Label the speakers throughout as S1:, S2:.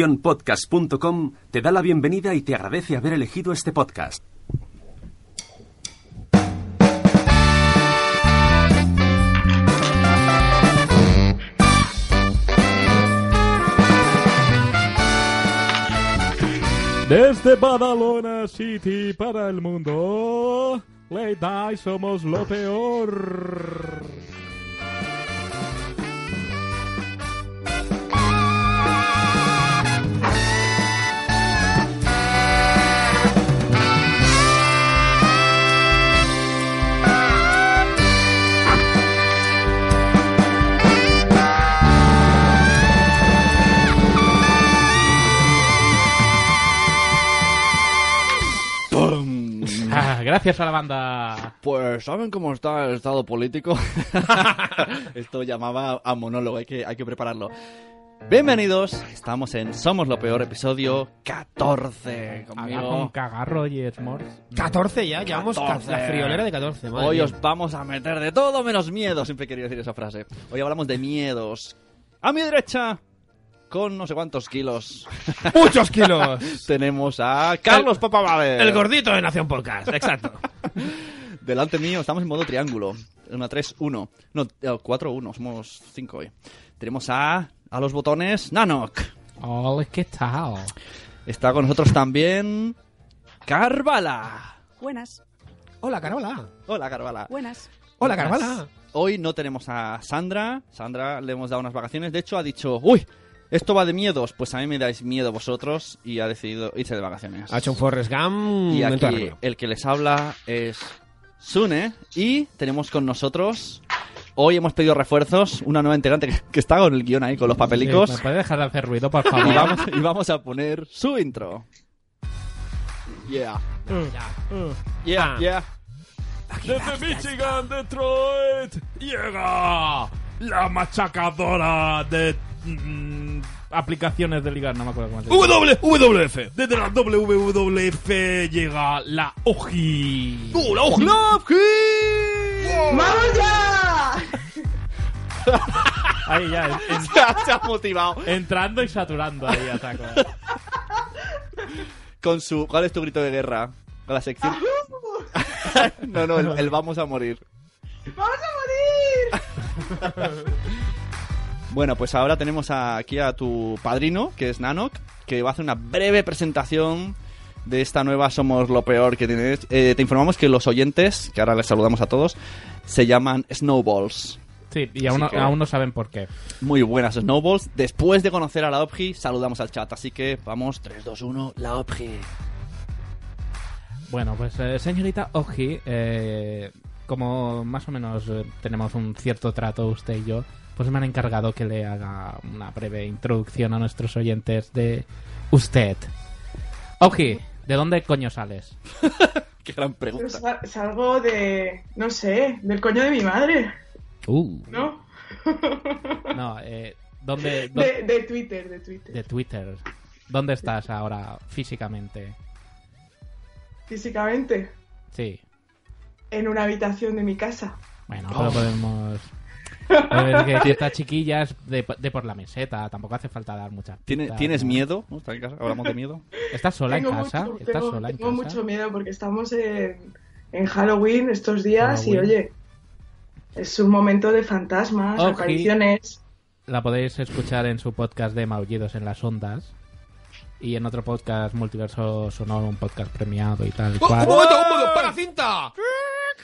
S1: Naciónpodcast.com te da la bienvenida y te agradece haber elegido este podcast.
S2: Desde Badalona City para el mundo, Late Night somos lo peor.
S3: Ah, gracias a la banda.
S4: Mm. Pues, ¿saben cómo está el estado político? Esto llamaba a monólogo, hay que, hay que prepararlo. Bienvenidos, estamos en Somos lo Peor, episodio 14.
S3: Habla
S4: Conmigo.
S3: con cagarro y Eh, Morse.
S5: 14 ya, llevamos
S4: 14.
S5: ca- la friolera de 14. madre
S4: Hoy
S5: mía.
S4: os vamos a meter de todo menos miedo, siempre he querido decir esa frase. Hoy hablamos de miedos. A mi derecha, con no sé cuántos kilos,
S5: ¡Muchos kilos!
S4: tenemos a Carlos Papavale.
S5: El gordito de Nación Podcast, exacto.
S4: Delante mío, estamos en modo triángulo. Una 3-1. No, 4-1, somos 5 hoy. Tenemos a, a los botones Nanok.
S3: Hola, ¿qué tal?
S4: Está con nosotros también Carvala.
S6: Buenas,
S5: Hola, Carola.
S4: Hola, Carvala.
S6: buenas.
S5: Hola, Carvala.
S4: Ah, Hoy no tenemos a Sandra. Sandra le hemos dado unas vacaciones. De hecho, ha dicho, uy, esto va de miedos. Pues a mí me dais miedo vosotros y ha decidido irse de vacaciones.
S5: Ha hecho un Forrest Gump.
S4: y
S5: en todo el
S4: aquí
S5: río.
S4: el que les habla es Sune. Y tenemos con nosotros... Hoy hemos pedido refuerzos, una nueva integrante que- que está con el guión ahí, con los papelicos.
S3: Sí, ¿Me puedes dejar de hacer ruido, por
S4: y,
S3: favor?
S4: vamos, y vamos a poner su intro. Yeah. Yeah, yeah.
S2: Uh, Desde Michigan, Detroit, llega la machacadora de mm, aplicaciones de ligar, no me acuerdo cómo se llama.
S5: WWF.
S2: Desde la WWF llega la OGI. Ahí ya, en- en-
S4: Se ha motivado.
S2: entrando y saturando ahí a saco.
S4: Con su, ¿Cuál es tu grito de guerra? Con la sección. no, no, el, el vamos a morir.
S6: ¡Vamos a morir!
S4: Bueno, pues ahora tenemos a- aquí a tu padrino, que es Nanok, que va a hacer una breve presentación de esta nueva Somos lo Peor que tienes. Eh, te informamos que los oyentes, que ahora les saludamos a todos, se llaman Snowballs.
S3: Sí, y aún,
S4: Así que-
S3: aún no saben por qué.
S4: Muy buenas Snowballs. Después de conocer a la OPGI, saludamos al chat. Así que vamos, 3, 2, 1, la OPGI.
S3: Bueno, pues eh, señorita Oji, eh, como más o menos eh, tenemos un cierto trato usted y yo, pues me han encargado que le haga una breve introducción a nuestros oyentes de usted. Oji, ¿de dónde coño sales?
S4: Qué gran
S7: Pero
S4: pregunta.
S7: sa- salgo de. No sé, del coño de mi madre,
S3: Uh.
S7: ¿no?
S3: No, eh, ¿dónde, dó-
S7: De, de Twitter, de Twitter.
S3: de Twitter. ¿Dónde estás ahora físicamente?
S7: Físicamente,
S3: Sí.
S7: en una habitación de mi casa.
S3: Bueno,
S5: Oh.
S3: pero podemos... A ver, que, que esta chiquilla es de, de por la meseta, tampoco hace falta dar muchas
S4: ¿Tiene-
S3: pistas,
S4: ¿Tienes
S3: ¿no?
S4: miedo? ¿No? ¿Está en casa? ¿Hablamos de miedo?
S3: ¿Estás sola en casa?
S7: mucho,
S3: ¿Estás
S7: tengo-
S3: sola en
S7: tengo
S3: casa?
S7: mucho miedo porque estamos en, en Halloween estos días y
S3: Halloween.
S7: oye, es un momento de fantasmas,
S3: Oji.
S7: apariciones.
S3: Oh, La podéis escuchar en su podcast de Maullidos en las Ondas y en otro podcast Multiverso Sonoro, un podcast premiado y tal y
S5: ¡Oh, un
S3: cual.
S5: momento, un momento! ¡Para cinta!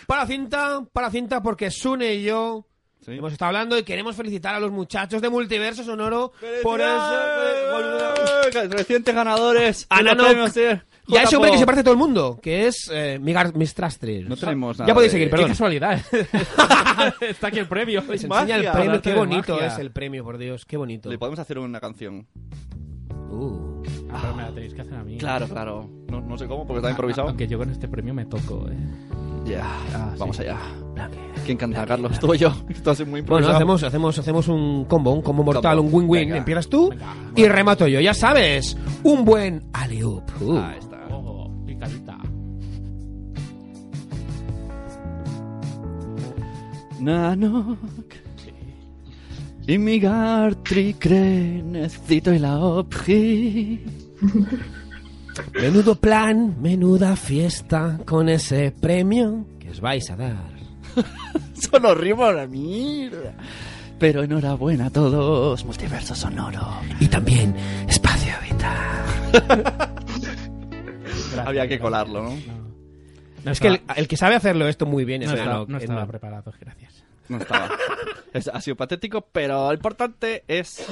S5: Para cinta, para cinta, porque Sune y yo
S4: Sí.
S5: hemos estado hablando y queremos felicitar a los muchachos de Multiverso Sonoro por eso.
S4: Recientes ganadores. de
S5: Ana
S4: los
S5: Nock.
S4: premios, eh,
S5: Y a ese hombre que
S4: JPO.
S5: se parece a todo el mundo, que es eh, Migar Mistrastris.
S4: No tenemos nada
S5: Ya podéis
S4: de-
S5: seguir,
S3: ¡Qué
S5: perdón.
S3: casualidad! Está aquí el premio.
S5: Les enseña el
S4: magia,
S5: premio,
S3: arte
S5: qué
S3: de
S5: bonito
S3: magia.
S5: es el premio, por Dios, qué bonito.
S4: Le podemos hacer una canción.
S5: Uh.
S3: Ah, pero me la tenéis que hacer a mí.
S4: Claro, claro. No, no sé cómo, porque está improvisado.
S3: Ah, Aunque yo con este premio me toco, eh.
S4: Ya,
S3: Ah, sí.
S4: vamos allá. ¿Quién canta, Carlos? Tú o yo. Esto hace muy
S5: Bueno,
S4: improvisado.
S5: hacemos, hacemos, hacemos un combo, un combo mortal,
S4: Combo.
S5: un win-win.
S4: Venga.
S5: Empiezas tú
S3: Venga.
S5: y remato yo, ya sabes. Un buen alley-oop. Uh.
S4: Ah, está.
S3: Oh, picadita.
S4: Nanok. Y mi Gartricre necesito y la opji.
S5: Menudo plan, menuda fiesta con ese premio que os vais a dar.
S4: Solo rimo a la mierda. Pero enhorabuena a todos, multiverso sonoro.
S5: Y también espacio vital.
S4: Había que colarlo, ¿no?
S3: No
S5: Es que el,
S3: estaba-
S5: el que sabe hacerlo esto muy bien es
S3: no estaba,
S5: Nanoc,
S3: no
S5: es
S3: estaba
S5: Nanoc.
S3: preparado, gracias.
S4: No estaba. Es- ha sido patético, pero lo importante es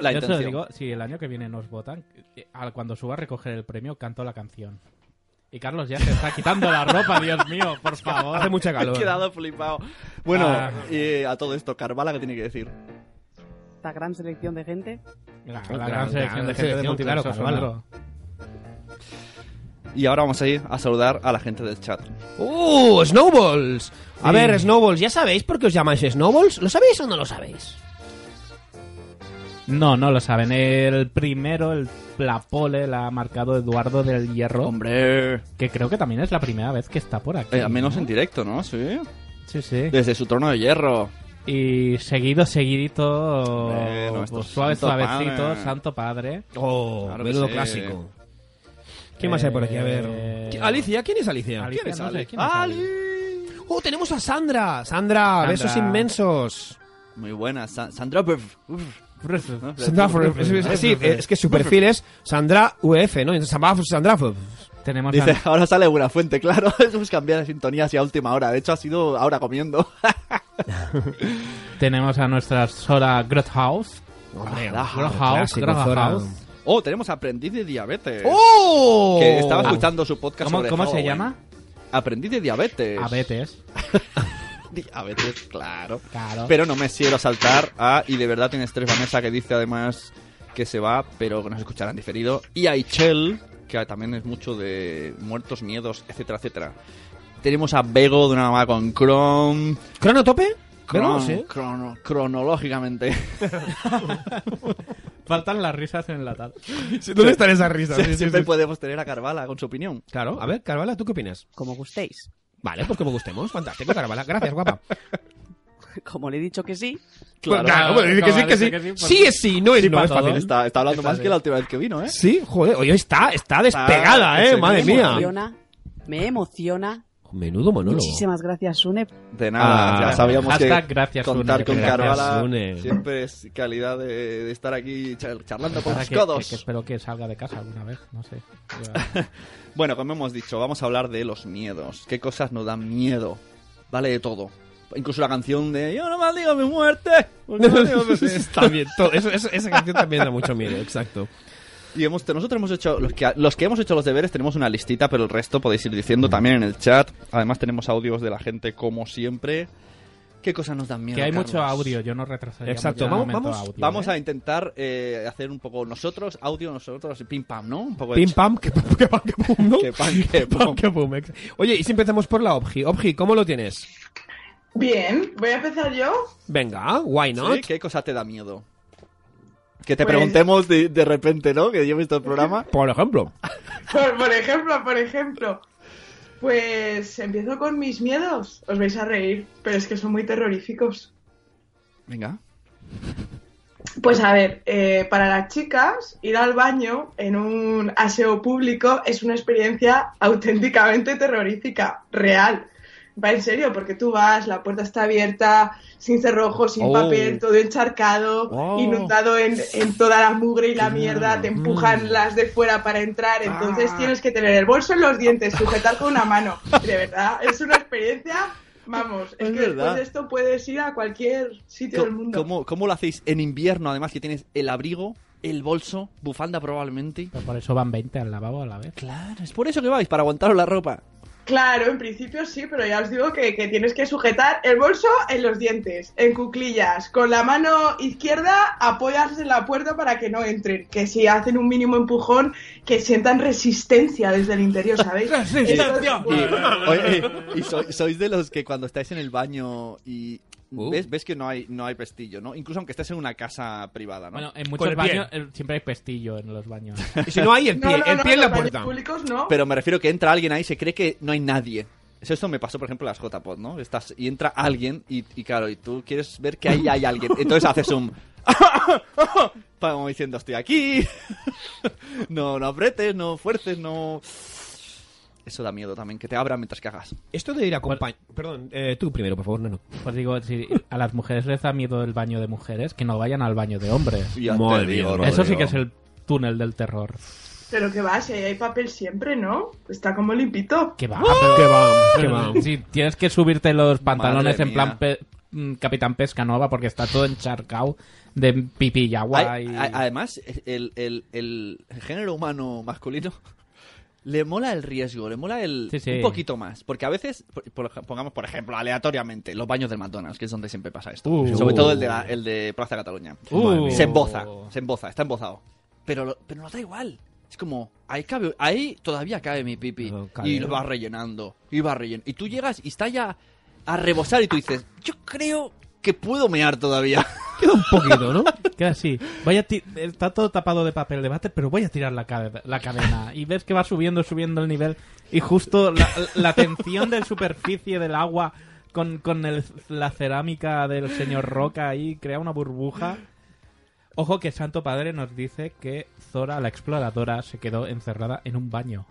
S4: la
S3: Yo te lo
S4: intención.
S3: digo, si el año que viene nos votan, eh, al- cuando suba a recoger el premio, canto la canción. Y Carlos ya se está quitando la ropa, Dios mío, por favor.
S5: Hace mucha
S4: Me he
S5: calor.
S4: quedado flipado. Bueno,
S3: Ah.
S4: y a todo esto, Carvala, ¿qué tiene que decir?
S8: Esta gran selección de gente.
S3: La, la
S5: Claro,
S3: gran selección
S5: claro,
S3: de gente de
S5: selección, claro,
S3: multiverso
S5: Carvalho.
S3: sonoro.
S4: Y ahora vamos a ir a saludar a la gente del chat.
S5: ¡Uh! ¡Snowballs! A ver, Snowballs, ¿ya sabéis por qué os llamáis Snowballs? ¿Lo sabéis o no lo sabéis?
S3: No, no lo saben. El primero, el, la pole, la ha marcado Eduardo del Hierro,
S4: Hombre,
S3: que creo que también es la primera vez que está por aquí.
S4: Eh, al menos
S3: ¿no?
S4: en directo, ¿no? Sí.
S3: Sí, sí.
S4: Desde su trono de hierro.
S3: Y seguido, seguidito,
S4: Bueno,
S3: pues,
S4: estos
S3: suave,
S4: Santo
S3: suavecito,
S4: Padre.
S3: Santo Padre.
S5: ¡Oh!
S4: Claro que
S5: menudo
S4: sí.
S5: clásico. ¿Quién más hay por aquí? A ver. Ah,
S3: Eh,
S5: ¿Qui- ¿Alicia? ¿Quién es Alicia?
S3: Alicia, no sé, ¿quién es
S9: Ah.
S4: ¡Ali!
S5: ¡Oh, tenemos a Sandra! Sandra, besos inmensos.
S4: Muy buena, Sa- Sandra. Brf. Uf.
S3: Alicia?
S4: ¿No?
S5: Sandra, es, es- es- sí, es que su perfil es Sandra UF, ¿no? Entonces, Sandra, Sandra. pues,
S3: Tenemos a-
S4: Dice, ahora sale una fuente, claro. Hemos cambiado de sintonía hacia última hora. De hecho, ha sido ahora comiendo.
S3: Tenemos a nuestra Sora Grothaus.
S5: Hombre,
S3: Grothaus,
S5: clásico,
S3: Grothaus.
S5: Zora.
S4: Oh, tenemos aprendiz de diabetes.
S5: ¡Oh!
S4: Que estaba escuchando su podcast
S3: Ah. ¿Cómo,
S4: sobre
S3: cómo se
S4: Halloween.
S3: llama?
S4: Aprendiz de diabetes.
S3: Abetes.
S4: Diabetes, claro.
S3: Claro.
S4: Pero no me quiero saltar a... Y de verdad tienes tres Vanessa que dice además que se va, pero que nos escucharán diferido. Y a Ichel, que también es mucho de muertos, miedos, etcétera, etcétera. Tenemos a Bego de una mamá con Chrome.
S5: ¿Crono tope?
S4: Cron-
S5: Crono, sí.
S4: crono- cronológicamente.
S3: Faltan las risas en la tal.
S5: ¿Dónde están esas risas? Sí, sí,
S4: Siempre
S5: sí.
S4: podemos tener a Carvala con su opinión.
S5: Claro, a ver, Carvala, ¿tú qué opinas?
S8: como gustéis.
S5: Vale, pues como gustemos. Fantástico, Carvala. Gracias, guapa.
S8: Como le he dicho que sí,
S5: Pues claro,
S3: claro,
S5: pues dice que sí,
S3: claro,
S5: que
S3: dice
S5: sí.
S3: que sí, pues-
S5: Sí es sí, no es
S3: Sí,
S5: no,
S3: para
S5: es fácil.
S3: todos.
S5: es-
S4: ¿eh? Está, está hablando más que la última vez que vino, ¿eh?
S5: Sí, joder, oye, está, está despegada,
S4: en
S5: eh,
S4: serio.
S5: madre
S8: me
S5: mía.
S8: emociona. Me emociona.
S5: Menudo monólogo.
S8: Muchísimas gracias, Sune.
S4: De nada,
S5: Ah,
S4: ya sabíamos que
S3: hashtag gracias,
S4: contar
S3: Une,
S4: con
S3: gracias,
S4: Carvala
S5: Une.
S4: siempre es calidad de, de estar aquí char- charlando con
S3: Ahora
S4: los
S3: que,
S4: codos.
S3: que- que espero que salga de casa alguna vez, no sé.
S4: Bueno, como hemos dicho, vamos a hablar de los miedos. ¿Qué cosas nos dan miedo? Vale de todo. Incluso la canción de Yo no maldigo mi muerte. porque no maldigo mi muerte".
S5: también, todo, eso, eso- esa canción también da mucho miedo, exacto.
S4: Y hemos, nosotros hemos hecho, los que, los que hemos hecho los deberes tenemos una listita, pero el resto podéis ir
S5: Mm.
S4: diciendo también en el chat. Además tenemos audios de la gente como siempre. ¿Qué cosas nos dan miedo?
S3: que hay
S4: Carlos?
S3: mucho audio, yo no retrasaría
S5: Exacto,
S3: mucho el
S5: vamos-
S3: momento
S5: vamos-
S3: audio,
S4: Vamos
S3: ¿eh?
S4: a intentar eh, hacer un poco nosotros, audio nosotros, y pim pam, ¿no? Un poco de
S5: Pim
S4: ch-
S5: pam, que pam, que pam, que pum, ¿no?
S4: Que pam, que pum.
S5: pam, que pum. ex- Oye, y si empezamos por la Obji. Obji, ¿cómo lo tienes?
S7: Bien, voy a empezar yo.
S5: Venga, why not?
S4: ¿Sí? ¿Qué cosa te da miedo? Que te
S7: Pues-
S4: preguntemos de, de repente, ¿no? Que yo he visto el programa.
S5: Por ejemplo.
S7: Por, por ejemplo, por ejemplo. Pues empiezo con mis miedos. Os vais a reír, pero es que son muy terroríficos.
S4: Venga.
S7: Pues a ver, eh, para las chicas, ir al baño en un aseo público es una experiencia auténticamente terrorífica, real. Va en serio, porque tú vas, la puerta está abierta, sin cerrojo, sin
S4: Oh.
S7: papel, todo encharcado,
S4: Oh. Mm.
S7: inundado en, en toda la mugre y la mierda, te empujan las de fuera para entrar, entonces
S4: Ah.
S7: tienes que tener el bolso en los dientes, sujetar con una mano. De verdad, es una experiencia, vamos, es,
S4: Es
S7: que
S4: verdad.
S7: después de esto puedes ir a cualquier sitio del
S4: ¿Cómo,
S7: mundo.
S4: cómo, cómo lo hacéis en invierno, además, que tienes el abrigo, el bolso, bufanda probablemente?
S3: Pero por eso van 20 al lavabo a la vez.
S4: Claro, es por eso que vais, para aguantaros la ropa.
S7: Claro, en principio sí, pero ya os digo que, que tienes que sujetar el bolso en los dientes, en cuclillas. Con la mano izquierda apoyas en la puerta para que no entren. Que si hacen un mínimo empujón, que sientan resistencia desde el interior, ¿sabéis? ¡Resistencia!
S4: Eh, Y, oye, y so- sois de los que cuando estáis en el baño y
S5: Uh.
S4: ves, ves que no hay, no hay pestillo, ¿no? Incluso aunque estés en una casa privada, ¿no?
S3: Bueno, en
S5: Con
S3: muchos
S5: el
S3: baños eh, siempre hay pestillo en los baños.
S5: Y si no hay el
S7: no,
S5: pie,
S7: no,
S5: el
S7: no,
S5: pie en
S7: los
S5: la
S7: baños
S5: puerta.
S7: públicos no.
S4: Pero me refiero que entra alguien ahí y se cree que no hay nadie. Esto me pasó, por ejemplo, en las JPod, ¿no? Estás, y entra alguien y, y claro, y tú quieres ver que ahí hay alguien. Entonces haces un... Como diciendo, estoy aquí. no, no apretes, no fuerces, no... Eso da miedo también, que te abran mientras cagas.
S5: Esto de ir acompañado. Perdón, eh, tú primero, por favor, no, no.
S3: Pues digo, si a las mujeres les da miedo el baño de mujeres, que no vayan al baño de hombres.
S4: Ya te
S5: Madre
S4: digo,
S5: mía,
S3: Eso
S4: Rodrigo.
S3: sí que es el túnel del terror.
S7: Pero que va, si ahí hay papel siempre, ¿no? Está como limpito.
S3: Que va,
S5: Que va, que
S3: pero-
S5: va.
S3: pero si tienes que subirte los pantalones
S4: Madre
S3: en plan
S4: mía.
S3: pe- mm, Capitán Pescanova porque está todo encharcado de pipí y agua
S4: Hay-
S3: y-
S4: a- además, el, el- el género humano masculino le mola el riesgo, le mola el
S3: Sí, sí.
S4: un poquito más. Porque a veces, por- por- pongamos por ejemplo, aleatoriamente, los baños del McDonald's, que es donde siempre pasa esto.
S3: Uh.
S4: Sobre todo el de, la- el de Plaza Cataluña.
S3: Uh. Madre mía.
S4: Se emboza, se emboza, está embozado. Pero, lo- pero nos da igual. Es como, ahí, cabe- ahí todavía cabe mi pipi.
S5: No, cabe.
S4: y lo vas rellenando, y vas rellenando. Y tú llegas y está ya a rebosar y tú dices, yo creo que puedo mear todavía.
S5: Queda un poquito, ¿no?
S3: Queda así. Voy a ti- está todo tapado de papel de váter, pero voy a tirar la, cade- la cadena. Y ves que va subiendo, subiendo el nivel. Y justo la, la tensión de superficie del agua con, con el- la cerámica del señor Roca ahí crea una burbuja. Ojo que Santo Padre nos dice que Zora, la exploradora, se quedó encerrada en un baño.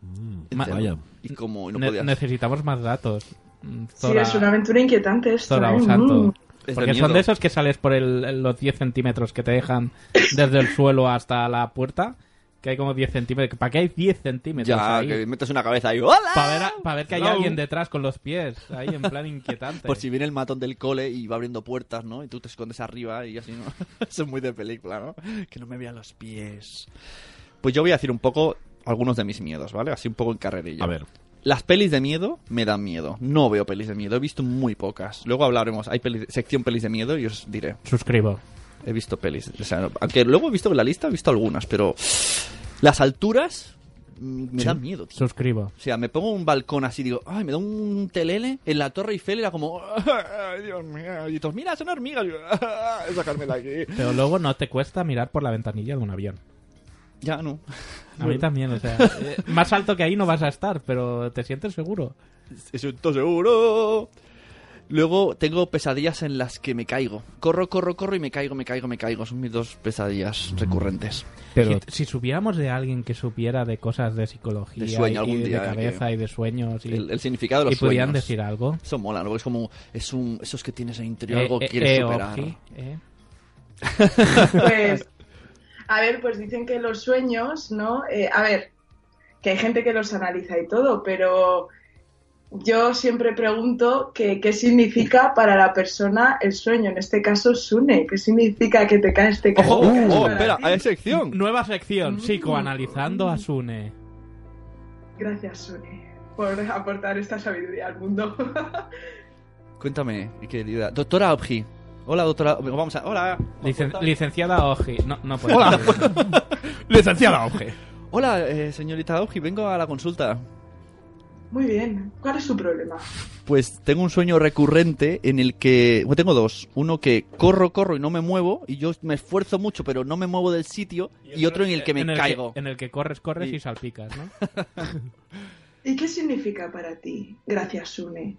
S4: Mm.
S3: Ma-
S5: Vaya.
S4: Y como y no
S3: Ne-
S4: podías.
S3: necesitamos más datos. Mm,
S7: Sí,
S3: Zora,
S7: es una aventura inquietante esto.
S3: Zora
S7: ¿eh?
S3: o
S7: Mm.
S3: Santo.
S4: Es
S3: Porque
S4: miedo.
S3: son de esos que sales por el- los 10 centímetros que te dejan desde el suelo hasta la puerta. Que hay como 10 centímetros. ¿Para qué hay 10 centímetros
S4: Ya,
S3: ahí?
S4: que metes una cabeza ahí. ¡Hola!
S3: Para ver, a- pa' ver que hay
S2: Hello.
S3: alguien detrás con los pies. Ahí en plan inquietante.
S4: Por si viene el matón del cole y va abriendo puertas, ¿no? Y tú te escondes arriba y así, ¿no? Eso es muy de película, ¿no? Que no me vean los pies. Pues yo voy a decir un poco algunos de mis miedos, ¿vale? Así un poco en carrerilla.
S5: A ver.
S4: Las pelis de miedo me dan miedo. No veo pelis de miedo, he visto muy pocas. Luego hablaremos, hay peli- sección pelis de miedo y os diré.
S3: Suscribo.
S4: He visto pelis. O sea, aunque luego he visto en la lista, he visto algunas, pero las alturas mm, me dan miedo, tío.
S3: Suscribo.
S4: O sea, me pongo un balcón así, digo, ay, me da un telele en la Torre Eiffel, era como, ay, Dios mío, y todos, mira, son hormigas, y yo, "Ay, sacármela aquí.
S3: Pero luego no te cuesta mirar por la ventanilla de un avión.
S4: Ya no.
S3: A mí también, o sea. eh, Más alto que ahí no vas a estar, pero te sientes seguro.
S4: Siento seguro. Luego tengo pesadillas en las que me caigo. Corro, corro, corro y me caigo, me caigo, me caigo. Son mis dos
S3: Mm.
S4: pesadillas recurrentes.
S5: Pero
S3: Si, si supiéramos de alguien que supiera de cosas de psicología
S4: De sueño,
S3: y,
S4: algún
S3: de
S4: día, eh, que-
S3: cabeza y de sueños y,
S4: El, el significado de los
S3: y pudieran
S4: sueños.
S3: decir algo.
S4: Eso mola, ¿no? Es como, es un, esos que tienes en interior,
S3: Eh,
S4: algo
S3: eh,
S4: quieres
S3: eh,
S4: superar.
S3: Oji, eh.
S7: Pues, a ver, pues dicen que los sueños, ¿no? Eh, a ver, que hay gente que los analiza y todo, pero yo siempre pregunto que, qué significa para la persona el sueño, en este caso Sune, qué significa que te este caes, te caes.
S4: ¡Ojo!
S7: te caes
S4: ¡Oh,
S7: para
S4: espera!
S7: ti?
S4: ¡Hay sección!
S3: Nueva sección, psicoanalizando a Sune.
S7: Gracias, Sune, por aportar esta sabiduría al mundo.
S4: Cuéntame, mi querida. Doctora Obji. Hola, doctora. Vamos a. Hola.
S3: Licen- licenciada Oji. No, no puedo.
S5: Licenciada Auge.
S4: Hola, eh, señorita Obji. Vengo a la consulta.
S7: Muy bien, ¿cuál es su problema?
S4: Pues tengo un sueño recurrente en el que. Bueno, tengo dos. Uno que corro, corro y no me muevo. Y yo me esfuerzo mucho, pero no me muevo del sitio. Y otro en el que me
S3: En el
S4: caigo.
S3: que- en el que corres, corres
S4: Sí.
S3: y salpicas, ¿no?
S7: ¿Y qué significa para ti, gracias, Sune,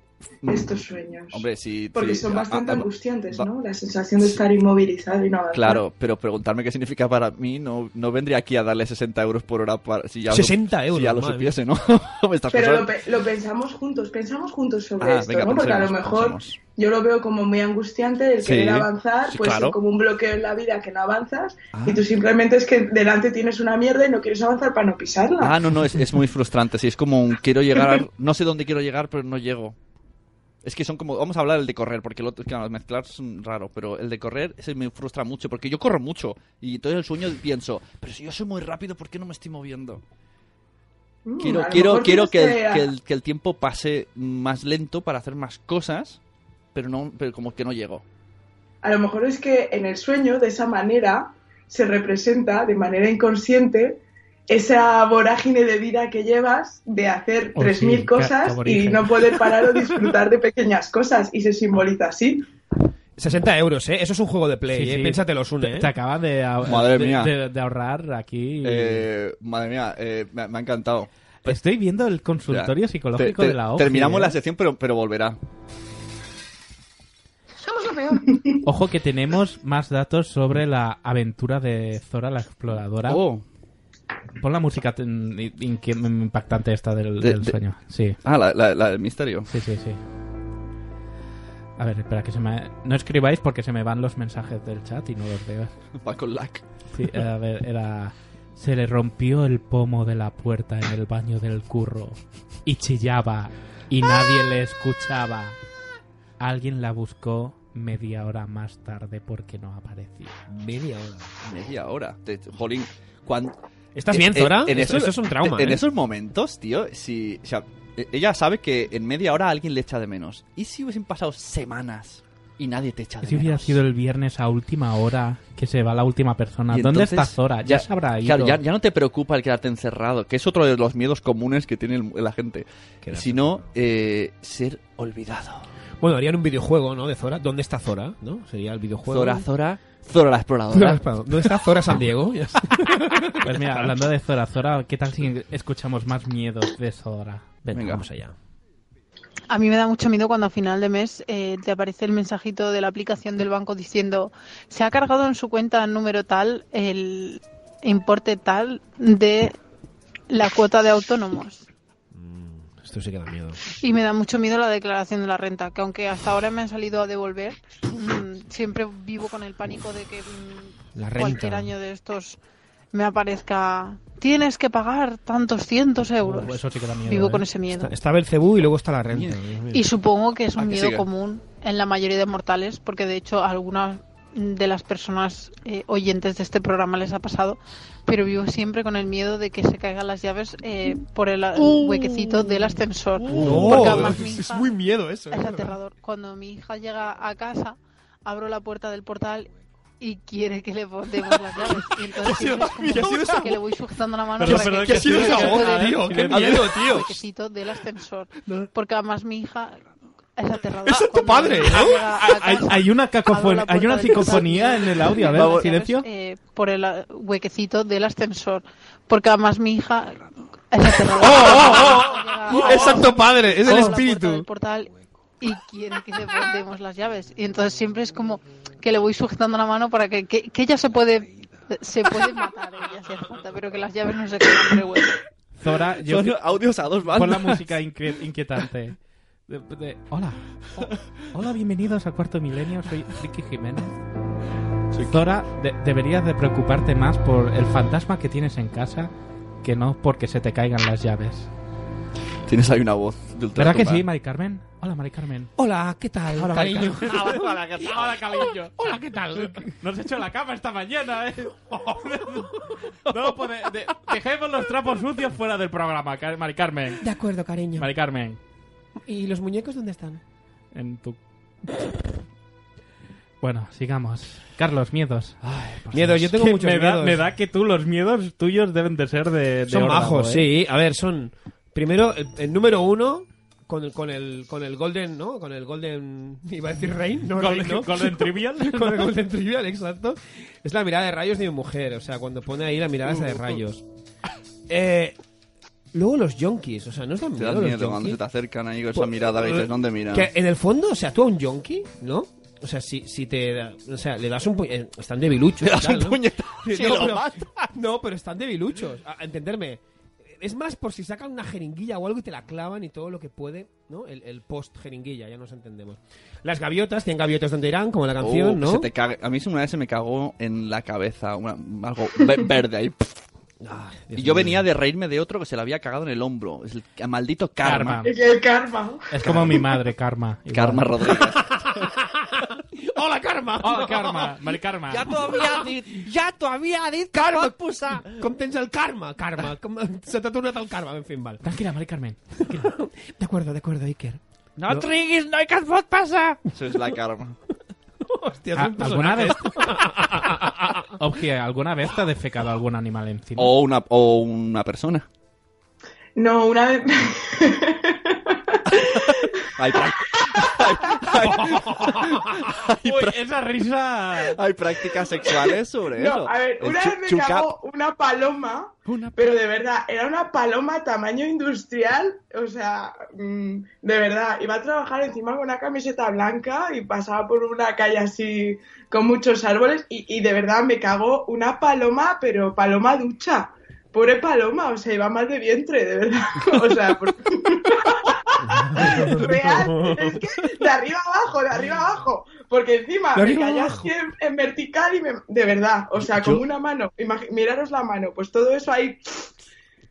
S7: estos sueños?
S4: Mm. Hombre, sí.
S7: Porque
S4: sí,
S7: son
S4: a-
S7: bastante
S4: a-
S7: angustiantes,
S4: va-
S7: ¿no? La sensación de estar inmovilizado y no avanzar.
S4: Claro, pero preguntarme qué significa para mí, no, no vendría aquí a darle 60 euros por hora para, si ya lo-
S5: 60 euros.
S4: si ya lo
S5: madre
S4: supiese, ¿no? Estas
S7: Pero
S4: cosas-
S7: lo, pe- lo pensamos juntos, pensamos juntos sobre
S4: Ah,
S7: esto,
S4: venga,
S7: ¿no? Porque a lo
S4: pensemos,
S7: mejor
S4: pensemos.
S7: yo lo veo como muy angustiante el
S4: Sí,
S7: querer avanzar,
S4: sí,
S7: pues
S4: claro.
S7: como un bloqueo en la vida que no avanzas
S4: Ah.
S7: y tú simplemente es que delante tienes una mierda y no quieres avanzar para no pisarla.
S4: Ah, no, no, es, es muy frustrante. Sí, es como un quiero llegar, no sé dónde quiero llegar, pero no llego. Es que son como, vamos a hablar del de correr, porque el otro, claro, mezclar es un raro, pero el de correr ese me frustra mucho, porque yo corro mucho y entonces el sueño pienso, pero si yo soy muy rápido, ¿por qué no me estoy moviendo?
S7: Mm, a
S4: Quiero,
S7: lo
S4: quiero,
S7: mejor
S4: quiero que,
S7: tienes
S4: el, que, el, que el tiempo pase más lento para hacer más cosas, pero no, pero como que no llego.
S7: A lo mejor es que en el sueño, de esa manera, se representa de manera inconsciente esa vorágine de vida que llevas de hacer
S3: Oh,
S7: 3.000
S3: sí,
S7: cosas y
S3: caborigen.
S7: no poder parar o disfrutar de pequeñas cosas y se simboliza así.
S5: 60 euros, ¿eh? Eso es un juego de play,
S3: Sí,
S5: ¿eh?
S3: sí.
S5: Piénsatelo, Sune,
S3: Te,
S5: ¿eh?
S3: te acaban de, a-
S4: Madre
S3: de-
S4: mía. Eh,
S3: de- de ahorrar aquí.
S4: madre mía, me, ha encantado.
S3: Estoy viendo Este el consultorio
S4: Ya.
S3: psicológico
S4: Te- te-
S3: de la OCE.
S4: Terminamos
S3: ¿eh?
S4: la sección, pero, pero volverá.
S10: Somos lo peor.
S3: Ojo que tenemos más datos sobre la aventura de Zora la exploradora.
S4: Oh.
S3: Pon la música ten- in- que- impactante esta del,
S4: De-
S3: del
S4: de-
S3: sueño. Sí,
S4: Ah, la, la- la del misterio.
S3: sí, sí, sí. A ver, espera que se me... No escribáis porque se me van los mensajes del chat y no los veo.
S4: Va con lac.
S3: Sí, eh, a ver, era... Se le rompió el pomo de la puerta en el baño del curro y chillaba y nadie le escuchaba. Alguien la buscó media hora más tarde porque no aparecía.
S5: Media hora.
S4: Media hora. Te- jolín. Cuan-
S5: ¿Estás
S4: en-
S5: bien,
S4: en-
S5: Zora?
S4: en
S5: eso,
S4: esos-
S5: eso es un trauma.
S4: En
S5: ¿eh?
S4: esos momentos, tío, si. o sea, e- ella sabe que en media hora alguien le echa de menos. ¿Y si hubiesen pasado semanas y nadie te echa de
S3: Si hubiera
S4: menos?
S3: sido el viernes a última hora que se va la última persona,
S4: Y
S3: ¿dónde
S4: entonces,
S3: está Zora? Ya, se habrá ido.
S4: Claro, ya, ya no te preocupa el quedarte encerrado, que es otro de los miedos comunes que tiene el- la gente.
S5: Quedarse
S4: Sino eh, ser olvidado.
S5: Bueno, harían un videojuego, ¿no? De Zora. ¿Dónde está Zora? ¿No? Sería el videojuego.
S4: Zora, Zora, Zora la
S5: Zora,
S4: exploradora.
S5: espera, ¿Dónde está Zora San Diego? Ya está.
S3: Pues mira, hablando de Zora, Zora, ¿qué tal si escuchamos más miedos de Zora?
S5: Venga,
S4: Venga.
S5: vamos allá.
S11: A mí me da mucho miedo cuando a final de mes eh, te aparece el mensajito de la aplicación del banco diciendo se ha cargado en su cuenta número tal el importe tal de la cuota de autónomos.
S5: Esto sí que da miedo.
S11: Y me da mucho miedo la declaración de la renta, que aunque hasta ahora me han salido a devolver, mm, siempre vivo con el pánico de que mm,
S5: La renta.
S11: cualquier año de estos me aparezca tienes que pagar tantos cientos euros.
S5: Pues
S3: Eso sí que da miedo,
S11: vivo
S3: ¿eh?
S11: con ese miedo.
S5: Está, está Belcebú y luego está la renta. Dios mío.
S11: Y supongo que es
S4: Ah,
S11: un
S4: que
S11: miedo
S4: siga.
S11: común en la mayoría de mortales, porque de hecho a algunas de las personas eh, oyentes de este programa les ha pasado, pero vivo siempre con el miedo de que se caigan las llaves eh, por el, el
S12: Uh. Mm.
S11: huequecito del ascensor.
S9: Uh.
S11: porque además mi hija-
S5: miedo eso.
S11: es aterrador. Cuando mi hija llega a casa, abro la puerta del portal y quiere que le demos las llaves. Y entonces siempre es como que le voy sujetando la mano
S13: Perdón,
S11: para
S13: perdón,
S11: que
S13: que ha sido
S11: se
S13: esa
S11: pueda
S13: boda,
S11: ver
S13: tío, qué
S11: el
S13: miedo,
S11: tío. huequecito del ascensor. Porque además mi hija es aterradora.
S5: Eso es tu
S11: Cuando
S5: padre,
S11: mi hija
S5: ¿no?
S11: llega a
S3: Hay,
S11: casa,
S3: hay una
S11: abro la
S3: cacofonía, hay una
S11: puerta del portal
S3: psicofonía
S11: y-
S3: en el audio, a ver,
S11: Vamos.
S3: silencio.
S11: Eh, por el ah, huequecito del ascensor. Porque además mi hija es aterradora. Llega a-
S5: Exacto, padre, es el
S11: abro la puerta del
S5: espíritu.
S11: portal y quiere que le demos las llaves. Y entonces siempre es como que le voy sujetando la mano para que, que, que ella se puede se puede matar ella si hace falta, pero que las llaves no se queden entre huevos.
S3: Zora, yo
S4: Son audios a dos bandas.
S3: pon la música inque- inquietante. De- de- hola. O- hola, bienvenidos a Cuarto Milenio, soy Ricky Jiménez. Zora, de- deberías de preocuparte más por el fantasma que tienes en casa que no porque se te caigan las llaves.
S4: Tienes ahí una voz de ultra
S3: ¿Verdad que sí, Mari Carmen? Hola, Mari Carmen.
S5: Hola, ¿qué tal, cariño?
S3: Hola, ¿qué tal? Hola, Calillo. Hola, ¿qué tal? Nos has hecho la cama esta mañana, ¿eh? No, pues de- de- dejemos los trapos sucios fuera del programa, Car- Mari Carmen.
S14: De acuerdo, cariño.
S3: Mari Carmen,
S14: ¿Y los muñecos dónde están?
S3: en tu... Bueno, sigamos. Carlos, miedos.
S5: Miedo, yo tengo
S3: Que
S5: muchos
S3: me da,
S5: miedos.
S3: me da que tú, los miedos tuyos deben de ser de... de
S5: son
S3: órdago,
S5: bajos,
S3: ¿eh?
S5: sí. A ver, son. Primero, el, el número uno. Con, con, el, con el Golden, ¿no? Con el Golden. Iba a decir Rain, no
S3: Golden,
S5: Rain, ¿no?
S3: Golden Trivial.
S5: con el Golden Trivial, exacto. Es la mirada de rayos de mi mujer. O sea, cuando pone ahí la mirada
S3: Uh.
S5: esa de rayos. Eh, luego los yonkis. O sea, ¿no os dan
S4: Te
S5: miedo,
S4: da
S5: los
S4: miedo cuando
S5: yonkis?
S4: se te acercan ahí con esa
S5: Pues,
S4: mirada que dices, ¿dónde miran?
S5: Que en el fondo, o sea, tú a un yonki, ¿no? O sea, si, si te da- o sea, le das un puño, están debiluchos.
S4: Te
S5: y
S4: das
S5: tal,
S4: un
S5: ¿no?
S4: puñetazo y
S5: no,
S4: lo
S5: pero,
S4: matas.
S5: no, pero están debiluchos, a, a entenderme. Es más por si sacan una jeringuilla o algo y te la clavan y todo lo que puede, ¿no? El, el post jeringuilla, ya nos entendemos. Las gaviotas, tienen gaviotas donde irán, como la
S4: Oh,
S5: canción,
S4: que
S5: ¿no?
S4: se te cague. A mí una vez se me cagó en la cabeza una- algo ve- verde ahí.
S5: Ah, Dios
S4: Y yo
S5: mío.
S4: venía de reírme de otro que se le había cagado en el hombro. Es el maldito karma.
S3: Karma.
S9: Es que el karma.
S3: Es como mi madre, Karma. Igual.
S4: Karma Rodríguez.
S5: ¡Hola, Karma!
S3: Hola, Karma. Mari Karma.
S5: todavía ja todavía dit karma. pot posar. Com tens el karma, karma. Com, se t'ha tornat el karma, en fi, val.
S3: Tranquila, Mari Carmen.
S14: De acuerdo, de acuerdo, Iker.
S5: No, triguis, no hi que et pot passar.
S4: Eso es la karma.
S5: Hòstia,
S3: Ah,
S5: és un
S3: ¿Alguna
S5: personatge.
S3: vez?
S15: Ah.
S3: Obje, ah, ¿alguna vez te ha defecado algún animal encima?
S4: O una, o una persona.
S9: No, una vez.
S4: Hay, práct- hay- hay- hay
S2: Uy,
S4: práct-
S2: esa risa.
S4: hay prácticas sexuales sobre eso.
S7: No, a ver,
S4: El
S7: una
S4: chu-
S7: vez me
S4: chuca-
S7: cagó una paloma, pero de verdad, era una paloma tamaño industrial, o sea, mm, de verdad, iba a trabajar encima con una camiseta blanca y pasaba por una calle así con muchos árboles y, y de verdad me cagó una paloma, pero paloma ducha. Pobre paloma, o sea, iba mal de vientre, de verdad. O sea, por- real, es que de arriba abajo, de arriba abajo, porque encima
S9: De
S7: me
S9: arriba
S7: cayó
S9: abajo.
S7: así en, en vertical y me, de verdad, o sea, como
S4: Yo-
S7: una mano, imagi- miraros la mano, pues todo eso ahí,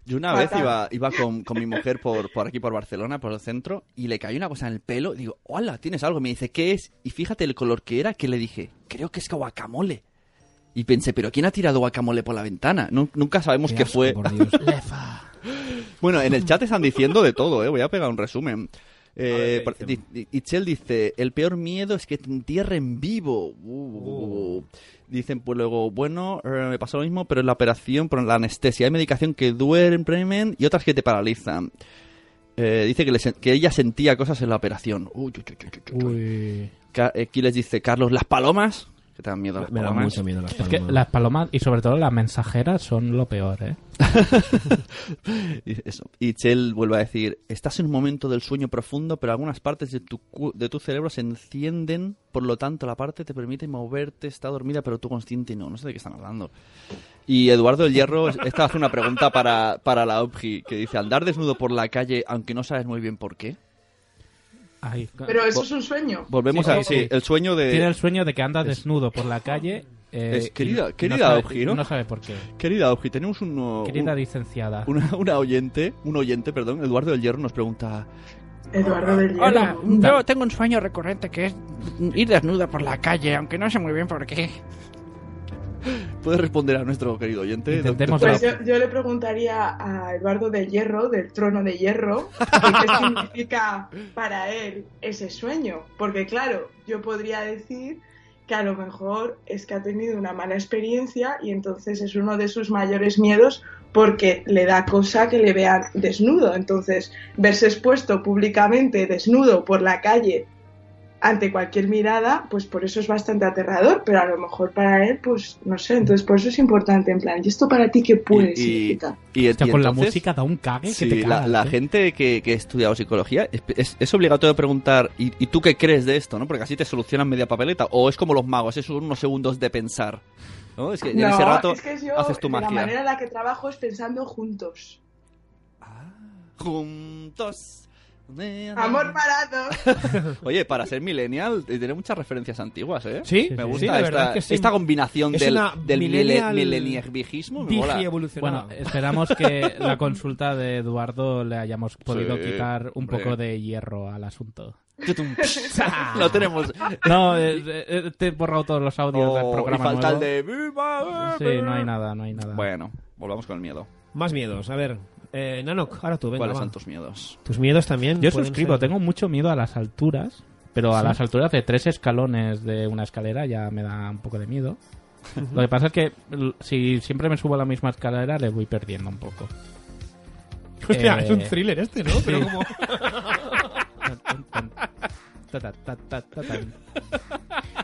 S4: Yo una vez
S7: Fatal.
S4: iba, iba con, con mi mujer por, por aquí, por Barcelona, por el centro, y le cayó una cosa en el pelo. Y digo, hola, tienes algo. Y Me dice, ¿qué es? Y fíjate el color que era, que le dije, creo que es guacamole. Y pensé, ¿pero quién ha tirado guacamole por la ventana? Nu- nunca sabemos qué fue. Bueno, en el chat están diciendo de todo, ¿eh? Voy a pegar un resumen. Eh, por- di- di- Itzel dice, el peor miedo es que te entierren vivo. Uh. Dicen pues luego, bueno, eh, me pasó lo mismo, pero en la operación, pero en la anestesia. Hay medicación que duermen y otras que te paralizan. Eh, dice que, le sen- que ella sentía cosas en la operación. Uy, uy, uy, uy, uy, uy. Ca- eh, Aquí les dice, Carlos, las palomas. Que te dan miedo las
S5: Me da
S4: palomas.
S5: mucho miedo las
S3: Es que
S5: palomas.
S3: las palomas y sobre todo las mensajeras son lo peor, ¿eh?
S4: Y eso. Y Chell vuelve a decir, estás en un momento del sueño profundo, pero algunas partes de tu, cu- de tu cerebro se encienden, por lo tanto la parte te permite moverte, está dormida, pero tú consciente no, no sé de qué están hablando. Y Eduardo el Hierro, esta hace una pregunta para, para la OPGI, que dice, andar desnudo por la calle, aunque no sabes muy bien por qué.
S3: Ay,
S9: Ah,
S7: pero eso es un sueño.
S4: Volvemos
S3: Sí,
S4: a
S3: sí, sí.
S4: el sueño de...
S3: Tiene el sueño de que anda desnudo por la calle. eh,
S4: Es querida-
S3: y- y
S4: querida
S3: no sabe,
S4: Augie, ¿no?
S3: No sabe por qué.
S4: Querida OPGI, tenemos un... un-
S3: Querida licenciada.
S4: una, una oyente, un oyente, perdón, Eduardo el Hierro nos pregunta,
S7: Eduardo del Hierro.
S15: Hola, yo tengo un sueño recurrente que es ir desnuda por la calle, aunque no sé muy bien por qué.
S4: ¿puedes responder a nuestro querido oyente?
S3: Intentemos
S4: doctora?
S7: Pues yo, yo le preguntaría a Eduardo de Hierro, del trono de hierro, que qué significa para él ese sueño. Porque claro, yo podría decir que a lo mejor es que ha tenido una mala experiencia y entonces es uno de sus mayores miedos porque le da cosa que le vean desnudo. Entonces, verse expuesto públicamente desnudo por la calle ante cualquier mirada, pues por eso es bastante aterrador, pero a lo mejor para él, pues no sé, entonces por eso es importante, en plan, ¿y esto para ti qué puede
S4: Y- y-
S7: significar?
S4: Y,
S3: Hostia,
S4: y
S3: con la
S4: entonces-
S3: música da un cague
S4: Sí,
S3: que te
S4: la,
S3: cagas,
S4: la
S3: ¿eh?
S4: gente que, que ha estudiado psicología es, es- es obligatorio preguntar, ¿y, y tú qué crees de esto? ¿no? Porque así te solucionan media papeleta. O es como los magos, es unos segundos de pensar. ¿no? Es que en
S7: No,
S4: ese rato
S7: es que yo,
S4: haces tu
S7: La manera
S4: magia.
S7: en la que trabajo es pensando juntos.
S4: Juntos.
S7: Amor parado.
S4: Oye, para ser millennial, eh, tiene muchas referencias antiguas, ¿eh?
S5: Sí,
S4: me
S5: sí,
S4: gusta
S5: sí, la verdad
S4: esta,
S5: que sí.
S4: esta combinación
S5: Es
S4: del,
S5: una
S4: del
S5: millennial
S4: millennialismo, me mola.
S5: digievolucionada.
S3: Bueno, esperamos que la consulta de Eduardo le hayamos podido
S4: Sí,
S3: quitar un
S4: hombre.
S3: poco de hierro al asunto.
S4: Tutum, psh. Lo tenemos.
S3: No, eh, eh, te he borrado todos los audios del
S4: Oh, y
S3: programa
S4: falta el
S3: nuevo.
S4: de viva.
S3: Sí, no hay nada, no hay nada.
S4: Bueno, volvamos con el miedo.
S5: Más miedos, a ver. Eh, Nanok, ahora tú, venga.
S4: ¿Cuáles
S5: va.
S4: son tus miedos?
S5: Tus miedos también.
S3: Yo
S5: pueden
S3: suscribo,
S5: ser-
S3: tengo mucho miedo a las alturas, pero a
S5: Sí.
S3: las alturas de tres escalones de una escalera ya me da un poco de miedo. Lo que pasa es que l- si siempre me subo a la misma escalera le voy perdiendo un poco.
S5: Hostia,
S3: Eh,
S5: es un thriller este, ¿no? Pero
S3: sí.
S5: como.
S3: Tan, tan, ta, ta, ta, ta, ta, tan.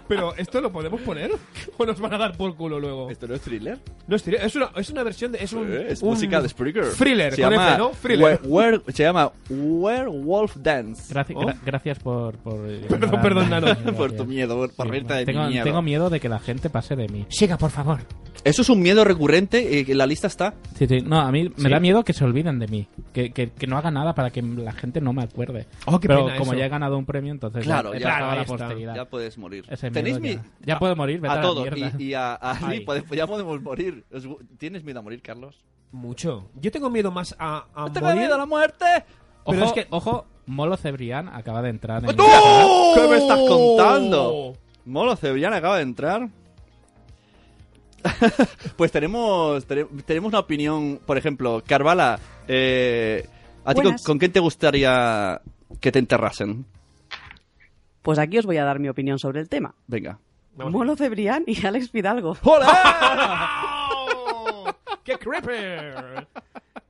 S5: Pero esto lo podemos poner o nos van a dar por culo luego.
S4: ¿Esto no es thriller? Eh,
S5: No es, thriller, es una es una versión de es un
S4: es
S5: un
S4: música de Spreaker.
S5: Thriller,
S4: se
S5: con
S4: llama,
S5: F, ¿no? Thriller.
S4: Were- Were- se llama Werewolf Dance.
S3: Graci-
S5: ¿Oh?
S3: gra- gracias por... por eh,
S5: Perdón, perdón, Nano.
S4: por tu miedo, por, por reírte de mi
S3: tengo,
S4: miedo.
S3: tengo miedo de que la gente pase de mí.
S9: Siga, por favor.
S4: Eso es un miedo recurrente, eh, que en la lista está.
S3: Sí, sí. No, a mí me
S4: ¿Sí?
S3: da miedo que se olviden de mí. Que, que- que no haga nada para que la gente no me acuerde.
S5: Oh, qué
S3: Pero
S5: pena
S3: como
S5: eso.
S3: ya he ganado un premio, entonces
S4: Claro,
S3: he
S4: ya-
S3: pasado a
S5: Claro,
S3: la
S5: ahí está.
S3: posteridad.
S4: Ya puedes morir.
S3: Ese
S4: Tenéis
S3: miedo
S4: mi...
S3: ya. Ya puedo morir, vete a
S4: a
S3: la
S4: todos.
S3: mierda.
S4: Y, y a, a- sí,
S3: Ay.
S4: pode- ya podemos morir. Os gu- ¿Tienes miedo a morir, Carlos?
S5: Mucho. Yo tengo miedo más a, a
S4: ¡No tengo
S5: morir.
S4: miedo a la muerte!
S3: Ojo,
S5: Pero es que-
S3: ojo, Molo Cebrián acaba de entrar. En el chat.
S4: ¡No! ¿Qué me estás contando? Molo Cebrián acaba de entrar. pues tenemos, tene- tenemos una opinión, por ejemplo, Carvala, eh, ¿a ti con,
S8: Buenas.
S4: con quién te gustaría que te enterrasen?
S8: Pues aquí os voy a dar mi opinión sobre el tema.
S4: Venga.
S5: Vamos.
S8: Molo Cebrián y Alex Fidalgo.
S5: ¡Oh! ¡Qué creeper!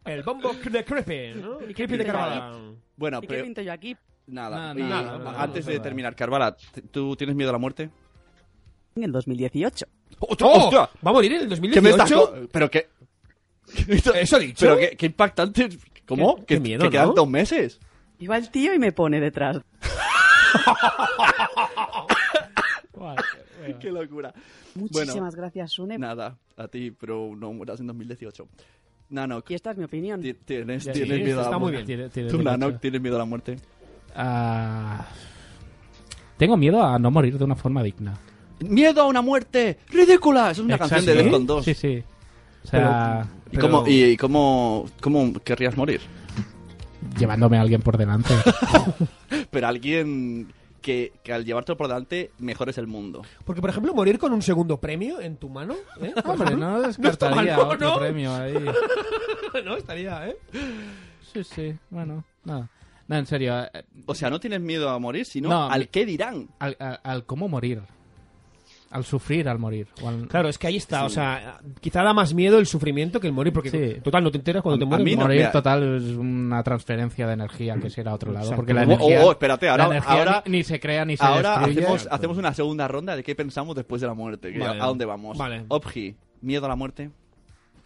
S5: El bombo de creepy, ¿no? Creepy de Carvalho.
S4: Bueno,
S8: ¿Y qué
S4: pero
S8: pinto yo aquí?
S4: Nada,
S3: No,
S4: y
S3: nada, no, no,
S4: antes
S3: no,
S4: de
S3: no.
S4: terminar, Carvala, t- ¿tú tienes miedo a la muerte?
S8: En el 2018.
S5: ¡Oh! ¿Va a morir en el
S4: ¿Qué me estás
S5: 2018?
S4: co- ¿Pero qué?
S5: ¿Eso he dicho?
S4: ¿Pero qué, qué impactante? ¿Cómo?
S8: Qué-
S4: que,
S8: qué miedo,
S4: que quedan
S8: ¿no?
S4: dos meses.
S8: Y va el tío y me pone detrás.
S4: qué locura.
S8: Muchísimas
S4: Bueno,
S8: gracias, Sune.
S4: Nada, a ti, pero no mueras en 2018. Nanok.
S8: Y esta es mi opinión.
S4: Tienes,
S8: Ya,
S4: tienes
S8: sí,
S4: miedo a
S8: está
S4: la
S8: muy
S4: muerte.
S8: bien. Tiene- tiene
S4: Tú,
S8: derecho.
S4: Nanok, tienes miedo a la muerte.
S3: Ah, tengo miedo a no morir de una forma digna.
S4: ¡Miedo a una muerte! ¡Ridícula! Eso es una
S3: Exacto.
S4: canción de Death con
S3: ¿Sí?
S4: 2.
S3: Sí, sí. O sea,
S4: ¿Y, cómo, ¿Y cómo, cómo querrías morir?
S3: llevándome a alguien por delante.
S4: Pero alguien que, que al llevarte por delante mejores el mundo.
S5: Porque, por ejemplo, morir con un segundo premio en tu mano. ¿eh?
S3: Hombre, no
S5: está mal,
S3: descartaría
S5: ¿no?
S3: otro
S5: ¿No?
S3: premio ahí.
S5: no, estaría, ¿eh?
S3: Sí, sí, bueno, nada. No, en serio. eh,
S4: O sea, no tienes miedo a morir, sino
S3: No,
S4: al
S3: mi-
S4: qué dirán.
S3: Al, al- al cómo morir. Al sufrir al morir. o al-
S5: Claro, es que ahí está. O sea, quizá da más miedo el sufrimiento que el morir. Porque,
S3: Sí.
S5: total, no te enteras cuando te mueres.
S3: morir total es una transferencia de energía que será a otro lado.
S5: Exacto.
S3: Porque la
S5: Oh,
S3: energía,
S4: oh, oh, espérate, ahora-
S3: la energía
S4: ahora-
S3: ni, ni se crea ni se
S4: Ahora
S3: destruye.
S4: hacemos, hacemos una segunda ronda de qué pensamos después de la muerte. que
S3: Vale.
S4: ¿A dónde vamos?
S3: Vale.
S4: Obji, ¿miedo a la muerte?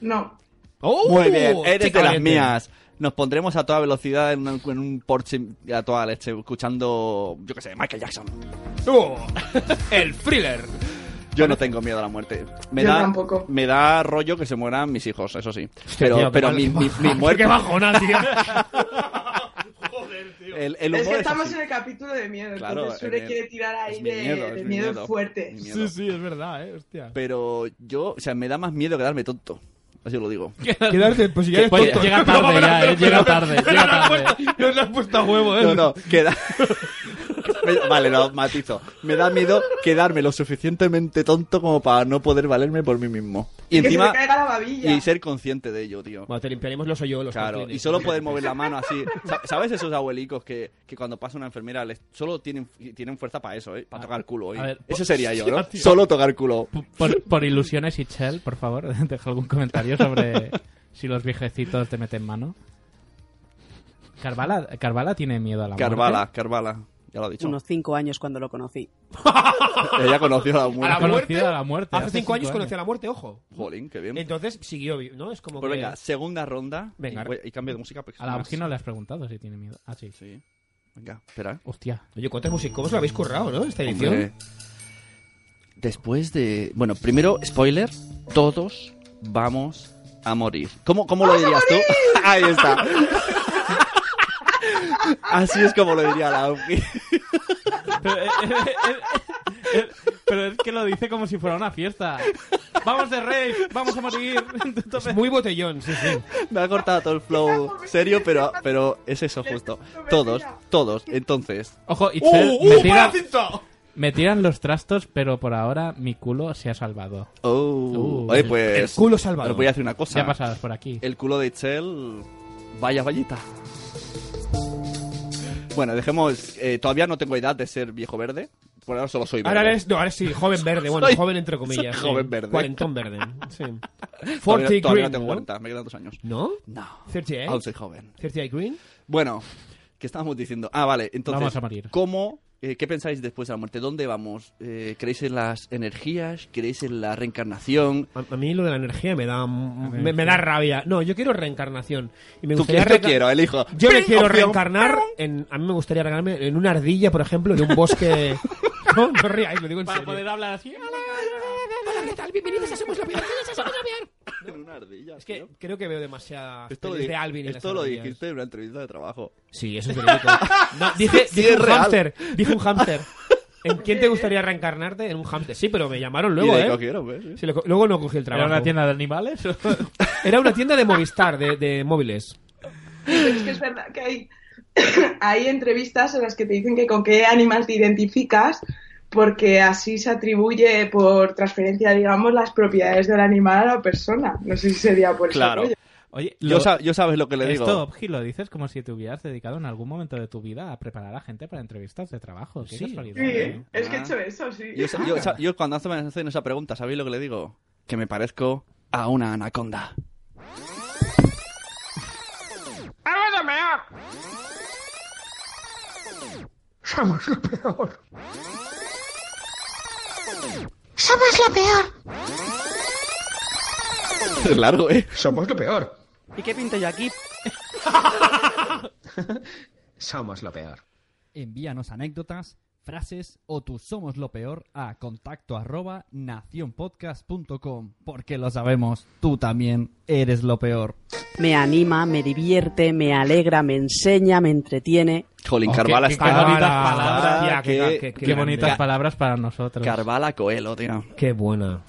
S7: No.
S3: ¡Oh!
S4: Muy bien, eres
S7: chica
S4: de las
S7: valiente.
S4: mías. Nos pondremos a toda velocidad en un, en un Porsche a toda leche escuchando, yo qué sé, Michael Jackson.
S5: el thriller.
S4: Yo no tengo miedo a la muerte. Me
S5: Yo
S4: da,
S5: tampoco.
S4: Me da rollo que se mueran mis hijos, eso sí. pero
S5: tío, qué
S4: pero
S5: mal-
S4: mi,
S5: qué
S4: mi,
S5: bajón,
S4: mi muerte.
S5: qué bajona, tío.
S4: Joder, tío. El, el
S7: Es
S4: humor
S7: que
S4: es
S7: estamos
S4: así.
S7: en el capítulo de miedo.
S4: Claro,
S7: entonces Sure
S4: en el-
S7: quiere tirar ahí
S4: mi
S7: de,
S4: miedo,
S7: de
S4: es mi
S7: miedos
S4: miedo,
S7: fuertes.
S4: mi miedo.
S5: Sí, sí, es verdad, ¿eh? Hostia.
S4: Pero yo, o sea, me da más miedo quedarme tonto. Así lo digo.
S5: Quedarte, pues si ya
S4: Que-
S5: eres
S4: pues,
S5: tonto.
S4: llega
S5: No,
S4: tarde
S5: pero-
S4: ya,
S5: pero-
S4: eh, llega
S5: pero-
S4: tarde,
S5: pero
S4: llega
S5: no la has
S4: tarde.
S5: puesto- No la has puesto a huevo, ¿eh?
S4: No, no, queda... Me- vale, no, matizo. Me da miedo quedarme lo suficientemente tonto como para no poder valerme por mí mismo. Y
S7: Que se
S4: encima...
S7: te caiga la babilla.
S4: Y ser consciente de ello, tío.
S5: Bueno, te limpiaremos los hoyuelos.
S4: Claro,
S5: Martínez.
S4: y solo poder mover la mano así. Sa- ¿Sabes esos abuelicos que, que cuando pasa una enfermera les, solo tienen, tienen fuerza para eso, ¿eh? Para tocar culo, ¿eh?
S3: a ver,
S4: Eso sería yo, ¿no?
S3: hostia, tío.
S4: Solo tocar culo.
S3: Por, por ilusiones y Chell, por favor, deja algún comentario sobre si los viejecitos te meten mano. Carvala, Carvala tiene miedo a la
S4: Carvala,
S3: muerte.
S4: Carvala. Ya lo he dicho.
S8: Unos cinco años cuando lo conocí.
S4: Ella conoció a la muerte.
S3: ¿A la muerte? Conocido a la muerte,
S5: Hace
S3: hace
S5: cinco
S3: cinco
S5: años
S3: años.
S5: conocí a la muerte, ojo.
S4: Jolín, qué bien.
S5: Entonces siguió, vi- ¿no? Es como
S4: Pues
S5: que...
S4: venga, segunda ronda.
S5: Venga.
S4: Y, voy- y cambio de música. porque
S3: A la
S4: más-
S3: Orgi no le has preguntado si tiene miedo. Ah, sí.
S4: Venga, espera.
S3: Hostia.
S5: Oye, ¿cuántas músicas? ¿Cómo os lo habéis currado, no? Esta edición.
S4: Hombre. Después de. Bueno, primero, spoiler: todos vamos a morir. ¿Cómo, cómo lo dirías tú? Ahí está. Así es como lo diría la Auki.
S3: Pero, eh, eh, eh, eh, pero es que lo dice como si fuera una fiesta. Vamos de rave, vamos a morir.
S5: Es muy botellón, sí, sí.
S4: Me ha cortado todo el flow serio, pero, pero es eso justo. Todos, todos. Entonces.
S3: Ojo, Itzel,
S4: ¡Uh,
S3: me,
S4: uh,
S3: tiran,
S4: para cinta!
S3: me tiran los trastos, pero por ahora mi culo se ha salvado.
S4: Oh,
S3: Uh.
S4: oye, pues.
S3: El culo salvador.
S4: Os voy a hacer una cosa.
S3: Ya pasadas por aquí.
S4: El culo de Itzel. Vaya vallita. Bueno, dejemos. eh, todavía no tengo edad de ser viejo verde. Por ahora solo soy verde.
S5: Ahora eres, no, ahora sí, joven verde, bueno,
S4: Soy-
S5: joven entre comillas.
S4: soy
S5: sí.
S4: joven verde.
S5: Cuarentón verde, sí. 40
S4: Todavía, todavía no
S5: green,
S4: tengo
S5: ¿no?
S4: 40, me quedan dos años.
S5: ¿No?
S4: No.
S5: 38.
S4: Aún soy joven.
S5: 38 Green.
S4: Bueno, ¿qué estábamos diciendo? Ah, vale, entonces.
S3: Vamos a morir.
S4: ¿Cómo? eh, ¿Qué pensáis después de la muerte? ¿Dónde vamos? Eh, ¿Creéis en las energías? ¿Creéis en la reencarnación?
S5: A, a mí lo de la energía me da me, me da rabia. No, yo quiero reencarnación. Y me
S4: ¿Tú
S5: gustaría
S4: qué- qué
S5: reenca-
S4: quiero? Elijo.
S5: Yo me
S4: Ping,
S5: quiero
S4: opción.
S5: reencarnar en a mí me gustaría reencarnarme en una ardilla, por ejemplo, de un bosque No, no ríais, lo digo en serio.
S3: hablar así.
S9: Hola, ¿qué tal? Bienvenidos a Somos la Peor. Bienvenidos a Somos la Peor.
S4: En una ardilla.
S5: Es que creo que veo demasiada
S4: Esto lo,
S5: pelis
S4: di-
S5: de Alvin y las
S4: esto lo
S5: ardillas.
S4: dijiste en una entrevista de trabajo.
S5: Sí, eso es verídico. No, dije,
S4: Sí,
S5: dije
S4: es
S5: un
S4: real.
S5: hámster, dije un hámster. ¿En quién te gustaría reencarnarte? En un hámster. Sí, pero me llamaron luego,
S4: Y le
S5: ¿eh?
S4: cogieron, ¿ves? Sí.
S5: Sí, lo co- luego no cogí el
S3: ¿Era
S5: trabajo.
S3: una tienda de animales?
S5: Era una tienda de Movistar, de, de móviles.
S7: Es que es verdad que hay, hay entrevistas en las que te dicen que con qué animal te identificas, porque así se atribuye por transferencia, digamos, las propiedades del animal a la persona. No sé si sería por eso.
S4: Claro.
S7: rollo.
S3: Oye,
S4: Yo sa- yo sabes lo que le digo.
S3: Esto, Obji, lo dices como si te hubieras dedicado en algún momento de tu vida a preparar a gente para entrevistas de trabajo. Qué
S4: Sí.
S3: casualidad.
S7: Sí,
S3: ¿eh?
S7: es que he hecho eso, sí.
S4: Yo, sa- yo
S5: Ah.
S4: sa- yo cuando hace- me hacen esa pregunta, ¿sabéis lo que le digo? Que me parezco a una anaconda.
S6: ¡Algo de mejor!
S9: Somos lo peor. Somos lo peor.
S4: Es largo, ¿eh?
S9: Somos lo peor.
S8: ¿Y qué pinto yo aquí?
S9: Somos lo peor.
S16: Envíanos anécdotas, frases o tu somos lo peor a contacto arroba nacionpodcast.com porque lo sabemos, tú también eres lo peor.
S8: Me anima, me divierte, me alegra, me enseña, me entretiene.
S4: Jolín, Carvala está... Carvala,
S3: Oh, qué, qué bonitas palabras, tía, qué,
S4: qué-
S3: qué bonitas
S4: Ca-
S3: palabras para nosotros.
S4: Carvala Coelho, tío.
S5: Qué buena.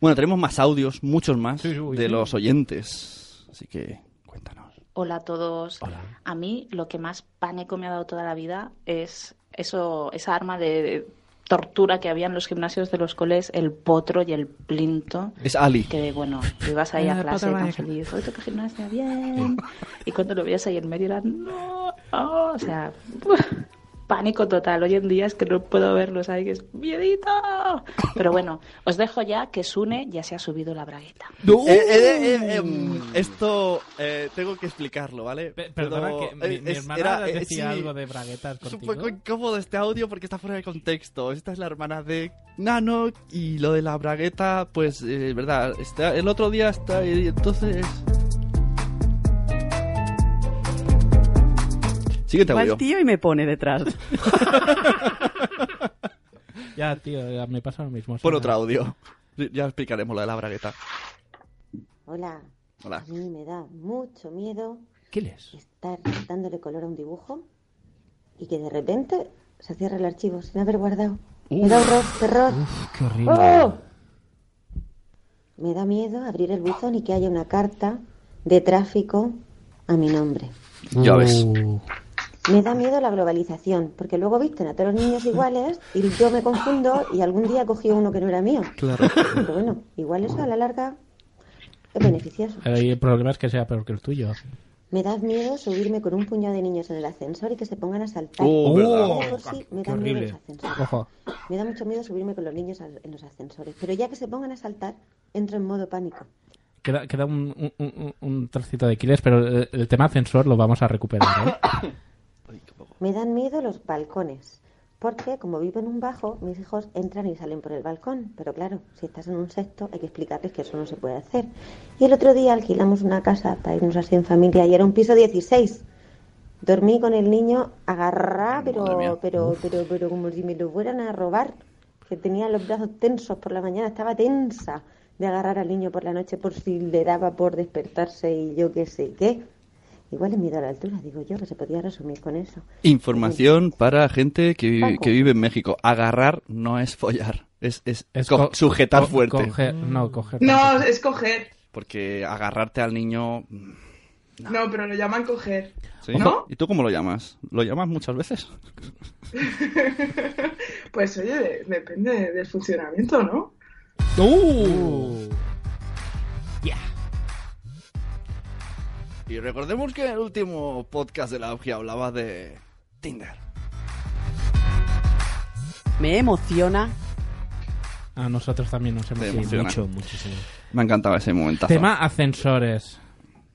S4: Bueno, tenemos más audios, muchos más, de los oyentes. Así que...
S12: Hola a todos. A mí lo que más pánico me ha dado toda la vida es eso, esa arma de tortura que había en los gimnasios de los coles, el potro y el plinto.
S4: Es Ali.
S12: Que bueno, tú ibas ahí
S4: El
S12: a clase
S4: potro
S12: tan
S4: mágico.
S12: feliz, hoy toca gimnasia, bien. Y cuando lo veías ahí en medio era, no, ah", o sea, pánico total. Hoy en día es que no puedo verlos ahí, que es miedito. Pero bueno, os dejo ya que Sune ya se ha subido la bragueta.
S4: Eh, eh, eh, eh, em, esto eh, tengo que explicarlo, ¿vale?
S3: Perdona,
S4: Pero,
S3: que mi,
S4: eh,
S3: mi
S4: es-
S3: hermana
S4: era, eh,
S3: decía
S4: sí.
S3: algo de braguetas
S4: Es un
S3: contigo.
S4: poco incómodo este audio porque está fuera de contexto. Esta es la hermana de Nano y lo de la bragueta, pues, eh, verdad, está, el otro día está y entonces... Siguiente
S8: Va
S4: audio.
S8: el tío y me pone detrás.
S3: Ya, tío, ya me pasa lo mismo.
S4: Pon
S3: Suena-
S4: otro audio. Ya explicaremos lo de la bragueta.
S17: Hola.
S4: Hola.
S17: A mí me da mucho miedo
S3: ¿Qué les?
S17: estar dándole color a un dibujo y que de repente se cierre el archivo sin haber guardado. Me da horror, terror.
S9: qué
S17: horrible. Me da miedo abrir el buzón y que haya una carta de tráfico a mi nombre.
S4: Ya
S8: Uh.
S4: ves.
S17: Me da miedo la globalización, porque luego visten a todos los niños iguales y yo me confundo y algún día cogí uno que no era mío.
S4: Claro.
S17: Pero bueno, igual eso a la larga es beneficioso.
S3: Eh, y el problema es que sea peor que el tuyo.
S17: Me da miedo subirme con un puñado de niños en el ascensor y que se pongan a saltar.
S3: Oh,
S17: Ya
S3: verdad.
S17: de por sí me
S3: Qué
S17: dan miedo los
S3: horrible.
S17: ascensores.
S3: Ojo.
S17: Me da mucho miedo subirme con los niños al- en los ascensores. Pero ya que se pongan a saltar, entro en modo pánico.
S3: Queda, queda un, un- un- un trocito de Quiles, pero el, el tema ascensor lo vamos a recuperar. ¿eh?
S17: Me dan miedo los balcones. Porque como vivo en un bajo, mis hijos entran y salen por el balcón. Pero claro, si estás en un sexto, hay que explicarles que eso no se puede hacer. Y el otro día alquilamos una casa para irnos así en familia y era un piso 16. Dormí con el niño agarrado, pero, pero, pero, pero como si me lo fueran a robar. Que tenía los brazos tensos por la mañana, estaba tensa de agarrar al niño por la noche por si le daba por despertarse y yo qué sé qué. Igual es miedo a la altura, digo yo, que se podía resumir con eso.
S4: Información para gente que, vi-
S17: Paco.
S4: que vive en México. Agarrar no es follar, es, es, co-
S3: co-
S4: sujetar
S3: co-
S4: fuerte.
S3: coger- no, coger.
S7: No, es coger.
S4: Porque agarrarte al niño... mm,
S7: No, pero lo llaman coger.
S4: ¿sí?
S7: ¿No?
S4: ¿Y tú cómo lo llamas? ¿Lo llamas muchas veces?
S7: Pues oye, de- depende del funcionamiento, ¿no?
S4: Y recordemos que en el último podcast de la UGI hablaba de Tinder.
S8: Me emociona.
S3: A nosotros también nos
S4: Te
S3: hemos
S4: emociona. Me ha encantado ese momentazo.
S3: Tema ascensores.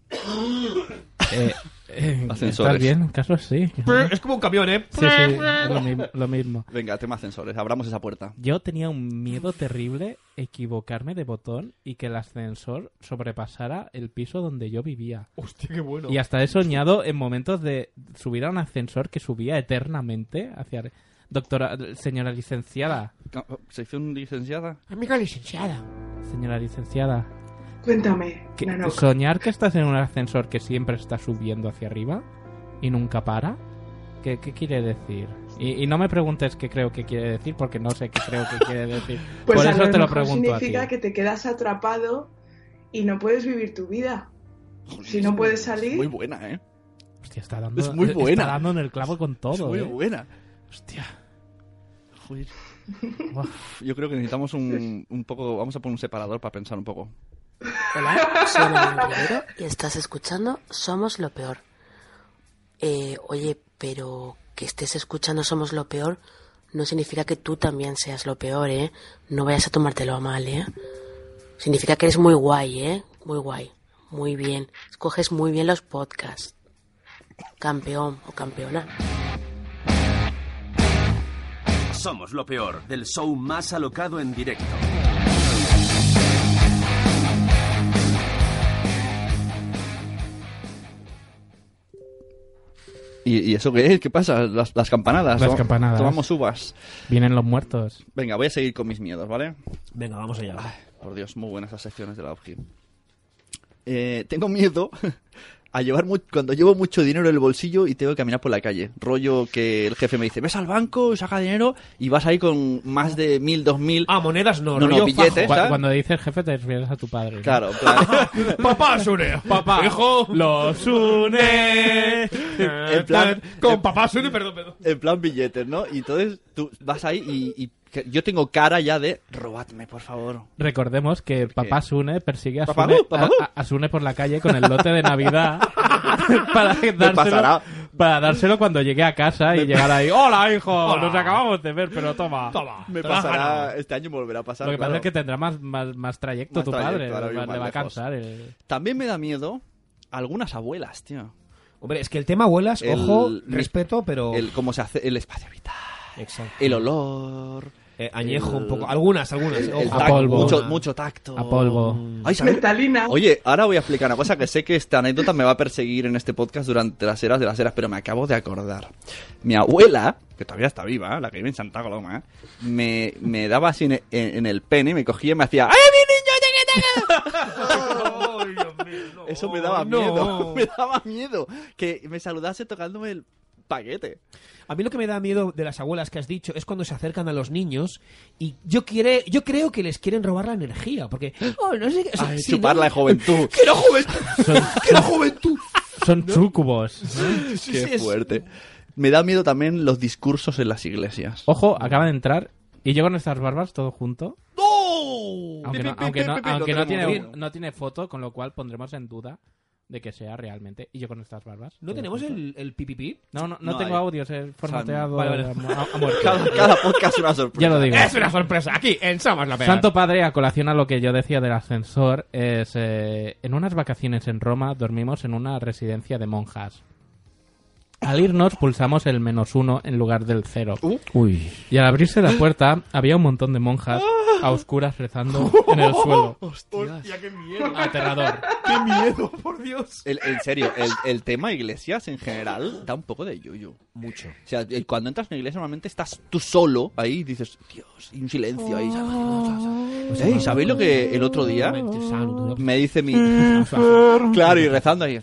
S3: Eh, eh,
S4: Ascensores.
S3: ¿Estás bien? Caso sí.
S5: Es como un camión, ¿eh?
S3: Sí, sí, lo mi- lo mismo.
S4: Venga, tema ascensores, abramos esa puerta.
S3: Yo tenía un miedo terrible equivocarme de botón y que el ascensor sobrepasara el piso donde yo vivía.
S5: Hostia, qué bueno.
S3: Y hasta he soñado en momentos de subir a un ascensor que subía eternamente hacia... Doctora, señora licenciada.
S4: ¿Sección licenciada?
S3: Amiga licenciada. Señora licenciada.
S7: Cuéntame,
S3: que-
S7: Nanoc.
S3: soñar que estás en un ascensor que siempre está subiendo hacia arriba y nunca para. ¿Qué, qué quiere decir? Y, y no me preguntes qué creo que quiere decir porque no sé qué creo que quiere decir.
S7: Pues
S3: Por
S7: a
S3: eso te lo
S7: mejor
S3: pregunto a ti.
S7: significa que te quedas atrapado y no puedes vivir tu vida. Si no puedes salir,
S4: Muy buena, ¿eh?
S3: Hostia, está dando,
S4: Es muy buena.
S3: Está dando en el clavo con todo.
S4: Es muy
S3: ¿eh?
S4: buena.
S3: Hostia.
S4: Joder. Yo creo que necesitamos un, un poco... Vamos a poner un separador para pensar un poco.
S18: Hola, soy Ana Rivero y estás escuchando Somos lo Peor. Eh, oye, pero que estés escuchando Somos lo Peor no significa que tú también seas lo peor, ¿eh? No vayas a tomártelo a mal, ¿eh? Significa que eres muy guay, ¿eh? Muy guay. Muy bien. Escoges muy bien los podcasts. Campeón o campeona.
S1: Somos lo peor, del show más alocado en directo.
S4: ¿Y, y eso qué es? ¿Qué pasa? Las, las campanadas.
S3: Las
S4: Toma-
S3: campanadas.
S4: Tomamos uvas.
S3: Vienen los muertos.
S4: Venga, voy a seguir con mis miedos, ¿vale?
S5: Venga, vamos allá.
S4: por Dios, muy buenas las secciones de la OPG. Eh, tengo miedo a llevar mu- cuando llevo mucho dinero en el bolsillo y tengo que caminar por la calle. Rollo que el jefe me dice, ves al banco, saca dinero y vas ahí con más de mil, dos mil...
S5: Ah, monedas no,
S4: no,
S5: rollo
S4: billetes,
S5: fajo.
S3: Cu-
S4: ¿sabes?
S3: Cuando dices jefe te refieres a tu padre. ¿no?
S4: Claro, claro.
S5: papá Sune, papá. Hijo, los une.
S4: En plan-
S5: Con papá Sune, perdón, perdón.
S4: En plan billetes, ¿no? Y entonces tú vas ahí y, y que- yo tengo cara ya de, robadme, por favor.
S3: Recordemos que papá Sune persigue a
S4: Papá,
S3: Sune,
S4: uh, papá,
S3: a- a- a Sune por la calle con el lote de Navidad para dárselo,
S4: pasará.
S3: para dárselo cuando llegue a casa y llegar ahí. ¡Hola, hijo! Nos acabamos de ver, pero toma.
S5: Toma.
S4: Me
S3: te la has ganado".
S4: pasará, este año volverá a pasar.
S3: Lo que pasa
S4: claro.
S3: es que tendrá más, más, más trayecto
S4: Más
S3: tu
S4: trayecto,
S3: padre.
S4: ahora
S3: le
S4: mismo
S3: va-
S4: más
S3: le va a
S4: lejos.
S3: cansar. el-
S4: También me da miedo algunas abuelas, tío.
S5: Hombre, es que el tema abuelas,
S4: El-
S5: ojo,
S4: mi-
S5: respeto, pero.
S4: El cómo se hace, el espacio vital,
S5: Exacto.
S4: el olor,
S5: Eh, añejo,
S4: el-
S5: un poco. Algunas, algunas.
S4: el,
S5: ojo.
S4: el tacto, mucho, mucho tacto.
S3: A polvo.
S4: Ay, ¿sabes?
S7: Metalina.
S4: Oye, ahora voy a explicar una cosa que sé que esta anécdota me va a perseguir en este podcast durante las eras de las eras, pero me acabo de acordar. Mi abuela, que todavía está viva, la que vive en Santa Coloma, me, me daba así en, en el pene, me cogía y me hacía ¡Ay, mi niño! ya que te hagas! Eso me daba
S5: no.
S4: miedo, me daba miedo que me saludase tocándome el paquete.
S5: A mí lo que me da miedo de las abuelas que has dicho es cuando se acercan a los niños y yo quiere, yo creo que les quieren robar la energía, porque oh, no sé qué, o sea,
S4: Ay,
S5: sí,
S4: chupar
S5: ¿no?
S4: la juventud.
S5: ¡Que la juventud!
S3: Son,
S5: ¡Que la juventud!
S3: son sucubos.
S4: Qué
S5: sí, es-
S4: fuerte. Me da miedo también los discursos en las iglesias.
S3: Ojo, acaba de entrar y llevo nuestras barbas todo junto.
S4: ¡No!
S3: Aunque
S4: Pe,
S3: no,
S4: pe,
S3: aunque
S4: pe,
S3: no-
S4: pe, pe,
S3: aunque
S4: lo
S3: no
S4: tenemos.
S3: tiene, no tiene foto, con lo cual pondremos en duda de que sea realmente. Y yo con nuestras barbas.
S5: ¿No tenemos el, el PPP?
S3: No, no, no,
S5: No
S3: tengo
S5: hay.
S3: audios, es formateado
S5: Vale, vale.
S3: a mu- a- a muerte.
S4: Cada, cada podcast es una sorpresa.
S3: Ya lo digo.
S5: Es una sorpresa, aquí, en Somos la Peor.
S3: Santo Padre, a colación a lo que yo decía del ascensor, es eh, en unas vacaciones en Roma dormimos en una residencia de monjas. Al irnos pulsamos el menos uno en lugar del cero.
S5: Uh.
S1: Uy.
S3: Y al abrirse la puerta había un montón de monjas a oscuras rezando en el suelo.
S5: Oh, Hostia, qué miedo.
S3: Aterrador.
S5: ¡Qué miedo, por Dios!
S4: El- en serio, el, el tema iglesias en general da un poco de yuyu.
S5: Mucho.
S4: O sea, el- cuando entras en una iglesia normalmente estás tú solo ahí y dices, Dios, y un silencio ahí. ¿sabes? Pues, ey, ¿Sabéis lo que el otro día me dice mi... claro, y rezando ahí.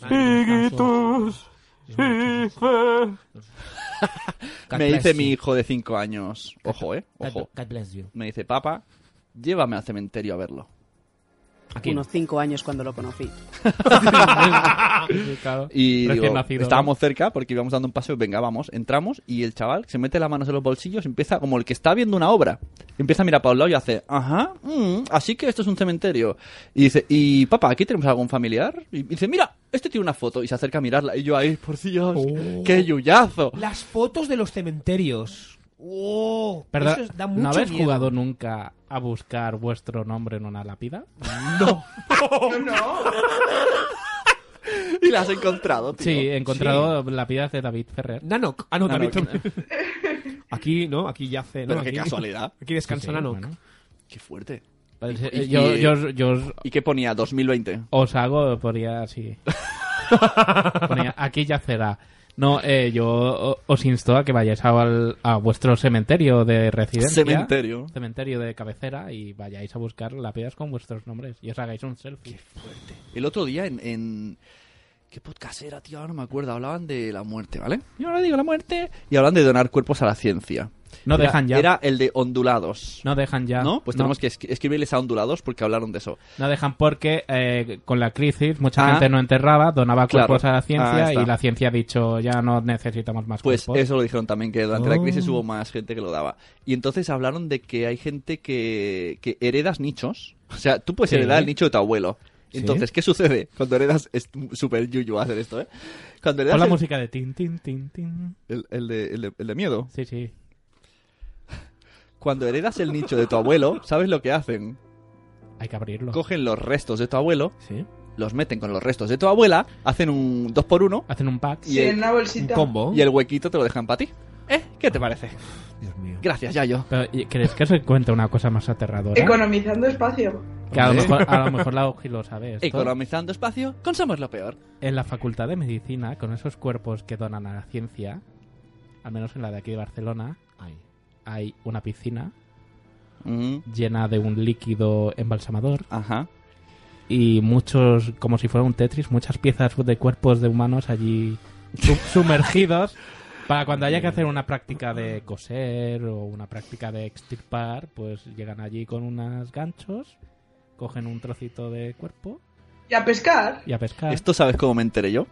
S4: Me dice mi hijo de 5 años, ojo, eh, ojo.
S5: God bless you.
S4: Me dice, papá, llévame al cementerio a verlo.
S8: Unos cinco años cuando lo conocí.
S3: Claro,
S4: Y
S3: recién
S4: digo,
S3: nacido, ¿no?
S4: estábamos cerca porque íbamos dando un paseo, venga, vamos, entramos y el chaval se mete las manos en los bolsillos, empieza como el que está viendo una obra, empieza a mirar para un lado y hace, ajá, mm, así que esto es un cementerio. Y dice, y papá, aquí tenemos algún familiar. Y dice, mira, este tiene una foto y se acerca a mirarla. Y yo ahí, por Dios,
S3: Oh.
S4: qué yuyazo.
S5: Las fotos de los cementerios. ¡Wow!
S3: Perdón,
S5: Eso da mucho
S3: ¿no habéis
S5: miedo.
S3: jugado nunca a buscar vuestro nombre en una lápida?
S4: Y la has encontrado, tío.
S3: Sí, he encontrado lápidas de David Ferrer.
S5: Nanok. Ah, no, también.
S4: Nanok.
S5: Aquí, ¿no? Aquí yace. ¿no?
S4: Pero qué
S5: Aquí-
S4: casualidad.
S5: Aquí descansa
S3: Sí,
S5: Nanok.
S3: bueno.
S4: Qué fuerte.
S3: Vale,
S4: Y-
S3: eh,
S4: y-
S3: yo,
S4: y-
S3: yo- yo os-
S4: ¿Y qué ponía? 2020.
S3: os hago, podría así. Ponía, aquí ya será. No, eh, yo o- os insto a que vayáis al- a vuestro cementerio de residencia.
S4: Cementerio.
S3: Cementerio de cabecera y vayáis a buscar lápidas con vuestros nombres y os hagáis un selfie.
S4: El otro día en... en- ¿Qué podcast era, tío? Ahora No me acuerdo. Hablaban de la muerte, ¿vale?
S3: Yo no digo la muerte.
S4: Y hablan de donar cuerpos a la ciencia.
S3: No
S4: Era-
S3: dejan ya.
S4: Era el de ondulados.
S3: No dejan ya.
S4: ¿No? Pues tenemos que escri- escribirles a ondulados porque hablaron de eso.
S3: No dejan porque eh, con la crisis mucha
S4: Ah.
S3: gente no enterraba, donaba
S4: Claro.
S3: cuerpos a la
S4: Ah,
S3: ciencia
S4: está.
S3: y la ciencia ha dicho ya no necesitamos más
S4: Pues
S3: cuerpos.
S4: eso lo dijeron también, que durante la
S3: Oh.
S4: crisis hubo más gente que lo daba. Y entonces hablaron de que hay gente que, que heredas nichos. O sea, tú puedes
S3: Sí.
S4: heredar el nicho de tu abuelo. Entonces, ¿qué sucede cuando heredas... Es súper yuyu hacer esto, ¿eh? Cuando
S3: Con
S4: heredas
S3: la
S4: el-
S3: música de tin, tin, tin, tin.
S4: el- el de- el de- el de miedo.
S3: Sí, sí.
S4: Cuando heredas el nicho de tu abuelo, ¿sabes lo que hacen?
S3: Hay que abrirlo.
S4: Cogen los restos de tu abuelo,
S5: Sí.
S4: los meten con los restos de tu abuela, hacen un 2 por 1
S3: Hacen un pack.
S4: y
S7: Sí, en
S4: el,
S7: una bolsita.
S5: combo.
S4: y el huequito te lo dejan para ti. ¿Eh? ¿Qué te parece?
S2: Dios mío.
S4: Gracias, Yayo.
S3: Pero, ¿y ¿Crees que se cuenta una cosa más aterradora?
S7: Economizando espacio.
S3: Que a lo mejor, a lo mejor la Oji lo sabe. esto.
S4: Economizando espacio, consumos lo peor.
S3: En la Facultad de Medicina, con esos cuerpos que donan a la ciencia, al menos en la de aquí de Barcelona, hay una piscina llena de un líquido embalsamador.
S4: Ajá.
S3: Y muchos, como si fuera un Tetris, muchas piezas de cuerpos de humanos allí su- sumergidos. Para cuando haya que hacer una práctica de coser o una práctica de extirpar, pues llegan allí con unos ganchos, cogen un trocito de cuerpo
S7: Y a pescar.
S3: y a pescar.
S4: Esto sabes cómo me enteré yo.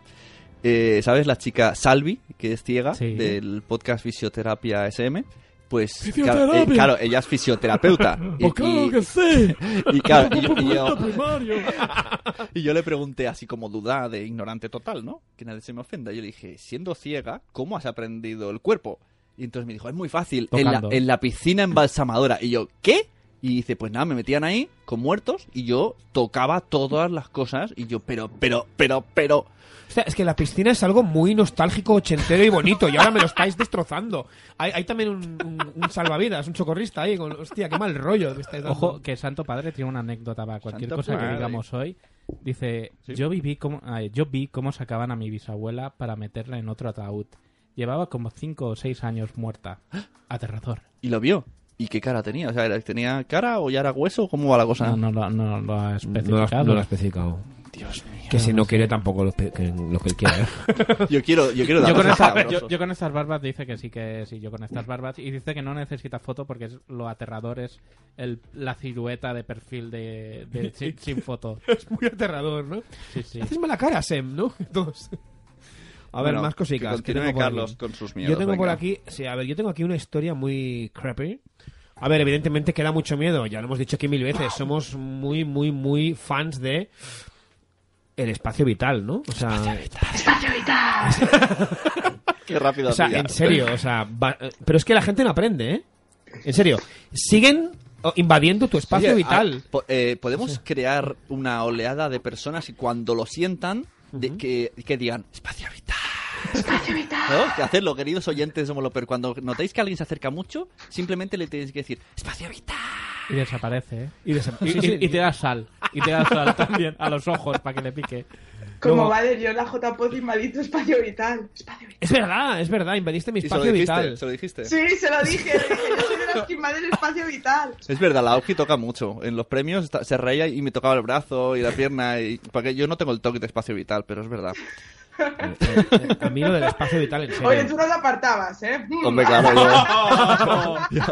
S4: Eh, ¿Sabes la chica Salvi, que es ciega, del podcast Fisioterapia SM? Pues claro, eh,
S2: Fisioterapia.
S4: claro, ella es fisioterapeuta. Y-
S2: Pues claro
S4: y-
S2: que sí.
S4: y claro, y yo- y yo-
S2: primario.
S4: Y yo le pregunté así como duda de ignorante total, ¿no? Que nadie se me ofenda. Yo le dije, siendo ciega, ¿cómo has aprendido el cuerpo? Y entonces me dijo, es muy fácil, en la,
S3: Tocando.
S4: en la piscina embalsamadora. Y yo, ¿qué? Y dice, pues nada, me metían ahí con muertos y yo tocaba todas las cosas. Y yo, pero, pero, pero, pero...
S5: O sea, es que la piscina es algo muy nostálgico, ochentero y bonito, y ahora me lo estáis destrozando. Hay, hay también un, un- un salvavidas, un socorrista ahí, con, hostia, qué mal rollo me estáis dando.
S3: Ojo, que Santo Padre tiene una anécdota para cualquier
S5: Santo
S3: cosa que
S5: Padre.
S3: digamos hoy. Dice,
S5: Sí.
S3: yo viví cómo, ay, yo vi cómo sacaban a mi bisabuela para meterla en otro ataúd. Llevaba como cinco o seis años muerta. Aterrador.
S4: Y lo vio. ¿Y qué cara tenía? O sea, ¿era- ¿tenía cara o ya era hueso? ¿Cómo va la cosa?
S3: No, no, lo- no lo ha
S4: No
S3: especificado.
S4: lo ha
S5: especificado.
S4: Dios mío.
S5: Que si no quiere tampoco lo que, lo que él quiere.
S4: Yo quiero, yo quiero dar
S3: con,
S4: cosas
S3: esta-
S4: sabrosas.
S3: yo- yo con estas barbas dice que sí, que sí, yo con estas barbas. Y dice que no necesita foto porque es, lo aterrador es el, la silueta de perfil de, de- sin, sin foto.
S5: Es muy aterrador, ¿no?
S3: Sí, sí.
S5: Haces mala cara, Sem, ¿no? Entonces... A ver,
S4: Bueno,
S5: más cositas.
S4: que
S5: que
S4: continúe
S5: tengo por
S4: Carlos
S5: aquí.
S4: con sus
S5: Yo
S4: miedos,
S5: tengo por
S4: venga.
S5: aquí, sí, a ver, yo tengo aquí una historia muy crappy. A ver, evidentemente queda mucho miedo, ya lo hemos dicho aquí mil veces. Somos muy, muy, muy fans de el espacio vital, ¿no? O sea,
S4: Qué rápido
S5: o sea,
S4: hacía.
S5: en serio, o sea, va- eh, pero es que la gente no aprende, ¿eh? En serio, siguen oh, invadiendo tu espacio
S4: Oye,
S5: vital.
S4: ah, po- eh, ¿Podemos crear una oleada de personas y cuando lo sientan, de, que, que digan espacio vital? ¿No? Que hacerlo, queridos oyentes de Moloper. Cuando notéis que alguien se acerca mucho, simplemente le tenéis que decir espacio vital.
S3: Y desaparece, ¿eh?
S5: Y, desap-
S3: y,
S5: sí, sí.
S3: y te da sal. Y te da sal también a los ojos para que le pique.
S7: Como
S3: Luego-
S7: va de Dios la J-Pod y maldito espacio vital. Espacio vital.
S5: Es verdad, es verdad, invadiste mi
S4: Y se lo
S5: espacio
S4: dijiste,
S5: vital.
S4: se lo dijiste.
S7: Sí, se lo dije. le dije, Yo soy de las que invaden el espacio vital.
S4: Es verdad, la Oki toca mucho. En los premios está- se reía y me tocaba el brazo y la pierna. Y, porque yo no tengo el toque de espacio vital, pero es verdad.
S5: Eh, A mí lo del espacio vital, en serio.
S7: Oye, tú no lo apartabas, ¿eh? Mm.
S4: Hombre, claro,
S5: Oh,
S4: yo-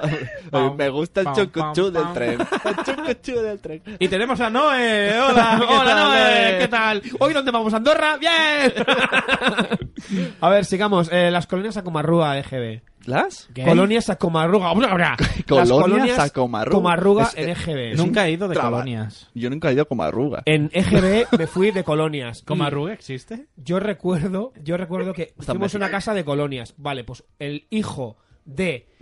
S4: Oye, me gusta el
S3: pam,
S4: chocuchú
S3: pam,
S4: del
S3: pam.
S4: tren.
S3: Y tenemos a Noé. Hola, hola Noé.
S5: ¿Qué tal? ¿Hoy dónde vamos? ¿Andorra? ¡Bien! A ver, sigamos. Eh, las colonias a Comarruga, EGB.
S4: ¿Las?
S5: Colonias a Comarruga. Una hora. Las
S4: Colonias a Comarruga.
S5: Comarruga
S4: Es- eh,
S5: en E EGB.
S4: es un
S3: Nunca he ido de
S4: traba-
S3: colonias.
S4: Yo nunca he ido a Comarruga.
S5: En EGB E me fui de colonias.
S3: ¿Comarruga existe?
S5: Yo recuerdo, yo recuerdo que
S4: Está en
S5: fuimos a una
S4: México.
S5: casa de colonias. Vale, pues el hijo de...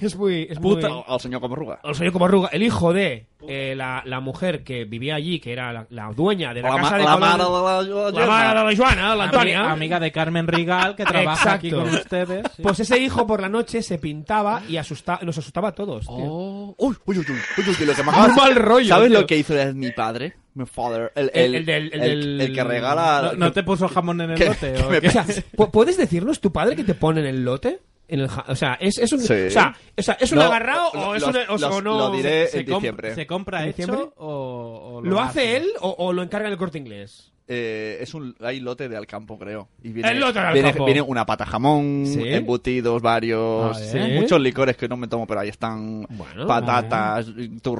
S5: Es muy... Es
S4: Puta,
S5: muy...
S4: al señor Comarruga.
S5: O sea, yo como arruga, el hijo de eh, la, la mujer que vivía allí, que era la, la dueña de la,
S4: La ma-
S5: casa de
S4: la
S5: colonias-
S4: madre de la
S5: la
S4: Joana.
S5: madre de la Joana, la
S3: Ami-
S5: Antonia.
S3: amiga de Carmen Rigal, que trabaja aquí
S5: Exacto.
S3: con ustedes. Sí.
S5: Pues ese hijo por la noche se pintaba y asusta- nos asustaba a todos. tío.
S3: Oh.
S4: Uy, uy, uy, uy, uy, uy, que lo que me
S5: Un
S4: acabas-
S5: mal rollo,
S4: ¿Sabes
S5: tío.
S4: lo que hizo mi padre? Mi father. El,
S5: El-
S4: el,
S5: el del- el del-
S4: el que regala.
S3: ¿No, no te puso jamón en el
S4: ¿Qué-
S3: lote?
S4: qué
S3: o
S4: me
S3: qué?
S5: O sea, ¿pu- ¿Puedes decirnos tu padre que te pone en el lote? En el ja- o, sea, ¿es, es un,
S4: Sí.
S5: o, sea, o sea, ¿es un
S4: No,
S5: agarrado o
S4: lo-
S5: es
S4: lo-
S5: un, o sea,
S4: lo-
S5: o no?
S4: lo diré
S5: ¿Se-
S4: en
S5: se comp-
S4: diciembre.
S3: ¿Se compra
S5: ¿En diciembre?
S3: hecho o, o
S5: ¿Lo hace él o, o lo encarga el corte inglés?
S4: Eh, es un hay lote de Alcampo, creo. Y viene,
S5: El lote de
S4: viene,
S5: Alcampo.
S4: viene una pata jamón,
S5: Sí.
S4: embutidos varios,
S5: Ah, ¿eh?
S4: muchos licores que no me tomo, pero ahí están patatas,